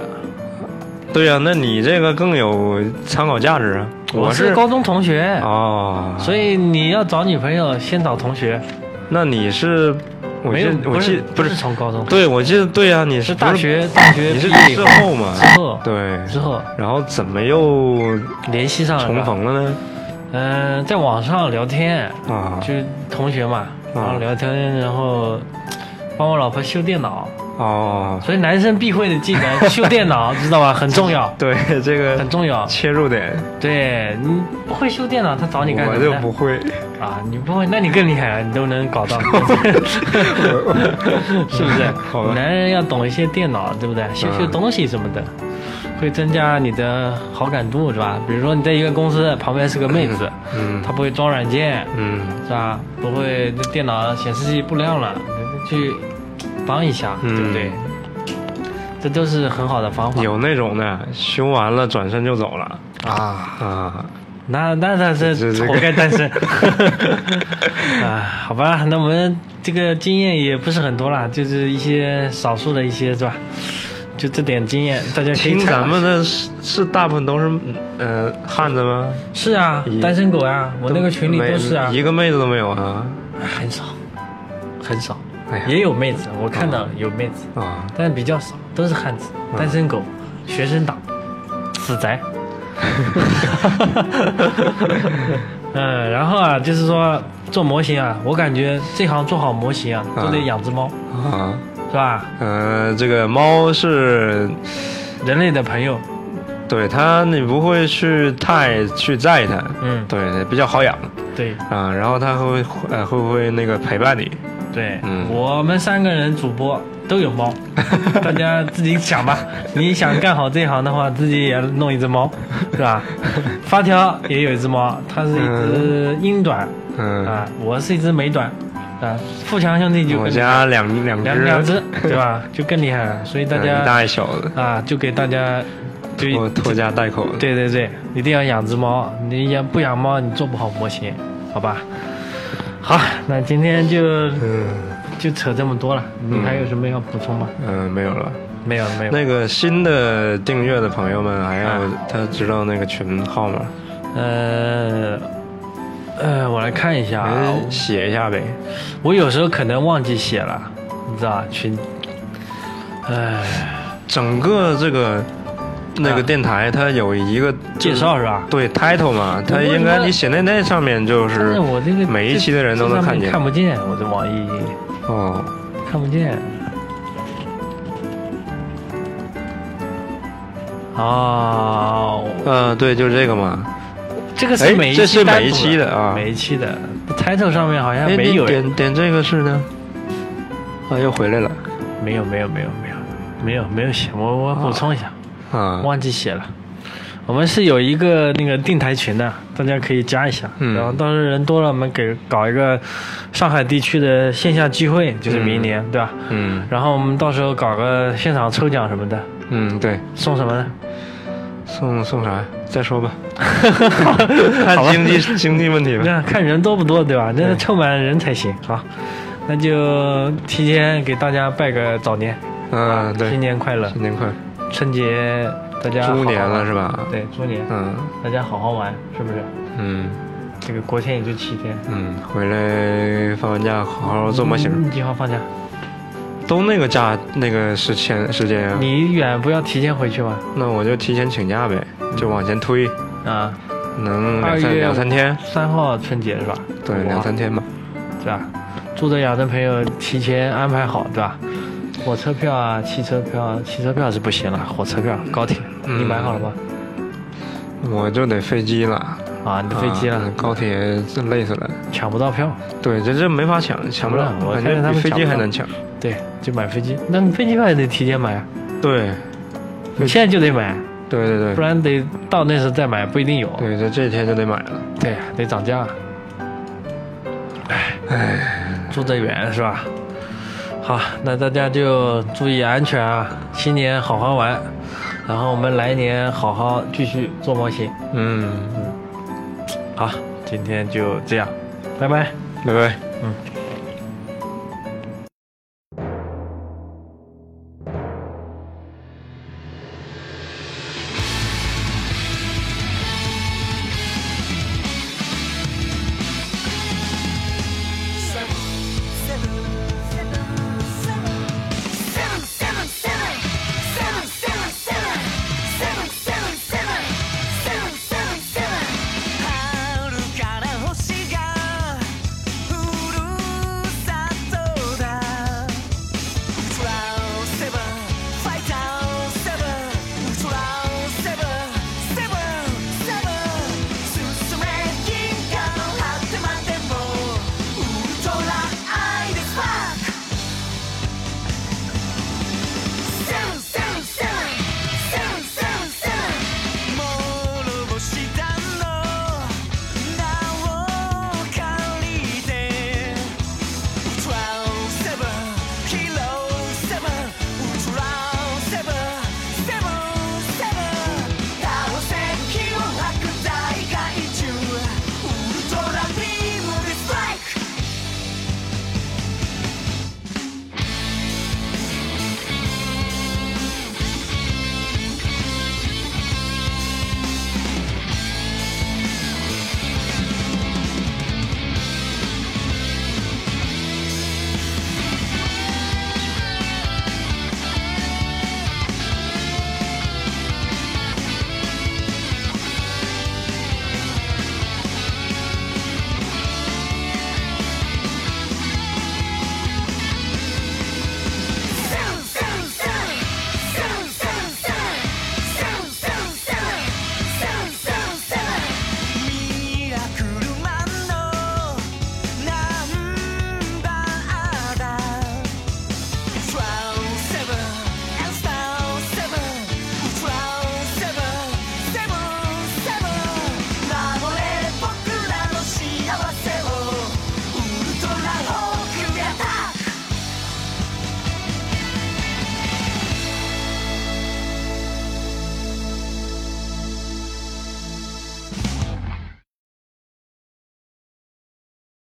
S4: 对呀、那你这个更有参考价值啊。
S3: 我
S4: 是
S3: 高中同学，
S4: 哦，
S3: 所以你要找女朋友先找同学，
S4: 那你是我
S3: 没
S4: 记
S3: 有
S4: 我
S3: 不
S4: 记
S3: 是不是从高中，
S4: 对我记得对呀、你
S3: 是
S4: 是
S3: 大
S4: 不
S3: 学大学毕
S4: 你是
S3: 业以
S4: 之后嘛？
S3: 之后
S4: 对，
S3: 之后
S4: 然后怎么又
S3: 联系上了，
S4: 重逢了呢？
S3: 嗯、在网上聊天，
S4: 啊
S3: 就是同学嘛，然后聊天，然后帮我老婆修电脑，
S4: 哦，
S3: 所以男生必会的技能修电 脑，知道吧？很重要，
S4: 对 这个
S3: 很重要。
S4: 切入点
S3: 对你不会修电脑，他找你干
S4: 我
S3: 什
S4: 就
S3: 么呢
S4: 不会，
S3: 啊？你不会，那你更厉害了，你都能搞 到， 是不是？
S4: 好吧
S3: 男人要懂一些电脑，对不对？修修
S4: 嗯
S3: 东西什么的，会增加你的好感度，是吧？比如说你在一个公司旁边是个妹子，
S4: 嗯
S3: 她不会装软件，
S4: 嗯
S3: 是吧？不会，那电脑显示器不亮了，你去帮一下，
S4: 嗯
S3: 对不对？这都是很好的方法。
S4: 有那种的，修完了转身就走了
S3: 啊，
S4: 啊，
S3: 那那那这
S4: 这这个
S3: 活该单 身 啊！好吧，那我们这个经验也不是很多啦，就是一些少数的一些是吧？就这点经验，大家可以
S4: 听
S3: 参考
S4: 咱们的是是大部分都是呃汉子吗？
S3: 是啊
S4: 一，
S3: 单身狗啊，我那个群里
S4: 没
S3: 都是啊，
S4: 一个妹子都没有啊
S3: 很少，很少
S4: 哎呀，
S3: 也有妹子，我看到有妹子。
S4: 啊！
S3: 但比较少，都是汉子、单身狗、学生党、嗯死宅。 嗯，然后啊，就是说做模型啊，我感觉这行做好模型啊，
S4: 啊
S3: 都得养只猫，
S4: 啊，
S3: 是吧？
S4: 呃，这个猫是，
S3: 人类的朋友，
S4: 对它，你不会去太去载它，
S3: 嗯，
S4: 对，比较好养
S3: 对
S4: 啊。然后它会呃会不会那个陪伴你？
S3: 对，
S4: 嗯
S3: 我们三个人主播都有 猫，大家自己想吧。你想干好这行的话，自己也弄一只猫，是 吧？发条也有一只猫，它是一只英短，
S4: 嗯，
S3: 啊，我是一只美短，啊，富强兄弟就
S4: 我
S3: 更
S4: 家两两
S3: 两
S4: 只，
S3: 两只，对吧？ 就更厉害了，所以大
S4: 嗯一
S3: 家
S4: 大一小的，
S3: 啊，就给大家就
S4: 拖拖家带口的。
S3: 对对对，一定要养只猫，你养不养猫，你做不好模型，好吧？好，那今天就
S4: 嗯
S3: 就扯这么多了，你还有什么要补充吗？
S4: 嗯，没有了。
S3: 没有没有，
S4: 那个新的订阅的朋友们，还要
S3: 啊
S4: 他知道那个群号吗？
S3: 呃呃，我来看一下啊，
S4: 还是哎写一下呗。
S3: 我有时候可能忘记写了，你知道吧群，哎，
S4: 整个这个那个
S3: 啊
S4: 电台，它有一个
S3: 介绍是吧？
S4: 对 title 嘛，它
S3: 我
S4: 应该
S3: 我
S4: 你写在那上面就
S3: 但
S4: 是
S3: 是我这个
S4: 每一期的人都
S3: 这
S4: 能
S3: 上
S4: 看
S3: 面
S4: 见
S3: 看。不见我的网易
S4: 哦，
S3: 看不见。哦，
S4: 呃，对，就是这个嘛。
S3: 这个
S4: 哎
S3: 是每一期
S4: 这是
S3: 单独
S4: 每一期的啊
S3: 每一期的 title 上面好像
S4: 哎，
S3: 没
S4: 你
S3: 有人，
S4: 点点这个是呢？啊，又回来了
S3: 没有没有没有没有没有没有写，我我补充一下，
S4: 啊！
S3: 忘记写了。我们是有一个那个定台群的，大家可以加一下。
S4: 嗯
S3: 然后到时候人多了，我们给搞一个上海地区的线下聚会，就是明年，对吧？
S4: 嗯
S3: 然后我们到时候搞个现场抽奖什么的，
S4: 嗯，对，
S3: 送什么呢？
S4: 送送啥呀？再说 吧，
S3: 好吧
S4: 看经济经济问题吧。
S3: 那看人多不多，对吧？那凑满人才行。好，那就提前给大家拜个早年，
S4: 嗯，对，
S3: 新
S4: 新
S3: 年快乐，
S4: 年快乐。
S3: 春节大家好好啊
S4: 猪年了
S3: 玩
S4: 是吧？
S3: 对，猪年，
S4: 嗯
S3: 大家好好玩，是不是？
S4: 嗯
S3: 这个国庆也就七天，
S4: 嗯，回来放完假好好做模型，
S3: 你几嗯号放假？
S4: 都那个假那个时间时间啊，
S3: 你远不要提前回去吗？
S4: 那我就提前请假呗，就往前推，
S3: 啊，
S4: 能两
S3: 二
S4: 三
S3: 月
S4: 两三天，
S3: 三号春节是吧？
S4: 对，
S3: 哇
S4: 两三天吧。
S3: 对吧？住的雅的朋友提前安排好，对吧？火车票啊，汽车票，汽车票是不行了，火车票、高铁，
S4: 嗯
S3: 你买好了吗？
S4: 我就得飞机了，
S3: 啊，你的飞机了，
S4: 啊高铁这累死了。
S3: 抢不到票，
S4: 对，这这没法抢，抢不了
S3: 抢不，了我
S4: 感
S3: 看见
S4: 觉
S3: 他
S4: 比
S3: 们
S4: 飞机
S3: 抢不
S4: 还
S3: 到
S4: 难抢。
S3: 对，就买飞机。那你飞机票也得提前买啊，
S4: 对，
S3: 你现在就得买，啊
S4: 对对
S3: 不
S4: 对，
S3: 然得到那时候再买，不一定有。
S4: 对，这这天就得买了。
S3: 对，得涨价。
S4: 哎
S3: 唉，住得远是吧？好，那大家就注意安全啊！新年好好玩，然后我们来年好好继续做模型。
S4: 嗯，
S3: 好，今天就这样，拜拜。
S4: 拜拜。
S3: 嗯。